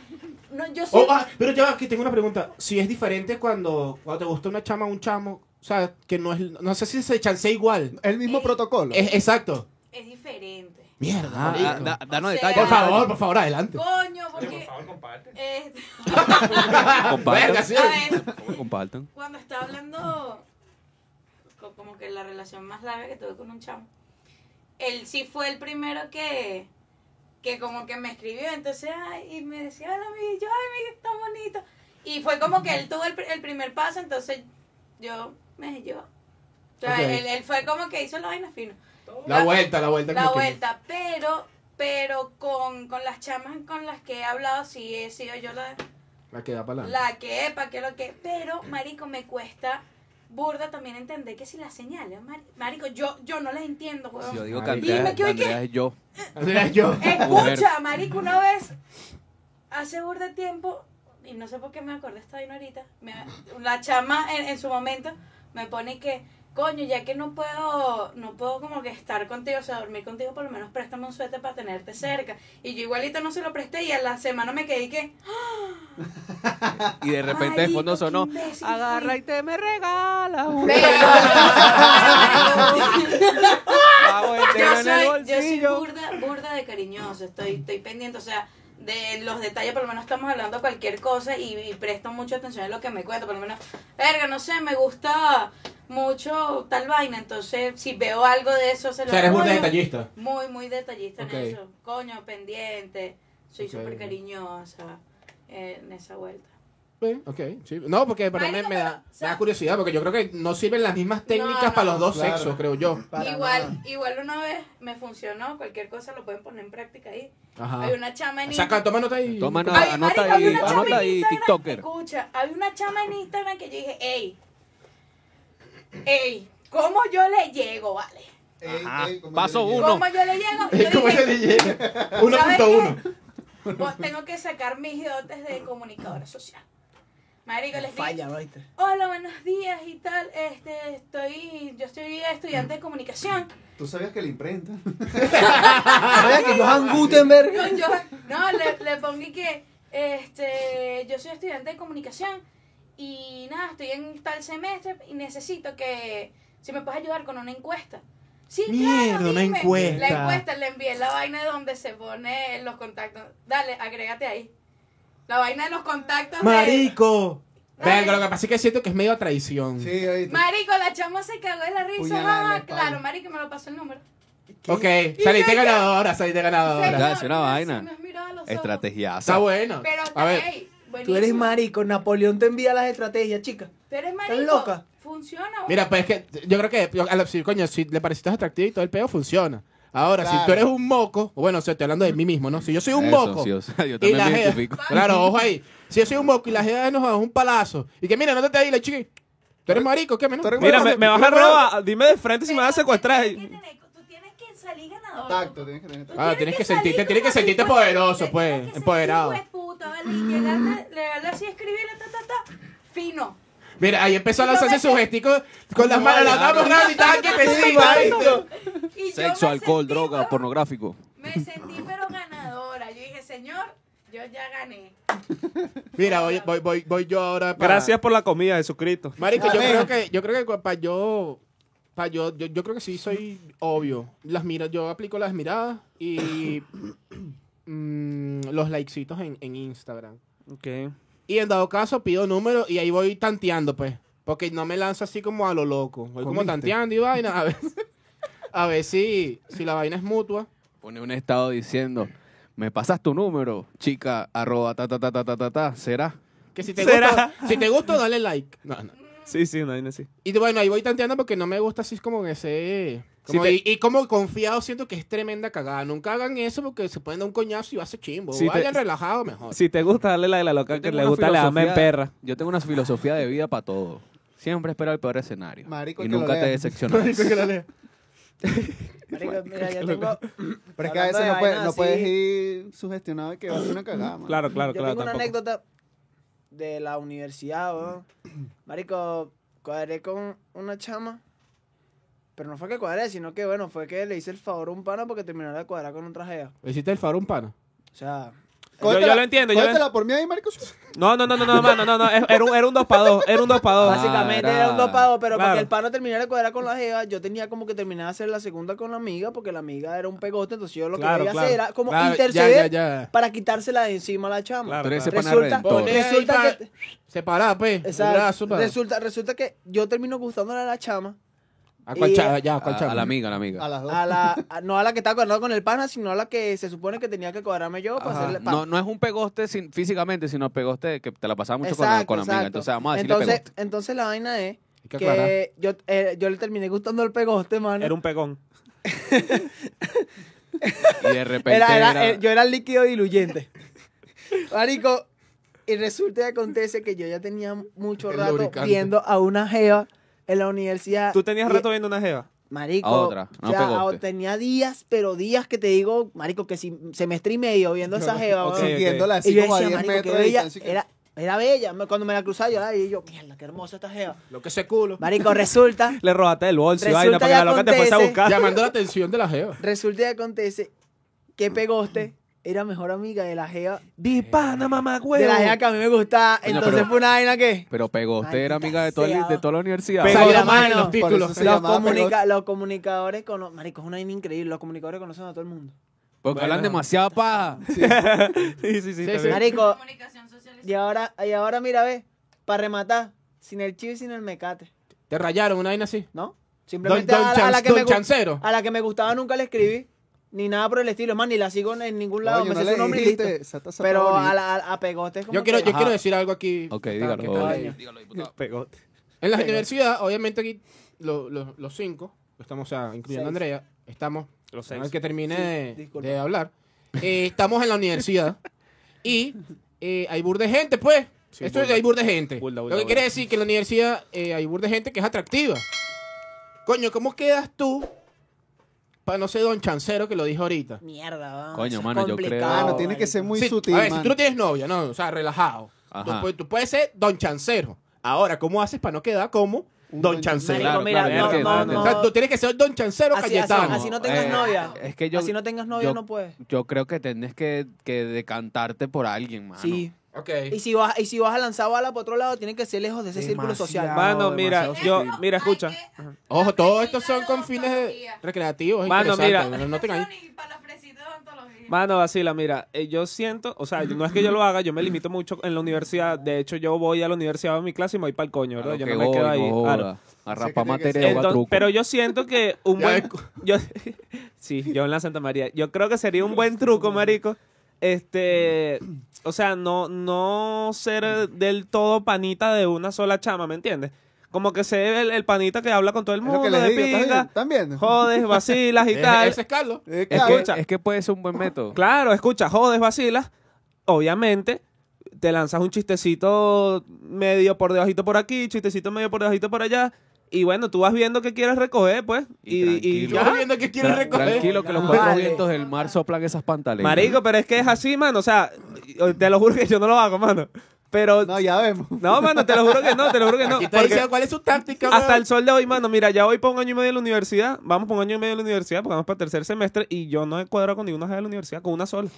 [SPEAKER 6] No, yo soy.
[SPEAKER 4] Oh, ah, pero ya, que tengo una pregunta. Si es diferente cuando, cuando te gusta una chama o un chamo, o sea, que no es, no sé si se chancea igual.
[SPEAKER 5] El mismo protocolo.
[SPEAKER 4] Es- exacto.
[SPEAKER 6] Es diferente.
[SPEAKER 4] Mierda,
[SPEAKER 1] Ah,
[SPEAKER 4] marico.
[SPEAKER 1] ah, da- danos
[SPEAKER 6] O sea,
[SPEAKER 1] detalles.
[SPEAKER 4] Por favor, por favor, adelante.
[SPEAKER 6] Coño, porque. por favor, comparte.
[SPEAKER 1] Compartan.
[SPEAKER 4] Verga, sí.
[SPEAKER 6] a ver,
[SPEAKER 1] Compartan.
[SPEAKER 6] cuando estaba hablando, co- como que la relación más larga que tuve con un chamo, él sí fue el primero que, que como que me escribió, entonces, ay, y me decía, hola, mi, yo, ay, mi, tan bonito. Y fue como que él tuvo el, pr- el primer paso, entonces yo me yo. O sea,
[SPEAKER 4] Ok.
[SPEAKER 6] él, él fue como que hizo la vaina fino.
[SPEAKER 4] La vuelta, la vuelta.
[SPEAKER 6] La
[SPEAKER 4] como que-
[SPEAKER 6] vuelta, pero, pero con, con las chamas con las que he hablado, sí he sido yo la...
[SPEAKER 4] La que da
[SPEAKER 1] Ah.
[SPEAKER 4] para adelante.
[SPEAKER 6] La que, pa' que lo que. Pero, marico, me cuesta burda también entender que si las señales, mari- marico, yo, yo no las entiendo, weón.
[SPEAKER 1] Yo digo que
[SPEAKER 4] Marico.
[SPEAKER 1] Andrea,
[SPEAKER 6] Dime que hoy
[SPEAKER 1] Andrea es yo.
[SPEAKER 4] Andrea, yo.
[SPEAKER 6] Escucha, marico, una vez, hace burda tiempo, y no sé por qué me acordé esta vaina ahorita, me- la chama en, en su momento me pone que, coño, ya que no puedo, no puedo como que estar contigo, o sea, dormir contigo, por lo menos préstame un suéter para tenerte cerca. Y yo igualito no se lo presté y a la semana me quedé que...
[SPEAKER 1] Y de repente de fondo
[SPEAKER 6] Marico, qué
[SPEAKER 1] sonó,
[SPEAKER 6] imbécil
[SPEAKER 1] agarra
[SPEAKER 6] fui".
[SPEAKER 1] y te me regala un
[SPEAKER 2] Ah,
[SPEAKER 1] pavo entero
[SPEAKER 6] yo
[SPEAKER 1] en el
[SPEAKER 6] soy, yo soy
[SPEAKER 1] bolsillo.
[SPEAKER 6] burda, burda de cariñoso, estoy, estoy pendiente, o sea, de los detalles, por lo menos estamos hablando cualquier cosa y, y presto mucha atención a lo que me cuenta, por lo menos, verga, no sé, me gusta mucho tal vaina, entonces si veo algo de eso se
[SPEAKER 4] O
[SPEAKER 6] lo
[SPEAKER 4] sea, eres burda
[SPEAKER 6] Coño,
[SPEAKER 4] detallista.
[SPEAKER 6] Muy, muy detallista
[SPEAKER 4] Ok.
[SPEAKER 6] en eso, coño, pendiente, soy
[SPEAKER 4] Ok.
[SPEAKER 6] súper cariñosa eh, en esa vuelta.
[SPEAKER 4] Sí, ok, sí. No, porque para mí
[SPEAKER 6] Marico,
[SPEAKER 4] me da,
[SPEAKER 6] pero,
[SPEAKER 4] me da curiosidad, porque yo creo que no sirven las mismas técnicas
[SPEAKER 6] No, no.
[SPEAKER 4] para los dos
[SPEAKER 5] Claro.
[SPEAKER 4] sexos, creo yo.
[SPEAKER 5] Para
[SPEAKER 6] Igual,
[SPEAKER 5] nada.
[SPEAKER 6] igual una vez me funcionó, cualquier cosa lo pueden poner en práctica ahí.
[SPEAKER 4] Ajá.
[SPEAKER 6] Hay una chama en
[SPEAKER 4] Saca, toma nota ahí.
[SPEAKER 1] Toma
[SPEAKER 6] Ay,
[SPEAKER 1] nota, Ah, anota
[SPEAKER 6] marico, había
[SPEAKER 1] ahí,
[SPEAKER 6] una chama
[SPEAKER 1] anota
[SPEAKER 6] en
[SPEAKER 1] ahí,
[SPEAKER 6] Instagram,
[SPEAKER 1] TikToker.
[SPEAKER 6] Escucha, había una chama en Instagram que yo dije, ey, ey, ¿cómo yo le llego, vale?
[SPEAKER 5] Ey,
[SPEAKER 1] Ajá.
[SPEAKER 5] ey, ¿cómo
[SPEAKER 1] Paso
[SPEAKER 5] te diría?
[SPEAKER 1] uno.
[SPEAKER 6] ¿Cómo yo le llego? Y yo
[SPEAKER 4] ¿Cómo
[SPEAKER 6] dije,
[SPEAKER 4] se le llega?
[SPEAKER 6] ¿sabes
[SPEAKER 4] 1.1.
[SPEAKER 6] qué? Pues tengo que sacar mis dotes de comunicadora social. Marico, les dije,
[SPEAKER 3] Falla, ¿viste?
[SPEAKER 6] hola, buenos días y tal, este, estoy, yo estoy estudiante de comunicación.
[SPEAKER 5] Tú sabías que la imprenta.
[SPEAKER 3] Vaya que Johan Gutenberg.
[SPEAKER 6] No, yo, no le, le pongo y que este, yo soy estudiante de comunicación y nada, estoy en tal semestre y necesito que, si me puedes ayudar con una encuesta. Sí,
[SPEAKER 4] Mierda,
[SPEAKER 6] claro,
[SPEAKER 4] una
[SPEAKER 6] dime.
[SPEAKER 4] encuesta.
[SPEAKER 6] La encuesta, le envié la vaina de donde se pone los contactos. Dale, agrégate ahí. La vaina de los contactos. de-
[SPEAKER 4] Marico.
[SPEAKER 6] Dale.
[SPEAKER 4] Venga, lo que pasa es que siento que es medio a traición.
[SPEAKER 5] Sí, oíste.
[SPEAKER 6] Marico, la chama se cagó de la risa.
[SPEAKER 5] Puñalada en la
[SPEAKER 6] Ah,
[SPEAKER 5] espalda.
[SPEAKER 6] claro, marico, me lo pasó el número.
[SPEAKER 4] Ok, saliste ganadora, saliste
[SPEAKER 6] Se-
[SPEAKER 1] Ya,
[SPEAKER 4] ganadora.
[SPEAKER 1] es
[SPEAKER 6] no,
[SPEAKER 1] una
[SPEAKER 6] no,
[SPEAKER 1] vaina.
[SPEAKER 6] sí me has mirado a los ojos.
[SPEAKER 4] Está
[SPEAKER 1] Estrategiaza.
[SPEAKER 4] bueno.
[SPEAKER 6] Pero,
[SPEAKER 4] A ver,
[SPEAKER 6] ey,
[SPEAKER 3] Tú eres
[SPEAKER 6] buenísimo.
[SPEAKER 3] marico, Napoleón te envía las estrategias, chica.
[SPEAKER 6] Tú eres marico.
[SPEAKER 3] loca?
[SPEAKER 6] Funciona. güey.
[SPEAKER 4] mira, pues es que yo creo que yo- a la- si, coño, si le pareciste atractivo y todo el peo funciona. Ahora, si
[SPEAKER 5] Claro.
[SPEAKER 4] tú eres un moco, bueno, o sea, estoy hablando de mí mismo, ¿no? Si yo soy un
[SPEAKER 1] Eso,
[SPEAKER 4] moco.
[SPEAKER 1] sí, o sea, yo
[SPEAKER 4] Y
[SPEAKER 1] también
[SPEAKER 4] la
[SPEAKER 1] me
[SPEAKER 4] jeva-
[SPEAKER 1] identifico.
[SPEAKER 4] Claro, ojo ahí. Si yo soy un moco y la jeva nos da un palazo. Y que mira, no te ahí la chiqui. Tú eres marico, ¿qué menos?
[SPEAKER 5] Tú eres
[SPEAKER 2] Mira, me, me vas a robar. Dime de frente si me vas a
[SPEAKER 6] Pero
[SPEAKER 2] secuestrar.
[SPEAKER 6] tienes que tener- Tú tienes que salir ganador.
[SPEAKER 5] Tacto, tienes que tener tacto.
[SPEAKER 4] Ah, tienes que sentirte- tienes que sentirte poderoso, pues, empoderado.
[SPEAKER 6] puta, vale, y llegarle, le darle así, escribirle, ta, ta, ta. Fino.
[SPEAKER 4] Mira, ahí empezó a
[SPEAKER 6] Yo
[SPEAKER 4] lanzarse
[SPEAKER 6] me-
[SPEAKER 4] sus gesticos con las manos. La damos y tal, que te siga, ¿viste?
[SPEAKER 6] Y yo
[SPEAKER 1] Sexo,
[SPEAKER 6] me
[SPEAKER 1] alcohol,
[SPEAKER 6] sentí,
[SPEAKER 1] droga,
[SPEAKER 6] weón,
[SPEAKER 1] pornográfico.
[SPEAKER 6] Me sentí pero ganadora. Yo dije, señor, yo ya gané.
[SPEAKER 4] Mira, voy, voy, voy, voy yo ahora para...
[SPEAKER 2] Gracias por la comida, Jesucristo.
[SPEAKER 4] Marico, yo creo que, yo creo que para yo, pa' yo, yo, yo creo que sí soy obvio. Las mira, yo aplico las miradas y mm, los likecitos en, en Instagram.
[SPEAKER 2] Ok.
[SPEAKER 4] Y en dado caso pido número y ahí voy tanteando, pues. Porque no me lanzo así como a lo loco. Voy como
[SPEAKER 5] ¿Comiste?
[SPEAKER 4] tanteando y vaina. A ver, a ver si, si la vaina es mutua.
[SPEAKER 1] Pone un estado diciendo, me pasas tu número, chica, arroba, ta, ta, ta, ta, ta, ta, ta, será.
[SPEAKER 4] Que si te
[SPEAKER 2] ¿Será?
[SPEAKER 4] gusta, si te gusta, dale like. No, no.
[SPEAKER 2] Sí, sí, una vaina así.
[SPEAKER 4] Y bueno, ahí voy tanteando porque no me gusta así como ese. como-
[SPEAKER 2] te-
[SPEAKER 4] y, y como confiado siento que es tremenda cagada. Nunca hagan eso porque se pueden dar un coñazo y va a ser chimbo.
[SPEAKER 2] Si te-
[SPEAKER 4] Vayan relajado mejor.
[SPEAKER 2] Si te gusta, dale la de la loca
[SPEAKER 1] Yo
[SPEAKER 2] que
[SPEAKER 1] tengo
[SPEAKER 2] le
[SPEAKER 1] una
[SPEAKER 2] gusta, le dame en
[SPEAKER 1] filosofía-
[SPEAKER 2] perra.
[SPEAKER 1] Yo tengo una filosofía de vida para todo. Siempre espera el peor escenario.
[SPEAKER 5] Marico,
[SPEAKER 1] y
[SPEAKER 5] que lo
[SPEAKER 1] nunca te
[SPEAKER 5] lea.
[SPEAKER 1] decepcionas.
[SPEAKER 3] Marico, mira, ya tengo.
[SPEAKER 5] Pero es que a
[SPEAKER 3] Hablando
[SPEAKER 5] veces
[SPEAKER 3] de
[SPEAKER 5] no, puede-
[SPEAKER 3] vainas
[SPEAKER 5] no puedes
[SPEAKER 3] así.
[SPEAKER 5] ir sugestionado de que va a ser una cagada, mano.
[SPEAKER 2] Claro, claro,
[SPEAKER 3] yo
[SPEAKER 2] claro.
[SPEAKER 3] tengo una
[SPEAKER 2] tampoco.
[SPEAKER 3] anécdota de la universidad, weón. Marico, cuadré con una chama. Pero no fue que cuadré, sino que bueno, fue que le hice el favor a un pana porque terminara de cuadrar con un trajeo.
[SPEAKER 4] ¿Hiciste el faro un pana?
[SPEAKER 3] O sea,
[SPEAKER 2] Yo- yo lo entiendo, yo lo-
[SPEAKER 5] Cógetela por mí ahí, marico.
[SPEAKER 2] No, no, no, no, no, mano, no, no. es- Era un, era un dos para dos. Ah, Era un dos para dos.
[SPEAKER 3] básicamente
[SPEAKER 1] era-
[SPEAKER 3] era un dopado, pero para
[SPEAKER 2] claro.
[SPEAKER 3] que el pana terminara de cuadrar con la jeva, yo tenía como que terminar de hacer la segunda con la amiga porque la amiga era un pegote, entonces yo lo que
[SPEAKER 2] Claro,
[SPEAKER 3] quería
[SPEAKER 2] claro.
[SPEAKER 3] hacer era como
[SPEAKER 4] Claro, ya,
[SPEAKER 3] interceder
[SPEAKER 4] ya, ya.
[SPEAKER 3] para quitársela de encima a la chama.
[SPEAKER 2] Claro,
[SPEAKER 1] Pero ese
[SPEAKER 2] claro.
[SPEAKER 1] pana
[SPEAKER 3] Resulta-
[SPEAKER 1] redentor.
[SPEAKER 3] Ponle- Resulta
[SPEAKER 4] Resulta
[SPEAKER 3] que-
[SPEAKER 4] que... Separada, pues.
[SPEAKER 3] Exacto.
[SPEAKER 4] Brazo, pa-
[SPEAKER 3] resulta, resulta que yo termino gustándole a la chama.
[SPEAKER 4] ¿A cuál
[SPEAKER 3] y-
[SPEAKER 4] chava?
[SPEAKER 2] Ah,
[SPEAKER 4] Ya, ¿a cuál
[SPEAKER 1] A,
[SPEAKER 4] chava?
[SPEAKER 1] a la amiga, a la amiga.
[SPEAKER 5] A las dos.
[SPEAKER 3] A la, a- no a la que estaba cuadrando con el pana, sino a la que se supone que tenía que cuadrarme yo para
[SPEAKER 1] Ajá.
[SPEAKER 3] hacerle pa-
[SPEAKER 1] No, no es un pegoste sin- físicamente, sino pegoste de que te la pasaba mucho con la-
[SPEAKER 3] Exacto,
[SPEAKER 1] con la, amiga.
[SPEAKER 3] exacto.
[SPEAKER 1] Entonces vamos a decirle
[SPEAKER 3] entonces,
[SPEAKER 1] pegoste.
[SPEAKER 3] entonces la vaina es
[SPEAKER 4] Hay que aclarar.
[SPEAKER 3] que yo, eh, yo le terminé gustando el pegoste, mano.
[SPEAKER 2] Era un pegón.
[SPEAKER 1] Y de repente
[SPEAKER 3] Era- era-
[SPEAKER 1] era-
[SPEAKER 3] eh, yo era el líquido diluyente. Marico, y resulta y acontece que yo ya tenía mucho
[SPEAKER 4] El
[SPEAKER 3] rato
[SPEAKER 4] lubricante.
[SPEAKER 3] viendo a una jeva en la universidad.
[SPEAKER 2] Tú tenías
[SPEAKER 3] Y- eh,
[SPEAKER 2] rato viendo una jeva.
[SPEAKER 3] Marico,
[SPEAKER 1] A otra, no
[SPEAKER 3] o sea,
[SPEAKER 1] pegoste.
[SPEAKER 3] a o- tenía días, pero días que te digo, marico, que si semestre y medio viendo esa jeva,
[SPEAKER 2] Ok,
[SPEAKER 3] weón.
[SPEAKER 2] ok.
[SPEAKER 5] Siguiéndola
[SPEAKER 3] Y
[SPEAKER 5] así
[SPEAKER 3] yo
[SPEAKER 5] como a
[SPEAKER 3] decía,
[SPEAKER 5] 10
[SPEAKER 3] marico, qué
[SPEAKER 5] metros. de
[SPEAKER 3] bella,
[SPEAKER 5] distancia, que-
[SPEAKER 3] era, era bella. Me- Cuando me la cruzaba, yo, ay, yo, mierda, qué hermosa esta jeva.
[SPEAKER 4] Lo que se culo.
[SPEAKER 3] Marico, resulta,
[SPEAKER 2] Le robaste el bolso y
[SPEAKER 3] Resulta
[SPEAKER 2] vaina para
[SPEAKER 3] y
[SPEAKER 2] que la loca te fuese a
[SPEAKER 3] acontece-
[SPEAKER 2] buscar.
[SPEAKER 4] Llamando la atención de la jeva.
[SPEAKER 3] resulta y acontece que Pegoste era mejor amiga de la jeva,
[SPEAKER 2] Di pana, mamá, güey.
[SPEAKER 3] de la jeva que a mí me gustaba.
[SPEAKER 1] Coño,
[SPEAKER 3] Entonces
[SPEAKER 1] pero-
[SPEAKER 3] fue una vaina que...
[SPEAKER 1] Pero pegoste era
[SPEAKER 3] Maldita
[SPEAKER 1] amiga de toda, la-
[SPEAKER 3] sea.
[SPEAKER 1] de toda la universidad.
[SPEAKER 2] Pegó-
[SPEAKER 4] Salió
[SPEAKER 3] la
[SPEAKER 4] más en
[SPEAKER 3] mano.
[SPEAKER 4] los
[SPEAKER 5] Por
[SPEAKER 4] títulos.
[SPEAKER 5] eso se
[SPEAKER 3] Los,
[SPEAKER 5] llamaba
[SPEAKER 3] comunica-
[SPEAKER 5] pegote.
[SPEAKER 3] los comunicadores, cono- marico, es una vaina increíble. Los comunicadores conocen a todo el mundo.
[SPEAKER 1] Porque
[SPEAKER 2] Bueno.
[SPEAKER 1] hablan demasiada paja.
[SPEAKER 2] Sí, sí, sí.
[SPEAKER 4] Sí,
[SPEAKER 2] te
[SPEAKER 4] sí.
[SPEAKER 2] veo.
[SPEAKER 3] Marico,
[SPEAKER 6] Comunicación social.
[SPEAKER 3] y ahora, y ahora mira, ve, para rematar, sin el chivo y sin el mecate,
[SPEAKER 4] Te rayaron una vaina así.
[SPEAKER 3] ¿no?
[SPEAKER 4] Don,
[SPEAKER 3] Simplemente
[SPEAKER 4] don,
[SPEAKER 3] a, la- a
[SPEAKER 4] chan-
[SPEAKER 3] la que
[SPEAKER 4] don
[SPEAKER 3] me gu- Ah,
[SPEAKER 4] chancero.
[SPEAKER 3] A la que me gustaba nunca le escribí, ni nada por el estilo. Es más, ni la sigo en, en ningún lado,
[SPEAKER 5] Coño,
[SPEAKER 3] me
[SPEAKER 5] no
[SPEAKER 3] sé
[SPEAKER 5] le
[SPEAKER 3] su nombre y
[SPEAKER 5] dijiste,
[SPEAKER 3] listo.
[SPEAKER 5] esa taza está
[SPEAKER 3] Pero
[SPEAKER 5] bonita.
[SPEAKER 3] a, la, a, a pegote es como
[SPEAKER 4] Yo quiero,
[SPEAKER 3] que-
[SPEAKER 4] yo
[SPEAKER 1] Ajá.
[SPEAKER 4] quiero decir algo aquí.
[SPEAKER 1] Ok,
[SPEAKER 4] que está-
[SPEAKER 1] dígalo.
[SPEAKER 4] que está
[SPEAKER 3] coño.
[SPEAKER 4] bien.
[SPEAKER 2] Pegote.
[SPEAKER 4] En la
[SPEAKER 3] Venga.
[SPEAKER 4] universidad, obviamente aquí lo- lo- los cinco, estamos, o sea,
[SPEAKER 3] Seis.
[SPEAKER 4] incluyendo a Andrea, estamos,
[SPEAKER 2] Los
[SPEAKER 4] el
[SPEAKER 2] seis.
[SPEAKER 4] que termine de-
[SPEAKER 3] disculpa.
[SPEAKER 4] de, hablar, eh, estamos en la universidad y eh, hay burde gente, pues.
[SPEAKER 2] Sí,
[SPEAKER 4] Esto es-
[SPEAKER 2] burda.
[SPEAKER 4] hay burde gente.
[SPEAKER 2] Burda, burda,
[SPEAKER 4] lo que
[SPEAKER 2] burda.
[SPEAKER 4] quiere decir que en la universidad eh, hay burde gente que es atractiva. Coño, ¿cómo quedas tú? Para no ser don chancero que lo dijo ahorita.
[SPEAKER 3] Mierda, va.
[SPEAKER 1] Coño,
[SPEAKER 3] eso es
[SPEAKER 1] mano, yo creo-
[SPEAKER 3] complicado,
[SPEAKER 5] Mano, tiene que
[SPEAKER 3] marico.
[SPEAKER 5] ser muy
[SPEAKER 4] Sí,
[SPEAKER 5] sutil,
[SPEAKER 4] a ver, si
[SPEAKER 5] mano.
[SPEAKER 4] tú no tienes novia, no, o sea, relajado.
[SPEAKER 1] Ajá.
[SPEAKER 4] Tú, puedes- tú puedes ser don chancero. Ahora, ¿cómo haces para no quedar como
[SPEAKER 5] Un
[SPEAKER 4] don
[SPEAKER 5] don
[SPEAKER 4] chancero?
[SPEAKER 3] Marico,
[SPEAKER 1] Claro,
[SPEAKER 3] mira,
[SPEAKER 1] claro,
[SPEAKER 3] no,
[SPEAKER 1] claro,
[SPEAKER 3] no,
[SPEAKER 4] O sea,
[SPEAKER 3] no.
[SPEAKER 4] tú tienes que ser Don Chancero
[SPEAKER 3] Así- así-
[SPEAKER 4] Cayetano.
[SPEAKER 3] así no tengas
[SPEAKER 1] Eh,
[SPEAKER 3] novia.
[SPEAKER 1] Es que yo,
[SPEAKER 3] Así no tengas novia,
[SPEAKER 1] yo-
[SPEAKER 3] no puedes.
[SPEAKER 1] yo creo que tenés que, que decantarte por alguien, mano.
[SPEAKER 3] Sí.
[SPEAKER 4] Ok.
[SPEAKER 3] Y si vas, y si vas a lanzar bala para otro lado, tiene que ser lejos de ese círculo social.
[SPEAKER 2] Demasiado. Mano, mira,
[SPEAKER 6] Por
[SPEAKER 2] yo-
[SPEAKER 6] ejemplo,
[SPEAKER 2] mira,
[SPEAKER 6] hay
[SPEAKER 2] escucha.
[SPEAKER 6] que-
[SPEAKER 4] Ojo, todo esto son
[SPEAKER 6] Fresita
[SPEAKER 4] con
[SPEAKER 6] de
[SPEAKER 4] fines de-
[SPEAKER 6] odontología.
[SPEAKER 4] recreativos.
[SPEAKER 2] Mano,
[SPEAKER 4] interesantes,
[SPEAKER 2] mira.
[SPEAKER 4] Ah, No, no tengan ahí.
[SPEAKER 6] Y para la fresita de odontología.
[SPEAKER 2] Mano, vacila, mira, eh, yo siento, o sea, no es que yo lo haga, yo me limito mucho en la universidad. De hecho, yo voy a la universidad a mi clase y me voy para el coño,
[SPEAKER 1] A
[SPEAKER 2] ¿verdad?
[SPEAKER 1] lo
[SPEAKER 2] Yo
[SPEAKER 1] que
[SPEAKER 2] no me
[SPEAKER 1] voy,
[SPEAKER 2] quedo
[SPEAKER 1] no
[SPEAKER 2] ahí.
[SPEAKER 1] joda.
[SPEAKER 2] claro.
[SPEAKER 1] A
[SPEAKER 5] Sé que
[SPEAKER 1] rapar
[SPEAKER 5] tiene que
[SPEAKER 1] materia o a
[SPEAKER 2] Entonces,
[SPEAKER 1] truco.
[SPEAKER 2] pero yo siento que un
[SPEAKER 4] Ya
[SPEAKER 2] buen.
[SPEAKER 4] ves.
[SPEAKER 2] Yo, sí, yo en la Santa María. Yo creo que sería un buen truco, marico. Este. O sea, no, no ser del todo panita de una sola chama, ¿me entiendes? Como que ser el, el panita que habla con todo el
[SPEAKER 5] Es lo
[SPEAKER 2] mundo,
[SPEAKER 5] que les
[SPEAKER 2] de
[SPEAKER 5] digo, ¿estás viendo?
[SPEAKER 2] pinga,
[SPEAKER 5] ¿Están viendo?
[SPEAKER 2] jodes, vacilas y tal.
[SPEAKER 4] Ese- Ese es Carlos.
[SPEAKER 5] Eh,
[SPEAKER 1] es,
[SPEAKER 5] claro.
[SPEAKER 1] que, es que puede ser un buen método.
[SPEAKER 2] Claro, escucha, jodes, vacilas. Obviamente, te lanzas un chistecito medio por debajito por aquí, chistecito medio por debajito por allá. Y bueno, tú vas viendo qué quieres recoger, pues.
[SPEAKER 1] Y
[SPEAKER 2] Y, y-
[SPEAKER 1] tranquilo.
[SPEAKER 4] Yo
[SPEAKER 2] ya.
[SPEAKER 4] estoy viendo que quieren
[SPEAKER 1] Tra-
[SPEAKER 4] recoger.
[SPEAKER 1] Tranquilo que los
[SPEAKER 3] Vale.
[SPEAKER 1] cuatro vientos del mar soplan esas pantaletas.
[SPEAKER 2] Marico, pero es que es así, mano. O sea, te lo juro que yo no lo hago, mano. Pero.
[SPEAKER 5] No,
[SPEAKER 2] No,
[SPEAKER 5] ya vemos.
[SPEAKER 2] mano, te lo juro que no, te lo juro que no.
[SPEAKER 4] Aquí está
[SPEAKER 2] porque
[SPEAKER 4] diciendo cuál es su táctica.
[SPEAKER 2] hasta
[SPEAKER 4] weón.
[SPEAKER 2] el sol de hoy, mano, mira, ya voy para un año y medio de la universidad. Vamos para un año y medio de la universidad, porque vamos para tercer semestre. Y yo no he cuadrado con ninguna de la universidad, con una sola.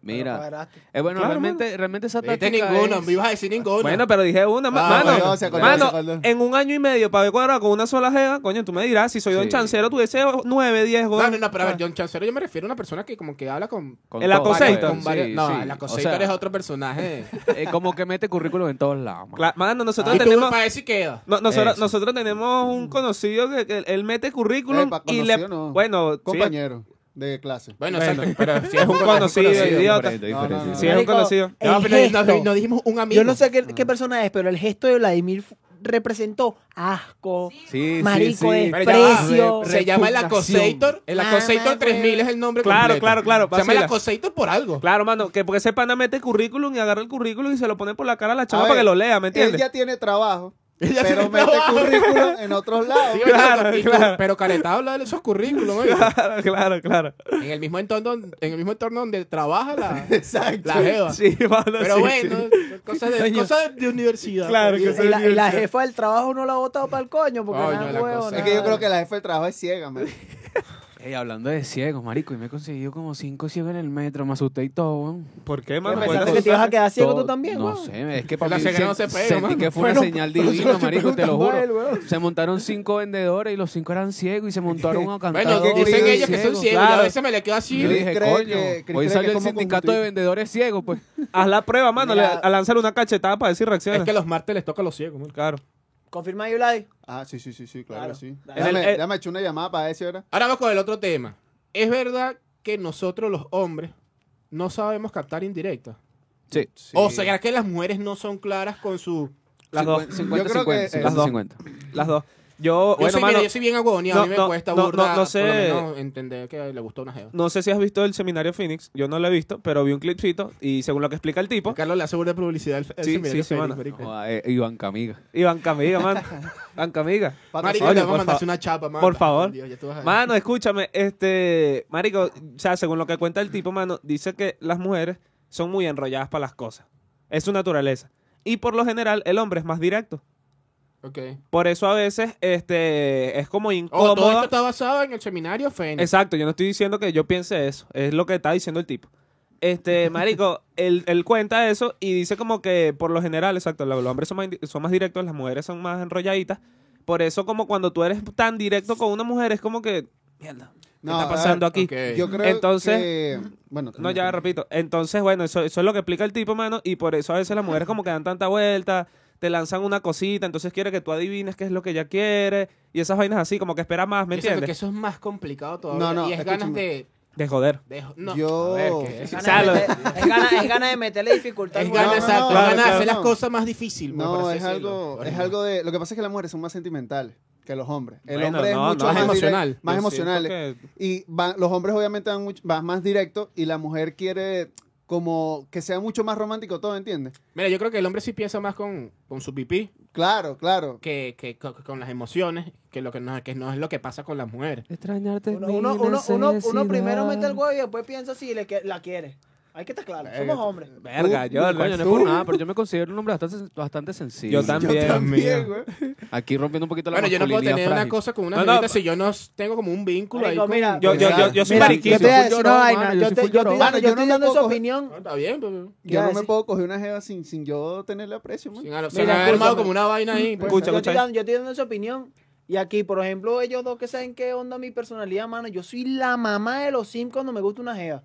[SPEAKER 3] Pero
[SPEAKER 1] Mira.
[SPEAKER 3] cuadraste.
[SPEAKER 1] Eh, bueno,
[SPEAKER 2] Claro,
[SPEAKER 1] realmente, realmente esa
[SPEAKER 4] Viste
[SPEAKER 1] táctica
[SPEAKER 4] ninguno,
[SPEAKER 1] es-
[SPEAKER 4] me ibas a decir ninguno.
[SPEAKER 2] Bueno, pero dije una. ma-
[SPEAKER 4] Ah,
[SPEAKER 2] mano,
[SPEAKER 5] bueno, se acordó,
[SPEAKER 2] mano,
[SPEAKER 5] se acordó.
[SPEAKER 2] en un año y medio para ver cuadrado con una sola jeva, coño, tú me dirás, si soy Don
[SPEAKER 1] Sí.
[SPEAKER 2] Chancero, tuviese 9, 10 goles.
[SPEAKER 4] no, no, no, pero a ver, John Chancero yo me refiero a una persona que como que habla con...
[SPEAKER 1] Con
[SPEAKER 2] El
[SPEAKER 1] todo,
[SPEAKER 2] Acosator.
[SPEAKER 1] pues,
[SPEAKER 4] con varios-
[SPEAKER 1] sí,
[SPEAKER 4] no,
[SPEAKER 1] sí.
[SPEAKER 4] el
[SPEAKER 1] O
[SPEAKER 4] acosator
[SPEAKER 1] sea,
[SPEAKER 4] es otro personaje.
[SPEAKER 1] eh, como que mete currículum en todos lados. man.
[SPEAKER 2] Cla- Mano, nosotros
[SPEAKER 4] y tú
[SPEAKER 2] tenemos.
[SPEAKER 4] para eso y queda.
[SPEAKER 2] no- nosotros,
[SPEAKER 1] Eso.
[SPEAKER 2] nosotros tenemos un conocido que, que él mete currículum
[SPEAKER 5] Epa,
[SPEAKER 2] y
[SPEAKER 5] conocido,
[SPEAKER 2] le.
[SPEAKER 5] no.
[SPEAKER 2] Bueno, sí,
[SPEAKER 5] Compañero de clase.
[SPEAKER 4] Bueno,
[SPEAKER 2] Bueno.
[SPEAKER 4] exacto, pero si
[SPEAKER 2] es un conocido, idiota.
[SPEAKER 7] Diferente,
[SPEAKER 5] No, no,
[SPEAKER 7] diferente.
[SPEAKER 5] no.
[SPEAKER 2] Sí, es un
[SPEAKER 3] Marico,
[SPEAKER 2] conocido.
[SPEAKER 3] el
[SPEAKER 4] No, pero no,
[SPEAKER 3] gesto.
[SPEAKER 4] no dijimos un amigo.
[SPEAKER 3] Yo no sé qué, qué persona es, pero el gesto de Vladimir fu- representó asco.
[SPEAKER 1] Sí,
[SPEAKER 3] Marico,
[SPEAKER 1] sí, sí.
[SPEAKER 4] Pero ya va,
[SPEAKER 3] desprecio.
[SPEAKER 4] Se llama el
[SPEAKER 1] Repugnación.
[SPEAKER 4] Acosator. El
[SPEAKER 3] Mamá,
[SPEAKER 4] Acosator
[SPEAKER 3] güey.
[SPEAKER 4] 3000 es el nombre
[SPEAKER 2] Claro,
[SPEAKER 4] completo.
[SPEAKER 2] claro, claro,
[SPEAKER 4] Se llama el
[SPEAKER 2] vacila.
[SPEAKER 4] Acosator por algo.
[SPEAKER 2] Claro, mano, que porque ese pana mete currículum y agarra el currículum y se lo pone por la cara a la
[SPEAKER 5] A
[SPEAKER 2] chava
[SPEAKER 5] ver,
[SPEAKER 2] para que lo lea, ¿me entiendes?
[SPEAKER 5] Él ya tiene trabajo,
[SPEAKER 4] Ella
[SPEAKER 5] pero
[SPEAKER 4] se
[SPEAKER 5] mete
[SPEAKER 4] trabaja.
[SPEAKER 5] currículum en otros lados.
[SPEAKER 4] Sí,
[SPEAKER 2] Claro,
[SPEAKER 4] oye, y tú-
[SPEAKER 2] claro.
[SPEAKER 4] Pero Caretá habla de esos currículos, oye.
[SPEAKER 2] Claro, claro, claro.
[SPEAKER 4] en el mismo entorno, en el mismo entorno donde trabaja la,
[SPEAKER 5] Exacto.
[SPEAKER 4] la jeva.
[SPEAKER 2] Sí, mano,
[SPEAKER 4] Pero
[SPEAKER 2] sí,
[SPEAKER 4] bueno,
[SPEAKER 2] sí.
[SPEAKER 4] cosas de, cosas de universidad.
[SPEAKER 2] Claro
[SPEAKER 3] Y,
[SPEAKER 2] que sí.
[SPEAKER 3] y la, y la jefa del trabajo no la ha votado para el coño porque
[SPEAKER 4] Coño,
[SPEAKER 3] nada,
[SPEAKER 4] la
[SPEAKER 3] huevo,
[SPEAKER 4] cosa.
[SPEAKER 5] Es que yo
[SPEAKER 3] nada.
[SPEAKER 5] creo que la jefa de trabajo es ciega, man.
[SPEAKER 1] Ey, hablando de ciegos, marico, y me he conseguido como cinco ciegos en el metro, me asusté y todo, weón.
[SPEAKER 2] ¿Por qué, mano?
[SPEAKER 3] Pensaste
[SPEAKER 2] Bueno,
[SPEAKER 3] que te ibas a quedar ciego
[SPEAKER 1] Todo-
[SPEAKER 3] tú también,
[SPEAKER 1] No
[SPEAKER 3] weón.
[SPEAKER 1] sé, es que
[SPEAKER 4] La
[SPEAKER 1] para mí
[SPEAKER 4] ceguera
[SPEAKER 1] se-
[SPEAKER 4] no se pega,
[SPEAKER 1] sentí
[SPEAKER 4] mano.
[SPEAKER 1] que fue una
[SPEAKER 3] Bueno,
[SPEAKER 1] señal
[SPEAKER 3] pero se lo
[SPEAKER 1] divina,
[SPEAKER 3] estoy
[SPEAKER 1] marico, te lo
[SPEAKER 3] preguntando a él,
[SPEAKER 1] juro.
[SPEAKER 3] weón.
[SPEAKER 1] Se montaron cinco vendedores y los cinco eran ciegos y se montaron a cantar.
[SPEAKER 4] Bueno,
[SPEAKER 5] Claro,
[SPEAKER 4] dicen
[SPEAKER 5] sí,
[SPEAKER 4] ellos que son
[SPEAKER 1] ciegos.
[SPEAKER 4] ciegos. Yo
[SPEAKER 2] claro.
[SPEAKER 4] a veces me le quedo así.
[SPEAKER 1] Yo
[SPEAKER 5] Chris
[SPEAKER 1] dije,
[SPEAKER 5] cree
[SPEAKER 1] coño,
[SPEAKER 5] que- Chris
[SPEAKER 1] hoy
[SPEAKER 5] cree
[SPEAKER 1] salió
[SPEAKER 5] que
[SPEAKER 1] el
[SPEAKER 5] somos
[SPEAKER 1] sindicato de
[SPEAKER 5] conductistas.
[SPEAKER 1] vendedores ciegos, pues.
[SPEAKER 2] haz la prueba, mano, le-
[SPEAKER 5] Mira.
[SPEAKER 2] a lanzarle una cachetada para decir reacciones.
[SPEAKER 4] Es que los martes les toca a los ciegos. man.
[SPEAKER 2] Claro.
[SPEAKER 3] Confirma ahí, Vladi.
[SPEAKER 5] Ah, sí, sí, sí, sí, claro,
[SPEAKER 3] Claro.
[SPEAKER 5] que sí.
[SPEAKER 3] En
[SPEAKER 2] el-
[SPEAKER 5] Déjame,
[SPEAKER 2] el-
[SPEAKER 5] déjame echar una llamada para ese ahora.
[SPEAKER 4] Ahora vamos con el otro tema. ¿Es verdad que nosotros los hombres no sabemos captar indirectas?
[SPEAKER 1] Sí.
[SPEAKER 2] Oh,
[SPEAKER 4] O sea, que las mujeres no son claras con su...
[SPEAKER 2] Las dos.
[SPEAKER 5] Yo creo que, eh,
[SPEAKER 1] 50-50,
[SPEAKER 2] las dos.
[SPEAKER 1] 50-50.
[SPEAKER 2] Las dos. Yo,
[SPEAKER 4] Yo,
[SPEAKER 2] bueno,
[SPEAKER 4] soy, mira,
[SPEAKER 2] mano,
[SPEAKER 4] yo soy bien agoneado, a mí me
[SPEAKER 2] no, no,
[SPEAKER 4] cuesta
[SPEAKER 2] no, no,
[SPEAKER 4] burda,
[SPEAKER 2] no sé.
[SPEAKER 4] por lo menos, entender que le gustó una jeva.
[SPEAKER 2] no sé si has visto el seminario Phoenix. Yo no lo he visto, pero vi un clipcito y según lo que explica el tipo,
[SPEAKER 4] Carlos le hace burda de publicidad al al
[SPEAKER 2] Sí,
[SPEAKER 4] seminario
[SPEAKER 2] sí, sí,
[SPEAKER 4] Félix,
[SPEAKER 2] mano.
[SPEAKER 4] marico.
[SPEAKER 1] Joda, eh, Iván Camiga.
[SPEAKER 2] Iván Camiga, mano. Iván Camiga.
[SPEAKER 4] Marico,
[SPEAKER 2] Oye,
[SPEAKER 4] le vamos
[SPEAKER 2] por
[SPEAKER 4] a mandarse
[SPEAKER 2] fa-
[SPEAKER 4] una chapa, mano.
[SPEAKER 2] por favor.
[SPEAKER 4] Dios, ya tú vas a-
[SPEAKER 2] Mano, escúchame, este, marico, o sea, según lo que cuenta el tipo, mano, dice que las mujeres son muy enrolladas para las cosas. Es su naturaleza. Y por lo general, el hombre es más directo.
[SPEAKER 4] Ok.
[SPEAKER 2] Por eso a veces, este, es como
[SPEAKER 4] Oh,
[SPEAKER 2] incómodo.
[SPEAKER 4] todo esto está basado en el seminario Fénix.
[SPEAKER 2] Exacto, yo no estoy diciendo que yo piense eso, es lo que está diciendo el tipo. Este, marico, él, él cuenta eso y dice como que por lo general, exacto, los hombres son más, indi- son más directos, las mujeres son más enrolladitas. Por eso como cuando tú eres tan directo con una mujer es como que, mierda, ¿qué
[SPEAKER 5] No,
[SPEAKER 2] está pasando
[SPEAKER 5] a
[SPEAKER 2] aquí?
[SPEAKER 4] Ok.
[SPEAKER 5] Yo creo
[SPEAKER 2] Entonces-
[SPEAKER 5] que... Bueno,
[SPEAKER 2] No,
[SPEAKER 5] termina,
[SPEAKER 2] ya
[SPEAKER 5] termina.
[SPEAKER 2] repito. Entonces, bueno, eso, eso es lo que explica el tipo, mano. Y por eso a veces las mujeres como que dan tanta vuelta, te lanzan una cosita, entonces quiere que tú adivines qué es lo que ella quiere. Y esas vainas así, como que espera más, ¿me
[SPEAKER 4] Yo siento
[SPEAKER 2] entiendes?
[SPEAKER 4] que eso es más complicado todavía.
[SPEAKER 5] No, no,
[SPEAKER 4] y es ganas
[SPEAKER 5] escúchame.
[SPEAKER 4] de...
[SPEAKER 2] De joder.
[SPEAKER 4] de- no,
[SPEAKER 5] Yo-
[SPEAKER 4] a ver, ¿qué es?
[SPEAKER 3] Es
[SPEAKER 2] sea, lo-
[SPEAKER 3] ganas de meter- es ganas- es ganas de meterle dificultad.
[SPEAKER 4] Es
[SPEAKER 3] al
[SPEAKER 4] ganas,
[SPEAKER 5] no,
[SPEAKER 3] huevo.
[SPEAKER 4] exacto,
[SPEAKER 5] claro,
[SPEAKER 4] ganas de hacer
[SPEAKER 5] claro,
[SPEAKER 4] las
[SPEAKER 5] no.
[SPEAKER 4] cosas más difíciles.
[SPEAKER 5] No, es algo, es algo de... Lo que pasa es que las mujeres son más sentimentales que los hombres. El
[SPEAKER 2] Bueno,
[SPEAKER 5] hombre es
[SPEAKER 2] no,
[SPEAKER 5] mucho
[SPEAKER 2] no,
[SPEAKER 5] más
[SPEAKER 2] es
[SPEAKER 5] direct-
[SPEAKER 4] emocional.
[SPEAKER 5] Más
[SPEAKER 2] Yo siento
[SPEAKER 5] emocional.
[SPEAKER 2] que-
[SPEAKER 5] Y van- los hombres obviamente van, mucho- van más directo y la mujer quiere como que sea mucho más romántico todo, ¿entiendes?
[SPEAKER 4] Mira, yo creo que el hombre sí piensa más con, con su pipí
[SPEAKER 5] Claro, claro.
[SPEAKER 4] que, que co- con, las emociones, que lo que no, que no es lo que pasa con las mujeres.
[SPEAKER 1] Extrañarte
[SPEAKER 3] Uno, uno, uno, uno, uno primero mete el huevo y después piensa si le, que- la quiere. Hay que estar claro. Somos hombres.
[SPEAKER 2] Verga, Eh, yo,
[SPEAKER 1] Coño, no es por nada, pero yo me considero un hombre bastante, bastante sencillo.
[SPEAKER 2] yo también.
[SPEAKER 5] güey.
[SPEAKER 1] Aquí rompiendo un poquito la
[SPEAKER 4] Bueno, yo no puedo tener
[SPEAKER 1] masculinidad
[SPEAKER 4] una
[SPEAKER 1] frágil.
[SPEAKER 4] cosa con una
[SPEAKER 2] No, no,
[SPEAKER 4] jevita si yo no s- tengo como un vínculo ahí
[SPEAKER 3] Marico,
[SPEAKER 4] con-
[SPEAKER 3] mira,
[SPEAKER 2] Yo, yo, yo, yo soy
[SPEAKER 3] Mira,
[SPEAKER 2] mariquito.
[SPEAKER 3] yo te voy a
[SPEAKER 1] Full
[SPEAKER 3] decir una
[SPEAKER 1] llorón,
[SPEAKER 3] vaina.
[SPEAKER 1] mano, yo
[SPEAKER 3] Yo
[SPEAKER 1] soy
[SPEAKER 3] te-
[SPEAKER 1] full
[SPEAKER 3] yo te-
[SPEAKER 1] llorón.
[SPEAKER 3] yo
[SPEAKER 5] Mano, yo
[SPEAKER 3] estoy
[SPEAKER 5] no
[SPEAKER 3] dando
[SPEAKER 5] me
[SPEAKER 3] esa
[SPEAKER 5] puedo-
[SPEAKER 3] opinión.
[SPEAKER 4] No, está bien, pues. pero-
[SPEAKER 5] Yo no
[SPEAKER 3] decir?
[SPEAKER 5] me puedo coger una jeva sin, sin yo tenerle aprecio, man.
[SPEAKER 4] Sin, a- sin
[SPEAKER 3] Mira,
[SPEAKER 4] haber armado
[SPEAKER 3] escúchame.
[SPEAKER 4] como una vaina ahí. pues.
[SPEAKER 2] Escucha,
[SPEAKER 3] yo,
[SPEAKER 2] escucha.
[SPEAKER 3] Estoy dando, yo estoy dando esa opinión. Y aquí, por ejemplo, ellos dos que saben qué onda mi personalidad, mano. Yo soy la mamá de los Sims cuando me gusta una jeva.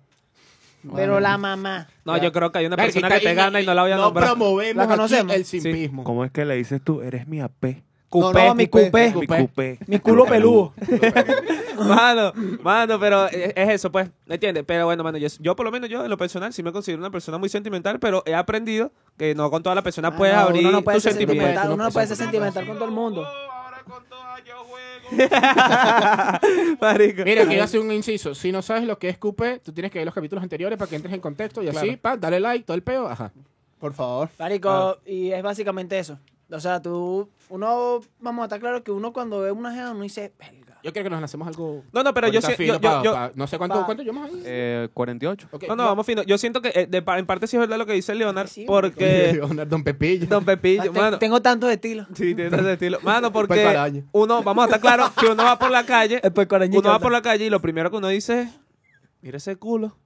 [SPEAKER 3] Pero la mamá.
[SPEAKER 2] No, yo creo que hay una
[SPEAKER 4] Verga,
[SPEAKER 2] persona
[SPEAKER 4] está
[SPEAKER 2] que te
[SPEAKER 4] ahí,
[SPEAKER 2] gana y no la voy a nombrar.
[SPEAKER 4] promovemos
[SPEAKER 3] La
[SPEAKER 4] aquí
[SPEAKER 3] conocemos.
[SPEAKER 4] el simpismo.
[SPEAKER 7] ¿Cómo es que le dices tú? Eres mi AP.
[SPEAKER 2] Cupé,
[SPEAKER 3] No, no, mi
[SPEAKER 2] mi cupé.
[SPEAKER 7] Mi
[SPEAKER 4] Cupé.
[SPEAKER 7] cupé.
[SPEAKER 3] Mi culo peludo.
[SPEAKER 2] Mano, mano, pero es es eso, pues, ¿me entiendes? Pero bueno, mano, yo, yo por lo menos yo en lo personal sí me considero una persona muy sentimental, pero he aprendido que no con toda la persona
[SPEAKER 3] Ah,
[SPEAKER 2] puedes
[SPEAKER 3] no,
[SPEAKER 2] abrir
[SPEAKER 3] uno no puede
[SPEAKER 2] tus
[SPEAKER 3] ser
[SPEAKER 2] sentimientos.
[SPEAKER 3] sentimental, uno no puede ser sentimental con todo el mundo.
[SPEAKER 2] Marico.
[SPEAKER 4] Mira, que iba a hacer un inciso. Si no sabes lo que es Coupé, tú tienes que ver los capítulos anteriores para que entres en contexto y así, pa, dale like, todo el peo. Ajá.
[SPEAKER 5] Por favor.
[SPEAKER 3] Marico,
[SPEAKER 2] Ah.
[SPEAKER 3] y es básicamente eso. O sea, tú, uno, vamos a estar claro que uno cuando ve una jeva, uno dice, "Verga".
[SPEAKER 4] Yo creo que nos lancemos algo.
[SPEAKER 2] No, no, pero yo
[SPEAKER 4] ahorita
[SPEAKER 2] sí-
[SPEAKER 4] fino
[SPEAKER 2] yo-
[SPEAKER 4] pa-
[SPEAKER 2] yo-
[SPEAKER 4] pa- no sé cuánto,
[SPEAKER 3] pa-
[SPEAKER 4] cuánto llevamos ahí.
[SPEAKER 1] Eh, 48.
[SPEAKER 4] Ok,
[SPEAKER 2] No, no, vamos fino. Yo siento que eh, de pa- en parte sí es verdad lo que dice Leonard,
[SPEAKER 3] Sí,
[SPEAKER 2] porque
[SPEAKER 4] Leonardo, Don Pepillo.
[SPEAKER 2] Don Pepillo,
[SPEAKER 3] Te-
[SPEAKER 2] mano.
[SPEAKER 3] Tengo tantos estilos.
[SPEAKER 2] Sí, tiene ese estilo. Mano,
[SPEAKER 4] Pues para
[SPEAKER 2] porque
[SPEAKER 4] año.
[SPEAKER 2] uno, vamos a estar claros, que uno va por la calle,
[SPEAKER 3] El puercoarañito,
[SPEAKER 2] uno va
[SPEAKER 3] anda.
[SPEAKER 2] por la calle y lo primero que uno dice es, mira ese culo.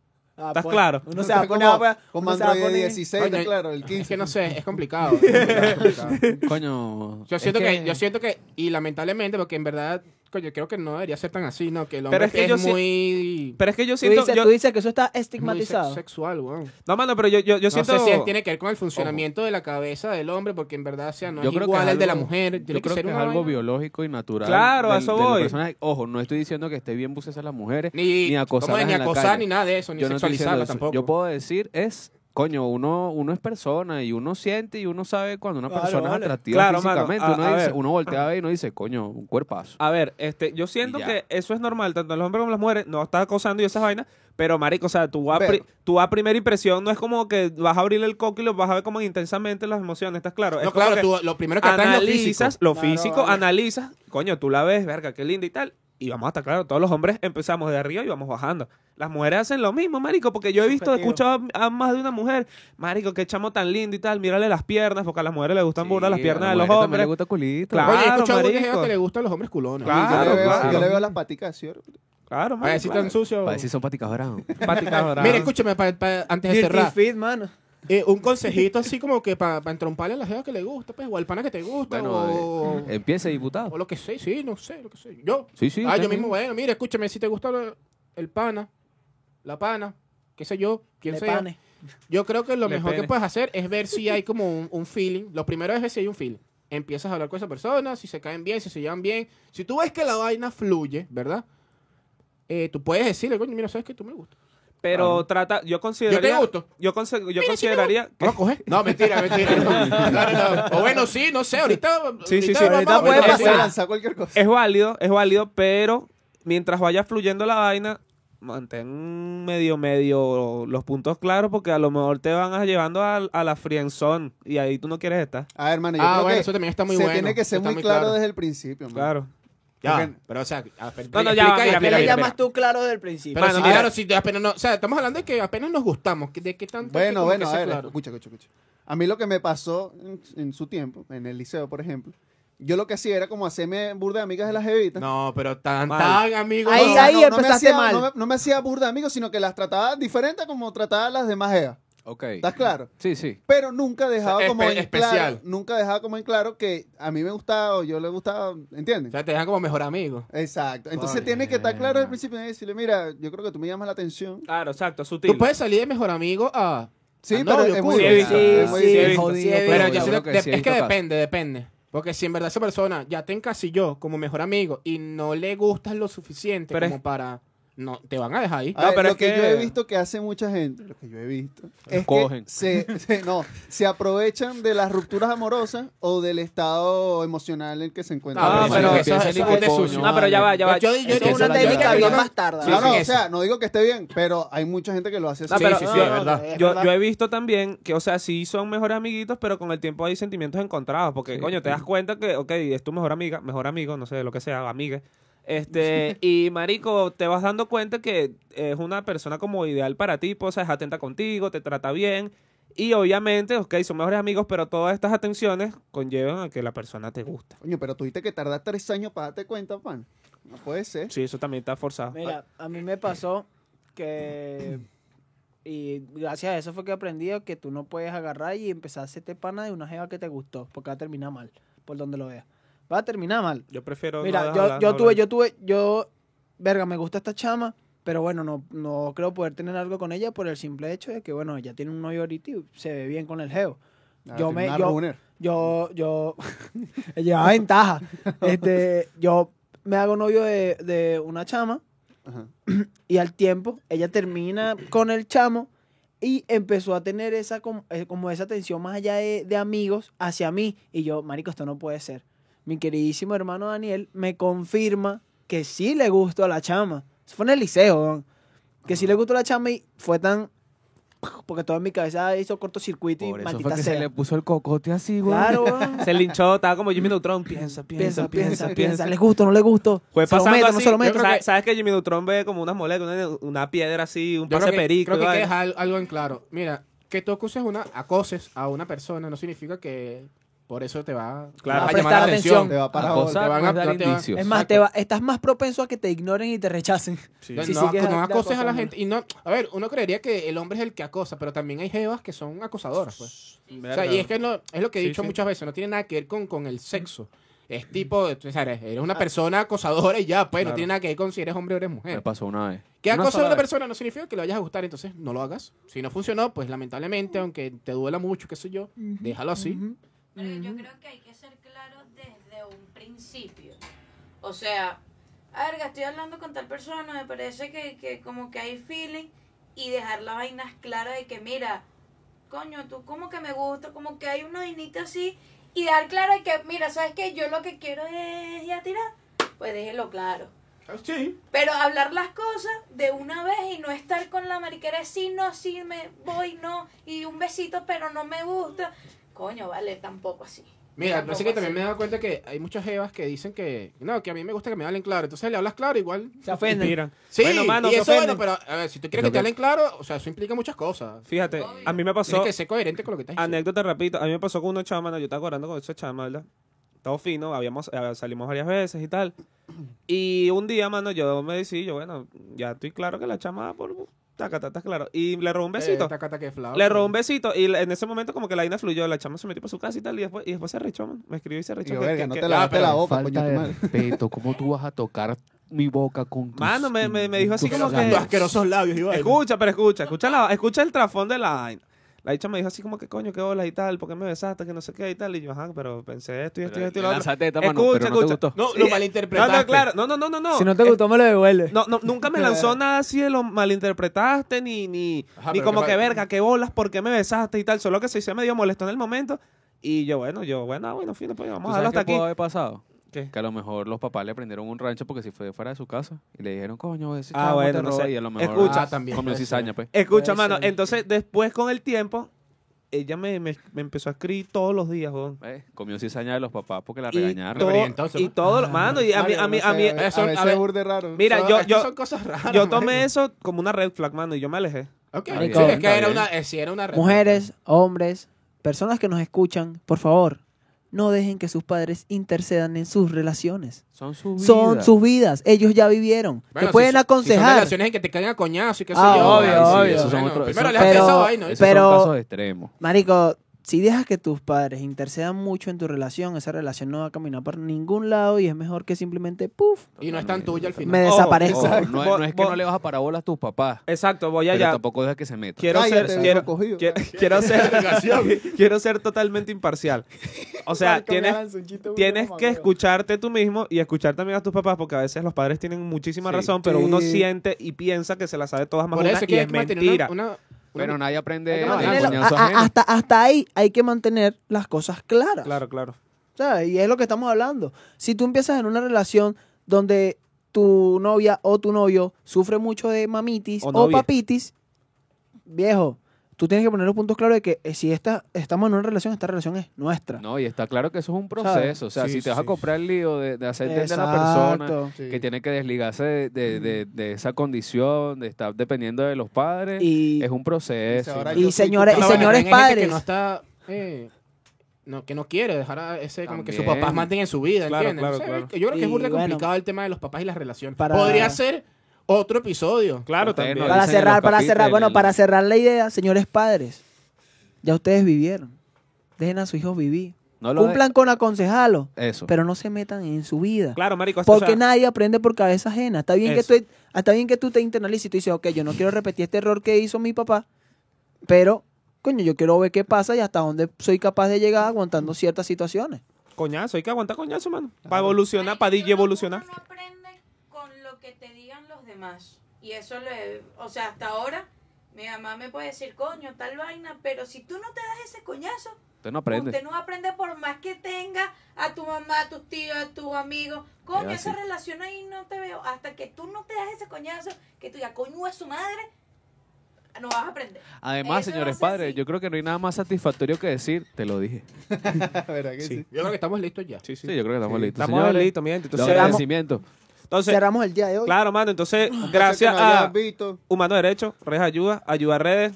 [SPEAKER 3] Ah,
[SPEAKER 2] ¿Estás
[SPEAKER 3] pues,
[SPEAKER 2] claro?
[SPEAKER 3] Uno se va a
[SPEAKER 5] como,
[SPEAKER 3] poner. a-
[SPEAKER 5] como
[SPEAKER 3] uno se va a
[SPEAKER 5] Android
[SPEAKER 3] poner-
[SPEAKER 5] 16,
[SPEAKER 4] Coño,
[SPEAKER 5] claro, el
[SPEAKER 4] Es
[SPEAKER 5] 15.
[SPEAKER 4] que no sé, es complicado. es complicado.
[SPEAKER 1] Coño.
[SPEAKER 4] Yo
[SPEAKER 1] es
[SPEAKER 4] siento que,
[SPEAKER 1] que-
[SPEAKER 4] yo siento que, y lamentablemente, porque en verdad, coño, creo que no debería ser tan así, ¿no? Que el hombre
[SPEAKER 2] Pero es
[SPEAKER 4] es,
[SPEAKER 2] que yo si-
[SPEAKER 4] muy,
[SPEAKER 2] Pero es que yo
[SPEAKER 3] Tú
[SPEAKER 2] siento.
[SPEAKER 3] dices,
[SPEAKER 2] yo-
[SPEAKER 3] tú dices que eso está
[SPEAKER 4] es muy
[SPEAKER 3] estigmatizado.
[SPEAKER 4] sex- sexual, weón.
[SPEAKER 2] no, mano, pero yo, yo, yo
[SPEAKER 4] No
[SPEAKER 2] siento.
[SPEAKER 4] sé si es- tiene que ver con el funcionamiento de la cabeza del hombre, porque en verdad, o sea, no
[SPEAKER 1] Yo
[SPEAKER 4] es
[SPEAKER 1] creo que
[SPEAKER 4] igual
[SPEAKER 1] es
[SPEAKER 4] al de la
[SPEAKER 1] algo-
[SPEAKER 4] mujer. Tiene
[SPEAKER 1] Yo creo que,
[SPEAKER 4] ser
[SPEAKER 1] es
[SPEAKER 4] una
[SPEAKER 1] algo
[SPEAKER 4] vaina.
[SPEAKER 1] biológico y natural.
[SPEAKER 2] Claro, a eso
[SPEAKER 1] del
[SPEAKER 2] voy.
[SPEAKER 1] personaje. Ojo, no estoy diciendo que esté bien bucear a las mujeres
[SPEAKER 4] Ni,
[SPEAKER 1] ni
[SPEAKER 4] acosar,
[SPEAKER 1] acosarlas
[SPEAKER 4] ni,
[SPEAKER 1] en la
[SPEAKER 4] acosar
[SPEAKER 1] calle.
[SPEAKER 4] ni nada de eso, ni
[SPEAKER 1] yo no estoy diciendo
[SPEAKER 4] sexualizarla
[SPEAKER 1] eso.
[SPEAKER 4] tampoco.
[SPEAKER 1] Yo puedo decir es, coño, uno, uno es persona y uno siente y uno sabe cuando una
[SPEAKER 3] Claro,
[SPEAKER 1] persona
[SPEAKER 3] vale.
[SPEAKER 1] es atractiva
[SPEAKER 2] Claro, mano,
[SPEAKER 1] físicamente.
[SPEAKER 2] a-
[SPEAKER 1] uno,
[SPEAKER 2] a
[SPEAKER 1] dice-
[SPEAKER 2] ver.
[SPEAKER 1] uno voltea a ver y uno dice, coño, un cuerpazo.
[SPEAKER 2] A ver, este, yo siento
[SPEAKER 1] Y ya.
[SPEAKER 2] que eso es normal, tanto en los hombres como en las mujeres, no está acosando y esas vainas, pero marico, o sea, tú a,
[SPEAKER 5] Pero-
[SPEAKER 2] pri- tú a primera impresión no es como que vas a abrir el coco y lo vas a ver como intensamente las emociones, ¿estás claro?
[SPEAKER 4] No,
[SPEAKER 2] Es como
[SPEAKER 4] claro,
[SPEAKER 2] que
[SPEAKER 4] tú, lo primero que atrae es lo físico.
[SPEAKER 2] analizas lo físico,
[SPEAKER 3] Claro, vale.
[SPEAKER 2] analizas, coño, tú la ves, verga, qué linda y tal, y vamos a estar claro, todos los hombres empezamos de arriba y vamos bajando. Las mujeres hacen lo mismo, marico, porque yo he visto, he
[SPEAKER 3] Subjetivo.
[SPEAKER 2] escuchado a, a más de una mujer, marico, qué chamo tan lindo y tal, mírale las piernas, porque a las mujeres les gustan
[SPEAKER 1] Sí,
[SPEAKER 2] burda las
[SPEAKER 1] a
[SPEAKER 2] piernas
[SPEAKER 1] las
[SPEAKER 2] de los
[SPEAKER 1] mujeres también
[SPEAKER 2] hombres.
[SPEAKER 1] les gusta culito.
[SPEAKER 2] Claro.
[SPEAKER 4] Oye, he escuchado a una
[SPEAKER 2] marico.
[SPEAKER 4] jeva que le gustan los hombres culones.
[SPEAKER 2] Claro,
[SPEAKER 5] yo, le veo,
[SPEAKER 2] claro.
[SPEAKER 5] yo le veo las paticas, ¿sí?
[SPEAKER 2] Claro,
[SPEAKER 4] Para
[SPEAKER 2] marico,
[SPEAKER 4] decir tan sucio.
[SPEAKER 1] Para decir son paticas bravas.
[SPEAKER 2] paticas doradas.
[SPEAKER 4] Mira, escúchame, pa- pa- antes de
[SPEAKER 3] Dirty
[SPEAKER 4] cerrar.
[SPEAKER 3] feet, mano.
[SPEAKER 4] Eh, un consejito así como que para entromparle a las jevas que le gusta, pues, o al pana que te gusta,
[SPEAKER 1] Bueno,
[SPEAKER 4] o,
[SPEAKER 1] Empiece, diputado.
[SPEAKER 4] o lo que sé, sí, no sé, lo que sé. Yo,
[SPEAKER 1] Sí, sí.
[SPEAKER 4] ah,
[SPEAKER 1] usted
[SPEAKER 4] yo mismo, bueno, mira, escúchame, si te gusta lo- el pana, la pana, qué sé yo, quién
[SPEAKER 3] Le
[SPEAKER 4] sea.
[SPEAKER 3] pane.
[SPEAKER 4] Yo creo que lo
[SPEAKER 2] Le
[SPEAKER 4] mejor
[SPEAKER 2] pene.
[SPEAKER 4] que puedes hacer es ver si hay como un, un feeling. Lo primero es ver si hay un feeling. Empiezas a hablar con esa persona, si se caen bien, si se llevan bien. Si tú ves que la vaina fluye, ¿verdad? Eh, tú puedes decirle, coño, mira, sabes que tú me gustas.
[SPEAKER 2] Pero trata, yo consideraría.
[SPEAKER 4] gusto.
[SPEAKER 2] Yo, conse- yo consideraría.
[SPEAKER 4] Vamos a coger. No, mentira, mentira. No, no, no. O bueno, sí, no sé, ahorita.
[SPEAKER 2] Sí, sí, sí.
[SPEAKER 4] vamos-
[SPEAKER 3] Ahorita
[SPEAKER 4] vamos-
[SPEAKER 3] puede
[SPEAKER 4] vamos-
[SPEAKER 5] Ahorita puede
[SPEAKER 3] pasar.
[SPEAKER 5] lanzar cualquier cosa.
[SPEAKER 2] Es válido, es válido, pero mientras vaya fluyendo la vaina, mantén medio, medio los puntos claros porque a lo mejor te van a llevando a, a la frienzón y ahí tú no quieres estar.
[SPEAKER 5] A ver, hermano, yo
[SPEAKER 4] Ah,
[SPEAKER 5] creo
[SPEAKER 4] bueno,
[SPEAKER 5] que
[SPEAKER 4] eso también está muy
[SPEAKER 5] se
[SPEAKER 4] bueno.
[SPEAKER 5] tiene que ser
[SPEAKER 4] Eso está
[SPEAKER 5] muy claro, desde el principio, man.
[SPEAKER 2] Claro.
[SPEAKER 4] Ya, pero o sea, a-
[SPEAKER 2] No,
[SPEAKER 4] explica y
[SPEAKER 2] no, ya, mira,
[SPEAKER 4] explica.
[SPEAKER 3] ¿Qué
[SPEAKER 2] mira,
[SPEAKER 3] le
[SPEAKER 2] mira.
[SPEAKER 3] llamas tú claro desde el principio?
[SPEAKER 4] Pero
[SPEAKER 2] Mano,
[SPEAKER 4] pues, si,
[SPEAKER 2] mira.
[SPEAKER 4] claro, si apenas no, o sea, estamos hablando de que apenas nos gustamos, que- de qué tanto hay que
[SPEAKER 5] Bueno,
[SPEAKER 4] como
[SPEAKER 5] bueno,
[SPEAKER 4] que
[SPEAKER 5] a
[SPEAKER 4] ser
[SPEAKER 5] ver,
[SPEAKER 4] claro.
[SPEAKER 5] escucha, escucha, escucha. A mí lo que me pasó en, en su tiempo, en el liceo, por ejemplo, yo lo que hacía era como hacerme burda de amigas de las jevitas.
[SPEAKER 4] No, pero tan,
[SPEAKER 2] Mal.
[SPEAKER 4] tan amigo.
[SPEAKER 3] Ahí,
[SPEAKER 4] no.
[SPEAKER 3] ahí
[SPEAKER 5] me
[SPEAKER 3] empezaste
[SPEAKER 5] hacía,
[SPEAKER 3] mal.
[SPEAKER 5] No me, no me hacía burda de amigos, sino que las trataba diferente a como trataba a las demás Evas.
[SPEAKER 1] Ok.
[SPEAKER 5] ¿Estás claro?
[SPEAKER 1] Sí, sí.
[SPEAKER 5] Pero nunca dejaba
[SPEAKER 4] Espe-
[SPEAKER 5] como en claro,
[SPEAKER 4] especial.
[SPEAKER 5] nunca dejaba como en claro que a mí me gustaba o yo le gustaba, ¿entiendes?
[SPEAKER 4] O sea, te dejan como mejor amigo.
[SPEAKER 5] Exacto. Entonces
[SPEAKER 4] Coño.
[SPEAKER 5] tiene que estar claro al principio y decirle, mira, yo creo que tú me llamas la atención. Ah,
[SPEAKER 2] Claro, exacto, sutil.
[SPEAKER 4] Tú puedes salir de mejor amigo a.
[SPEAKER 5] Sí,
[SPEAKER 4] a
[SPEAKER 5] pero
[SPEAKER 4] novio,
[SPEAKER 5] es
[SPEAKER 4] cool.
[SPEAKER 5] muy
[SPEAKER 2] Sí,
[SPEAKER 5] difícil.
[SPEAKER 2] sí,
[SPEAKER 5] es muy
[SPEAKER 2] sí,
[SPEAKER 5] difícil.
[SPEAKER 3] jodido,
[SPEAKER 1] jodido,
[SPEAKER 3] pero
[SPEAKER 4] Pero
[SPEAKER 1] yo
[SPEAKER 4] yo
[SPEAKER 1] creo
[SPEAKER 4] siento
[SPEAKER 1] que
[SPEAKER 4] que de-
[SPEAKER 1] sí,
[SPEAKER 4] es que
[SPEAKER 1] toca.
[SPEAKER 4] depende, depende. Porque si en verdad esa persona ya te encasilló como mejor amigo y no le gustas lo suficiente
[SPEAKER 2] Pero es-
[SPEAKER 4] como para. No, te van a dejar ahí.
[SPEAKER 5] A ver,
[SPEAKER 2] pero
[SPEAKER 5] Ah, lo
[SPEAKER 2] es
[SPEAKER 5] que,
[SPEAKER 2] que-
[SPEAKER 5] yo he visto que hace mucha gente, lo que yo he visto, es
[SPEAKER 1] Cogen.
[SPEAKER 5] que se, se- no, se aprovechan de las rupturas amorosas o del estado emocional en que se encuentra.
[SPEAKER 4] Ah,
[SPEAKER 5] la
[SPEAKER 2] pero
[SPEAKER 5] persona.
[SPEAKER 2] eso-
[SPEAKER 1] Piensa
[SPEAKER 4] eso
[SPEAKER 1] ni
[SPEAKER 4] es
[SPEAKER 1] que
[SPEAKER 4] de
[SPEAKER 1] coño,
[SPEAKER 4] sucio.
[SPEAKER 2] No, pero ya va,
[SPEAKER 1] vale.
[SPEAKER 2] ya va.
[SPEAKER 4] Yo- yo-
[SPEAKER 3] Es
[SPEAKER 4] yo-
[SPEAKER 3] una
[SPEAKER 4] yo-
[SPEAKER 3] técnica
[SPEAKER 4] yo-
[SPEAKER 3] bien
[SPEAKER 4] yo-
[SPEAKER 3] más tarda.
[SPEAKER 4] Sí,
[SPEAKER 5] no,
[SPEAKER 4] sí,
[SPEAKER 5] no, o
[SPEAKER 4] eso.
[SPEAKER 5] sea, no digo que esté bien, pero hay mucha gente que lo hace
[SPEAKER 2] No,
[SPEAKER 5] así.
[SPEAKER 2] pero-
[SPEAKER 4] sí,
[SPEAKER 2] no,
[SPEAKER 4] sí, es
[SPEAKER 2] no,
[SPEAKER 4] verdad.
[SPEAKER 3] es
[SPEAKER 2] Yo,
[SPEAKER 3] verdad.
[SPEAKER 2] yo he visto también que, o sea, sí son mejores amiguitos, pero con el tiempo hay sentimientos encontrados. Porque,
[SPEAKER 1] Sí.
[SPEAKER 2] coño, te das cuenta que, ok, es tu mejor amiga, mejor amigo, no sé, lo que sea, amiga. Este, y marico, te vas dando cuenta que es una persona como ideal para ti, pues, o sea, es atenta contigo, te trata bien. Y obviamente, ok, son mejores amigos, pero todas estas atenciones conllevan a que la persona te gusta.
[SPEAKER 5] Coño, pero tuviste que tardar tres años para darte cuenta, pan. No puede ser.
[SPEAKER 2] Sí, eso también está forzado.
[SPEAKER 3] Mira, a mí me pasó que. Y gracias a eso fue que aprendí que tú no puedes agarrar y empezar a hacerte pana de una jeva que te gustó, porque va a terminar mal, por donde lo veas. Va a terminar mal.
[SPEAKER 2] Yo prefiero.
[SPEAKER 3] Mira,
[SPEAKER 2] no
[SPEAKER 3] yo,
[SPEAKER 2] hablar,
[SPEAKER 3] yo
[SPEAKER 2] no
[SPEAKER 3] tuve,
[SPEAKER 2] hablar.
[SPEAKER 3] yo tuve, yo, verga, me gusta esta chama, pero bueno, no, no creo poder tener algo con ella por el simple hecho de que, bueno, ella tiene un novio ahorita y se ve bien con el geo.
[SPEAKER 5] Ah,
[SPEAKER 3] Yo
[SPEAKER 5] tiene
[SPEAKER 3] me-
[SPEAKER 5] una
[SPEAKER 3] yo-
[SPEAKER 5] reunión.
[SPEAKER 3] Yo, yo, llevaba ventaja. Este, yo me hago novio de, de una chama
[SPEAKER 5] Ajá.
[SPEAKER 3] y al tiempo ella termina con el chamo y empezó a tener esa com- eh, como esa tensión más allá de, de amigos hacia mí y yo marico esto no puede ser mi queridísimo hermano Daniel me confirma que sí le gustó a la chama Eso fue en el liceo weón. que sí le gustó a la chama y fue tan porque todo en mi cabeza hizo cortocircuito y
[SPEAKER 1] Por eso fue
[SPEAKER 3] maldita
[SPEAKER 1] que
[SPEAKER 3] sea
[SPEAKER 1] se le puso el cocote así, güey.
[SPEAKER 3] claro weón.
[SPEAKER 2] Se linchó, estaba como Jimmy Neutron. Piensa,
[SPEAKER 3] piensa
[SPEAKER 2] piensa,
[SPEAKER 3] piensa piensa le gusto no le gusto
[SPEAKER 2] Fue
[SPEAKER 3] se lo
[SPEAKER 2] pasando
[SPEAKER 3] meto
[SPEAKER 2] así.
[SPEAKER 3] no se lo meto
[SPEAKER 2] Sa- ¿Sabes, que Jimmy Neutron ve como unas moléculas, una, una piedra así, un
[SPEAKER 4] Yo
[SPEAKER 2] pase
[SPEAKER 4] creo que,
[SPEAKER 2] perico?
[SPEAKER 4] creo que hay
[SPEAKER 2] y
[SPEAKER 4] que
[SPEAKER 2] vaina?
[SPEAKER 4] dejar algo en claro. Mira, que tú acuses una, acoses a una persona no significa que Por eso te va
[SPEAKER 2] Claro.
[SPEAKER 4] te va a
[SPEAKER 3] a prestar
[SPEAKER 4] llamar la atención.
[SPEAKER 5] Te va para
[SPEAKER 4] te
[SPEAKER 1] Acosar
[SPEAKER 4] van a-
[SPEAKER 1] puede dar
[SPEAKER 4] te van-
[SPEAKER 1] indicios.
[SPEAKER 3] Es más, te va- estás más propenso a que te ignoren y te rechacen.
[SPEAKER 4] No,
[SPEAKER 3] Sí,
[SPEAKER 4] no
[SPEAKER 3] sí,
[SPEAKER 4] aco-
[SPEAKER 3] que es
[SPEAKER 4] no
[SPEAKER 3] la-
[SPEAKER 4] acoses
[SPEAKER 3] la
[SPEAKER 4] a la
[SPEAKER 3] cosa,
[SPEAKER 4] gente. Y no, a ver, uno creería que el hombre es el que acosa, pero también hay jevas que son acosadoras, pues. O sea, y es que no, es lo que he
[SPEAKER 2] Sí,
[SPEAKER 4] dicho
[SPEAKER 2] sí.
[SPEAKER 4] muchas veces, no tiene nada que ver con, con el sexo. Es tipo, o sea, eres eres
[SPEAKER 3] Ah.
[SPEAKER 4] una persona acosadora y ya, pues, no
[SPEAKER 2] Claro.
[SPEAKER 4] tiene nada que ver con si eres hombre o eres
[SPEAKER 1] Me
[SPEAKER 2] Eh.
[SPEAKER 4] mujer.
[SPEAKER 1] pasó una vez.
[SPEAKER 4] Que
[SPEAKER 1] Una
[SPEAKER 4] acosas a
[SPEAKER 1] sola
[SPEAKER 4] una
[SPEAKER 1] vez.
[SPEAKER 4] persona no significa que le vayas a gustar, entonces no lo hagas. Si no funcionó, pues lamentablemente, aunque te duela mucho, qué sé yo, déjalo así.
[SPEAKER 3] Ujú.
[SPEAKER 6] Pero yo creo que hay que ser claro desde un principio. O sea, verga, estoy hablando con tal persona, me parece que, que como que hay feeling y dejar las vainas claras de que, mira, coño, tú como que me gusta, como que hay una vainita así y dar claro de que, mira, ¿sabes qué? Yo lo que quiero es ya tirar. Pues déjelo claro.
[SPEAKER 4] Sí.
[SPEAKER 6] Pero hablar las cosas de una vez y no estar con la mariquera, sí, no, sí, me voy, no, y un besito, pero no me gusta. Coño, vale, tampoco así.
[SPEAKER 4] Mira,
[SPEAKER 6] Tampoco
[SPEAKER 4] parece que también
[SPEAKER 6] así.
[SPEAKER 4] me he dado cuenta que hay muchas jevas que dicen que, no, que a mí me gusta que me hablen claro. Entonces le hablas claro, igual
[SPEAKER 3] Se ofenden.
[SPEAKER 4] Sí,
[SPEAKER 2] Bueno, mano,
[SPEAKER 4] y
[SPEAKER 2] te
[SPEAKER 4] eso bueno,
[SPEAKER 2] ofenden.
[SPEAKER 4] pero a ver, si tú quieres
[SPEAKER 1] Lo
[SPEAKER 4] que te
[SPEAKER 1] que-
[SPEAKER 4] hablen claro, o sea, eso implica muchas cosas.
[SPEAKER 2] Fíjate, a mí me pasó.
[SPEAKER 4] Tienes que ser coherente con lo que estás diciendo.
[SPEAKER 2] Anécdota rapidito, a mí me pasó con una chama, ¿no? yo estaba acordando con esa chama, ¿verdad? Todo fino, habíamos, eh, salimos varias veces y tal. Y un día, mano, yo me decidí, yo, bueno, ya estoy claro que la chama por... Taca, taca, claro. Y le robó un besito.
[SPEAKER 4] Eh, taca, taca, que flauta.
[SPEAKER 2] le robó un besito y la- en ese momento como que la vaina fluyó, la chama se metió para su casa y tal, y después, y después se arrechó, man. me escribió y se arrechó.
[SPEAKER 5] Digo,
[SPEAKER 2] que-
[SPEAKER 5] verga,
[SPEAKER 2] que-
[SPEAKER 5] no
[SPEAKER 2] que-
[SPEAKER 5] te
[SPEAKER 2] Ah,
[SPEAKER 5] lavaste
[SPEAKER 2] pero-
[SPEAKER 5] la boca, coño,
[SPEAKER 1] Falta
[SPEAKER 5] tu
[SPEAKER 1] de
[SPEAKER 5] madre.
[SPEAKER 1] respeto. ¿Cómo tú vas a tocar mi boca con tus...
[SPEAKER 2] Mano, me- me- me dijo así
[SPEAKER 1] tus
[SPEAKER 2] como que-
[SPEAKER 1] labios?
[SPEAKER 4] Tus asquerosos labios, Iván.
[SPEAKER 2] Escucha, pero escucha, escucha, la- escucha el trasfondo de la vaina. La dicha me dijo así como que coño, qué bola y tal, porque me besaste, que no sé qué y tal. Y yo, ajá, pero pensé esto y esto y esto y lo
[SPEAKER 1] Le
[SPEAKER 2] otro.
[SPEAKER 1] lanzaste esta
[SPEAKER 2] Escucha,
[SPEAKER 1] mano, pero no te
[SPEAKER 2] escucha.
[SPEAKER 1] gustó.
[SPEAKER 4] No,
[SPEAKER 2] Sí,
[SPEAKER 4] lo
[SPEAKER 2] eh,
[SPEAKER 4] malinterpretaste.
[SPEAKER 2] No, no, claro. No, no, no, no. no.
[SPEAKER 3] Si no te
[SPEAKER 2] Eh,
[SPEAKER 3] gustó, me lo devuelves.
[SPEAKER 2] No, no, nunca me lanzó nada así de lo malinterpretaste, ni, ni,
[SPEAKER 4] Ajá,
[SPEAKER 2] ni
[SPEAKER 4] pero
[SPEAKER 2] como
[SPEAKER 4] qué
[SPEAKER 2] que,
[SPEAKER 4] mal-
[SPEAKER 2] verga, qué bolas, por qué me besaste y tal. Solo que se hizo medio molesto en el momento. Y yo, bueno, yo, bueno, ah, bueno, fino, pues
[SPEAKER 1] ¿Tú
[SPEAKER 2] vamos a
[SPEAKER 1] sabes
[SPEAKER 2] darlo hasta
[SPEAKER 1] qué
[SPEAKER 2] aquí.
[SPEAKER 1] pudo haber pasado?
[SPEAKER 2] ¿Qué?
[SPEAKER 1] Que a lo mejor los papás le prendieron un rancho porque si fue fuera de su casa y le dijeron, coño, ese
[SPEAKER 2] Ah,
[SPEAKER 1] chamo
[SPEAKER 2] bueno,
[SPEAKER 1] te
[SPEAKER 2] no
[SPEAKER 1] roba",
[SPEAKER 2] sé.
[SPEAKER 1] y a lo mejor
[SPEAKER 2] Escucha,
[SPEAKER 1] ah,
[SPEAKER 4] también
[SPEAKER 1] comió
[SPEAKER 4] puede ser.
[SPEAKER 1] cizaña, pues.
[SPEAKER 2] Escucha,
[SPEAKER 3] Puede
[SPEAKER 2] mano,
[SPEAKER 3] ser.
[SPEAKER 2] entonces después con el tiempo, ella me, me- me empezó a escribir todos los días, weón.
[SPEAKER 1] Eh, comió cizaña de los papás porque la
[SPEAKER 2] Y
[SPEAKER 1] regañaron.
[SPEAKER 2] todo,
[SPEAKER 4] Pero, ¿y entonces,
[SPEAKER 2] y
[SPEAKER 4] no?
[SPEAKER 2] todo, lo- mano, y a mí,
[SPEAKER 5] Vale,
[SPEAKER 2] a mí,
[SPEAKER 5] no
[SPEAKER 2] a mí,
[SPEAKER 5] sé,
[SPEAKER 4] eso-
[SPEAKER 5] a veces
[SPEAKER 4] a ver.
[SPEAKER 5] es burde raro.
[SPEAKER 2] mira,
[SPEAKER 4] Son-
[SPEAKER 2] yo,
[SPEAKER 4] es que
[SPEAKER 2] yo,
[SPEAKER 4] Son cosas raras.
[SPEAKER 2] yo tomé
[SPEAKER 4] marico.
[SPEAKER 2] eso como una red flag, mano, y yo me alejé.
[SPEAKER 4] Ok,
[SPEAKER 1] Marico,
[SPEAKER 4] sí, es
[SPEAKER 1] está
[SPEAKER 4] que era
[SPEAKER 1] bien.
[SPEAKER 4] una, eh, sí, era una respuesta.
[SPEAKER 3] Mujeres, hombres, personas que nos escuchan, por favor, no dejen que sus padres intercedan en sus relaciones.
[SPEAKER 1] Son sus
[SPEAKER 3] Son
[SPEAKER 1] vidas.
[SPEAKER 3] sus vidas, ellos ya vivieron.
[SPEAKER 4] Bueno,
[SPEAKER 3] te
[SPEAKER 4] si-
[SPEAKER 3] pueden
[SPEAKER 4] si son
[SPEAKER 3] aconsejar.
[SPEAKER 4] relaciones en que te caigan a coñazo y qué sé
[SPEAKER 3] Ah,
[SPEAKER 4] yo.
[SPEAKER 3] obvio,
[SPEAKER 4] Ay, sí,
[SPEAKER 3] obvio.
[SPEAKER 4] eso son
[SPEAKER 1] Bueno,
[SPEAKER 4] otro-
[SPEAKER 1] primero
[SPEAKER 4] Primero aléjate de
[SPEAKER 3] pero-
[SPEAKER 4] esa vaina.
[SPEAKER 1] Esos
[SPEAKER 4] ¿viste?
[SPEAKER 3] pero-
[SPEAKER 1] son casos extremos.
[SPEAKER 3] Marico, si dejas que tus padres intercedan mucho en tu relación, esa relación no va a caminar por ningún lado y es mejor que simplemente, puff,
[SPEAKER 4] Y no Oh, es tan tuya al final.
[SPEAKER 3] me
[SPEAKER 2] Ojo,
[SPEAKER 3] desaparezco.
[SPEAKER 1] Ojo, no, es-
[SPEAKER 2] Vos-
[SPEAKER 1] no es que
[SPEAKER 2] vos-
[SPEAKER 1] no le vas a parabolas a tus papás,
[SPEAKER 2] Exacto, voy
[SPEAKER 1] pero
[SPEAKER 2] allá.
[SPEAKER 1] tampoco dejas que se meta.
[SPEAKER 2] Quiero ser,
[SPEAKER 5] Cállate,
[SPEAKER 2] quiero,
[SPEAKER 5] viejo cogido.
[SPEAKER 2] quiero, quiero ser, quiero ser totalmente imparcial. O sea, tienes, tienes que escucharte tú mismo y escuchar también a tus papás, porque a veces los padres tienen muchísima
[SPEAKER 4] Sí.
[SPEAKER 2] razón, pero uno
[SPEAKER 5] Sí.
[SPEAKER 2] siente y piensa que se la sabe todas más
[SPEAKER 4] Por
[SPEAKER 2] una
[SPEAKER 4] eso
[SPEAKER 2] y
[SPEAKER 4] que hay
[SPEAKER 2] es
[SPEAKER 4] que mantener
[SPEAKER 2] mentira.
[SPEAKER 4] una- una...
[SPEAKER 1] Pero nadie aprende
[SPEAKER 4] Hay que
[SPEAKER 1] a
[SPEAKER 4] mantenerlo.
[SPEAKER 1] coñazo
[SPEAKER 3] A- a-
[SPEAKER 1] ajeno.
[SPEAKER 3] hasta, hasta ahí hay que mantener las cosas claras.
[SPEAKER 2] Claro, claro.
[SPEAKER 3] ¿sabes? Y es lo que estamos hablando. Si tú empiezas en una relación donde tu novia o tu novio sufre mucho de mamitis
[SPEAKER 2] O
[SPEAKER 3] o,
[SPEAKER 2] novia.
[SPEAKER 3] papitis, viejo, tú tienes que poner los puntos claros de que eh, si esta, estamos en una relación, esta relación es nuestra.
[SPEAKER 1] No, y está claro que eso es un proceso. O sea,
[SPEAKER 4] Sí,
[SPEAKER 1] si te vas a
[SPEAKER 4] sí.
[SPEAKER 1] comprar el lío de, de hacer entender a la
[SPEAKER 3] Exacto.
[SPEAKER 1] persona que tiene que desligarse de, de- de- de esa condición, de estar dependiendo de los padres,
[SPEAKER 3] Y,
[SPEAKER 1] es un proceso.
[SPEAKER 5] Ahora
[SPEAKER 3] y
[SPEAKER 5] yo soy tu
[SPEAKER 3] señores, y
[SPEAKER 5] papá.
[SPEAKER 4] No, bueno,
[SPEAKER 3] señores
[SPEAKER 4] también hay gente
[SPEAKER 3] padres.
[SPEAKER 4] que no está... eh, no, que no quiere dejar a ese como que sus
[SPEAKER 1] También.
[SPEAKER 4] papás mantengan su vida,
[SPEAKER 2] Claro,
[SPEAKER 4] ¿entiendes?
[SPEAKER 2] claro,
[SPEAKER 4] O sea,
[SPEAKER 2] claro.
[SPEAKER 4] Yo creo que
[SPEAKER 3] Y
[SPEAKER 4] es muy
[SPEAKER 3] bueno.
[SPEAKER 4] complicado el tema de los papás y las relaciones.
[SPEAKER 3] Para-
[SPEAKER 4] Podría ser otro episodio.
[SPEAKER 2] Claro,
[SPEAKER 1] Ustedes
[SPEAKER 2] también.
[SPEAKER 1] no
[SPEAKER 3] para
[SPEAKER 1] dicen en
[SPEAKER 3] cerrar,
[SPEAKER 1] los
[SPEAKER 3] para cerrar,
[SPEAKER 1] capítulos,
[SPEAKER 3] bueno,
[SPEAKER 1] en-
[SPEAKER 3] para cerrar la idea, señores padres, ya ustedes vivieron. Dejen a sus hijos vivir.
[SPEAKER 1] No lo de-
[SPEAKER 3] Cumplan con aconsejarlo,
[SPEAKER 1] Eso.
[SPEAKER 3] pero no se metan en su vida.
[SPEAKER 2] Claro, marico.
[SPEAKER 3] Porque
[SPEAKER 2] o sea,
[SPEAKER 3] nadie aprende por cabeza ajena. Está bien, que
[SPEAKER 2] Eso.
[SPEAKER 3] tú, está bien que tú te internalices y tú dices, ok, yo no quiero repetir este error que hizo mi papá, pero, coño, yo quiero ver qué pasa y hasta dónde soy capaz de llegar aguantando ciertas situaciones.
[SPEAKER 2] coñazo, hay que aguantar coñazo, mano. Para evolucionar, para
[SPEAKER 6] Marico,
[SPEAKER 2] DJ
[SPEAKER 6] uno-
[SPEAKER 2] evolucionar.
[SPEAKER 6] uno no aprende con lo que te digan los demás. Y eso lo he- O sea, hasta ahora mi mamá me puede decir, coño, tal vaina, pero si tú no te das ese coñazo,
[SPEAKER 1] Usted no aprende.
[SPEAKER 6] usted no aprende por más que tenga a tu mamá, a tus tíos, a tus amigos. Coño,
[SPEAKER 1] Es así.
[SPEAKER 6] esa relación ahí no te veo. Hasta que tú no te das ese coñazo, que tú digas, coño, es su madre, no vas a aprender.
[SPEAKER 1] Además,
[SPEAKER 6] Eso
[SPEAKER 1] señores
[SPEAKER 6] va a ser
[SPEAKER 1] padres,
[SPEAKER 6] así.
[SPEAKER 1] yo creo que no hay nada más satisfactorio que decir, te lo dije.
[SPEAKER 5] ¿Verdad que sí?
[SPEAKER 4] Yo creo que estamos listos ya.
[SPEAKER 2] Sí, sí.
[SPEAKER 1] Sí, yo creo que estamos listos.
[SPEAKER 2] Estamos
[SPEAKER 1] señores.
[SPEAKER 2] listos, mi gente.
[SPEAKER 1] Los
[SPEAKER 2] Entonces, eh,
[SPEAKER 1] agradecimientos.
[SPEAKER 2] entonces,
[SPEAKER 3] Cerramos el día de hoy.
[SPEAKER 2] claro, mano. Entonces,
[SPEAKER 5] Entonces,
[SPEAKER 2] gracias
[SPEAKER 5] que nos hayan
[SPEAKER 2] a
[SPEAKER 5] visto.
[SPEAKER 2] Humano Derecho, Redes Ayuda, Ayuda Redes,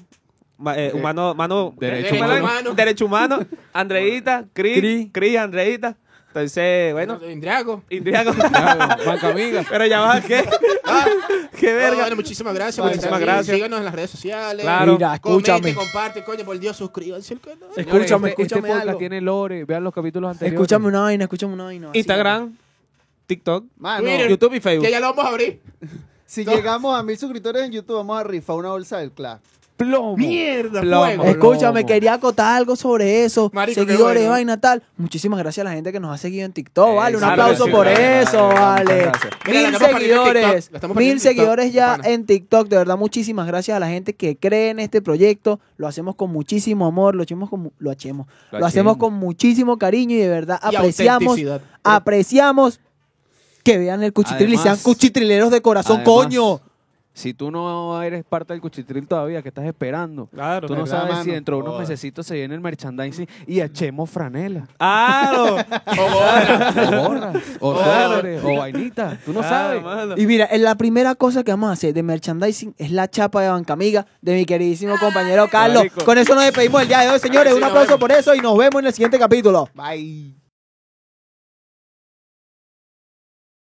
[SPEAKER 2] ma- eh, humano, mano,
[SPEAKER 1] Derecho
[SPEAKER 2] ¿cómo era?
[SPEAKER 4] humano.
[SPEAKER 2] Derecho humano, Andreita, Cris,
[SPEAKER 1] Cris.
[SPEAKER 2] Cris, Andreita. Entonces, bueno,
[SPEAKER 4] Bueno, Drago.
[SPEAKER 2] Indriago.
[SPEAKER 1] Banca amiga.
[SPEAKER 2] Pero ya va, ¿qué? ¿Qué
[SPEAKER 4] Ah. No,
[SPEAKER 2] verga?
[SPEAKER 4] bueno, muchísimas gracias. por
[SPEAKER 2] Muchísimas
[SPEAKER 4] estar aquí.
[SPEAKER 2] gracias.
[SPEAKER 4] Síganos en las redes sociales.
[SPEAKER 2] Claro.
[SPEAKER 3] Mira,
[SPEAKER 4] Comente,
[SPEAKER 3] escúchame.
[SPEAKER 4] comparte, coño, por Dios, suscríbanse al canal.
[SPEAKER 1] Señores,
[SPEAKER 3] Escúchame,
[SPEAKER 1] este, este
[SPEAKER 3] escúchame
[SPEAKER 1] podcast
[SPEAKER 3] algo.
[SPEAKER 1] tiene lore. Vean los capítulos anteriores.
[SPEAKER 3] Escúchame una vaina, escúchame una vaina. así.
[SPEAKER 2] Instagram, TikTok,
[SPEAKER 5] Mano,
[SPEAKER 4] Twitter.
[SPEAKER 2] YouTube y Facebook.
[SPEAKER 4] Que ya lo vamos a abrir.
[SPEAKER 5] si llegamos a mil suscriptores en YouTube, vamos a rifar una bolsa del club.
[SPEAKER 1] Plomo.
[SPEAKER 4] Mierda,
[SPEAKER 1] Plomo.
[SPEAKER 4] fuego.
[SPEAKER 3] Escúchame,
[SPEAKER 1] Lomo.
[SPEAKER 3] quería acotar algo sobre eso.
[SPEAKER 4] Marico, qué
[SPEAKER 3] Seguidores,
[SPEAKER 4] bueno.
[SPEAKER 3] vaina tal. Muchísimas gracias a la gente que nos ha seguido en TikTok, vale. Un
[SPEAKER 1] Exacto,
[SPEAKER 3] aplauso
[SPEAKER 1] sí,
[SPEAKER 3] por
[SPEAKER 1] gracias,
[SPEAKER 3] eso,
[SPEAKER 1] gracias,
[SPEAKER 3] vale.
[SPEAKER 1] muchas gracias.
[SPEAKER 4] Mira, la
[SPEAKER 3] Mil
[SPEAKER 4] estamos poniendo en TikTok,
[SPEAKER 3] seguidores,
[SPEAKER 4] la estamos poniendo en
[SPEAKER 3] mil
[SPEAKER 4] TikTok,
[SPEAKER 3] seguidores ya
[SPEAKER 4] pana.
[SPEAKER 3] en TikTok. De verdad, muchísimas gracias a la gente que cree en este proyecto. Lo hacemos con muchísimo amor, lo hacemos con, mu- lo hacemos,
[SPEAKER 1] Lo
[SPEAKER 3] lo hacemos
[SPEAKER 1] hacemos.
[SPEAKER 3] con muchísimo cariño y de verdad
[SPEAKER 4] Y
[SPEAKER 3] apreciamos,
[SPEAKER 4] autenticidad.
[SPEAKER 3] apreciamos que vean el cuchitril y sean
[SPEAKER 1] Además-
[SPEAKER 3] cuchitrileros de corazón,
[SPEAKER 1] Además,
[SPEAKER 3] coño.
[SPEAKER 1] Si tú no eres parte del cuchitril todavía, ¿qué estás esperando?
[SPEAKER 2] Claro.
[SPEAKER 1] Tú no
[SPEAKER 5] ¿verdad,
[SPEAKER 1] sabes si
[SPEAKER 5] mano?
[SPEAKER 1] dentro de unos
[SPEAKER 5] Joder.
[SPEAKER 1] mesecitos se viene el merchandising y echemos franela.
[SPEAKER 2] Claro.
[SPEAKER 1] O gorras, o sobres, o vainita. Tú no
[SPEAKER 2] Claro,
[SPEAKER 1] sabes.
[SPEAKER 2] mano.
[SPEAKER 3] Y mira, eh, la primera cosa que vamos a hacer de merchandising es la chapa de Banca Amiga de mi
[SPEAKER 4] Ah,
[SPEAKER 3] queridísimo compañero Carlos.
[SPEAKER 2] Marico.
[SPEAKER 3] Con eso nos despedimos el día de hoy, señores.
[SPEAKER 4] Sí,
[SPEAKER 3] Un
[SPEAKER 4] nos
[SPEAKER 3] aplauso
[SPEAKER 4] vemos.
[SPEAKER 3] por eso y nos vemos en el siguiente capítulo.
[SPEAKER 5] Bye.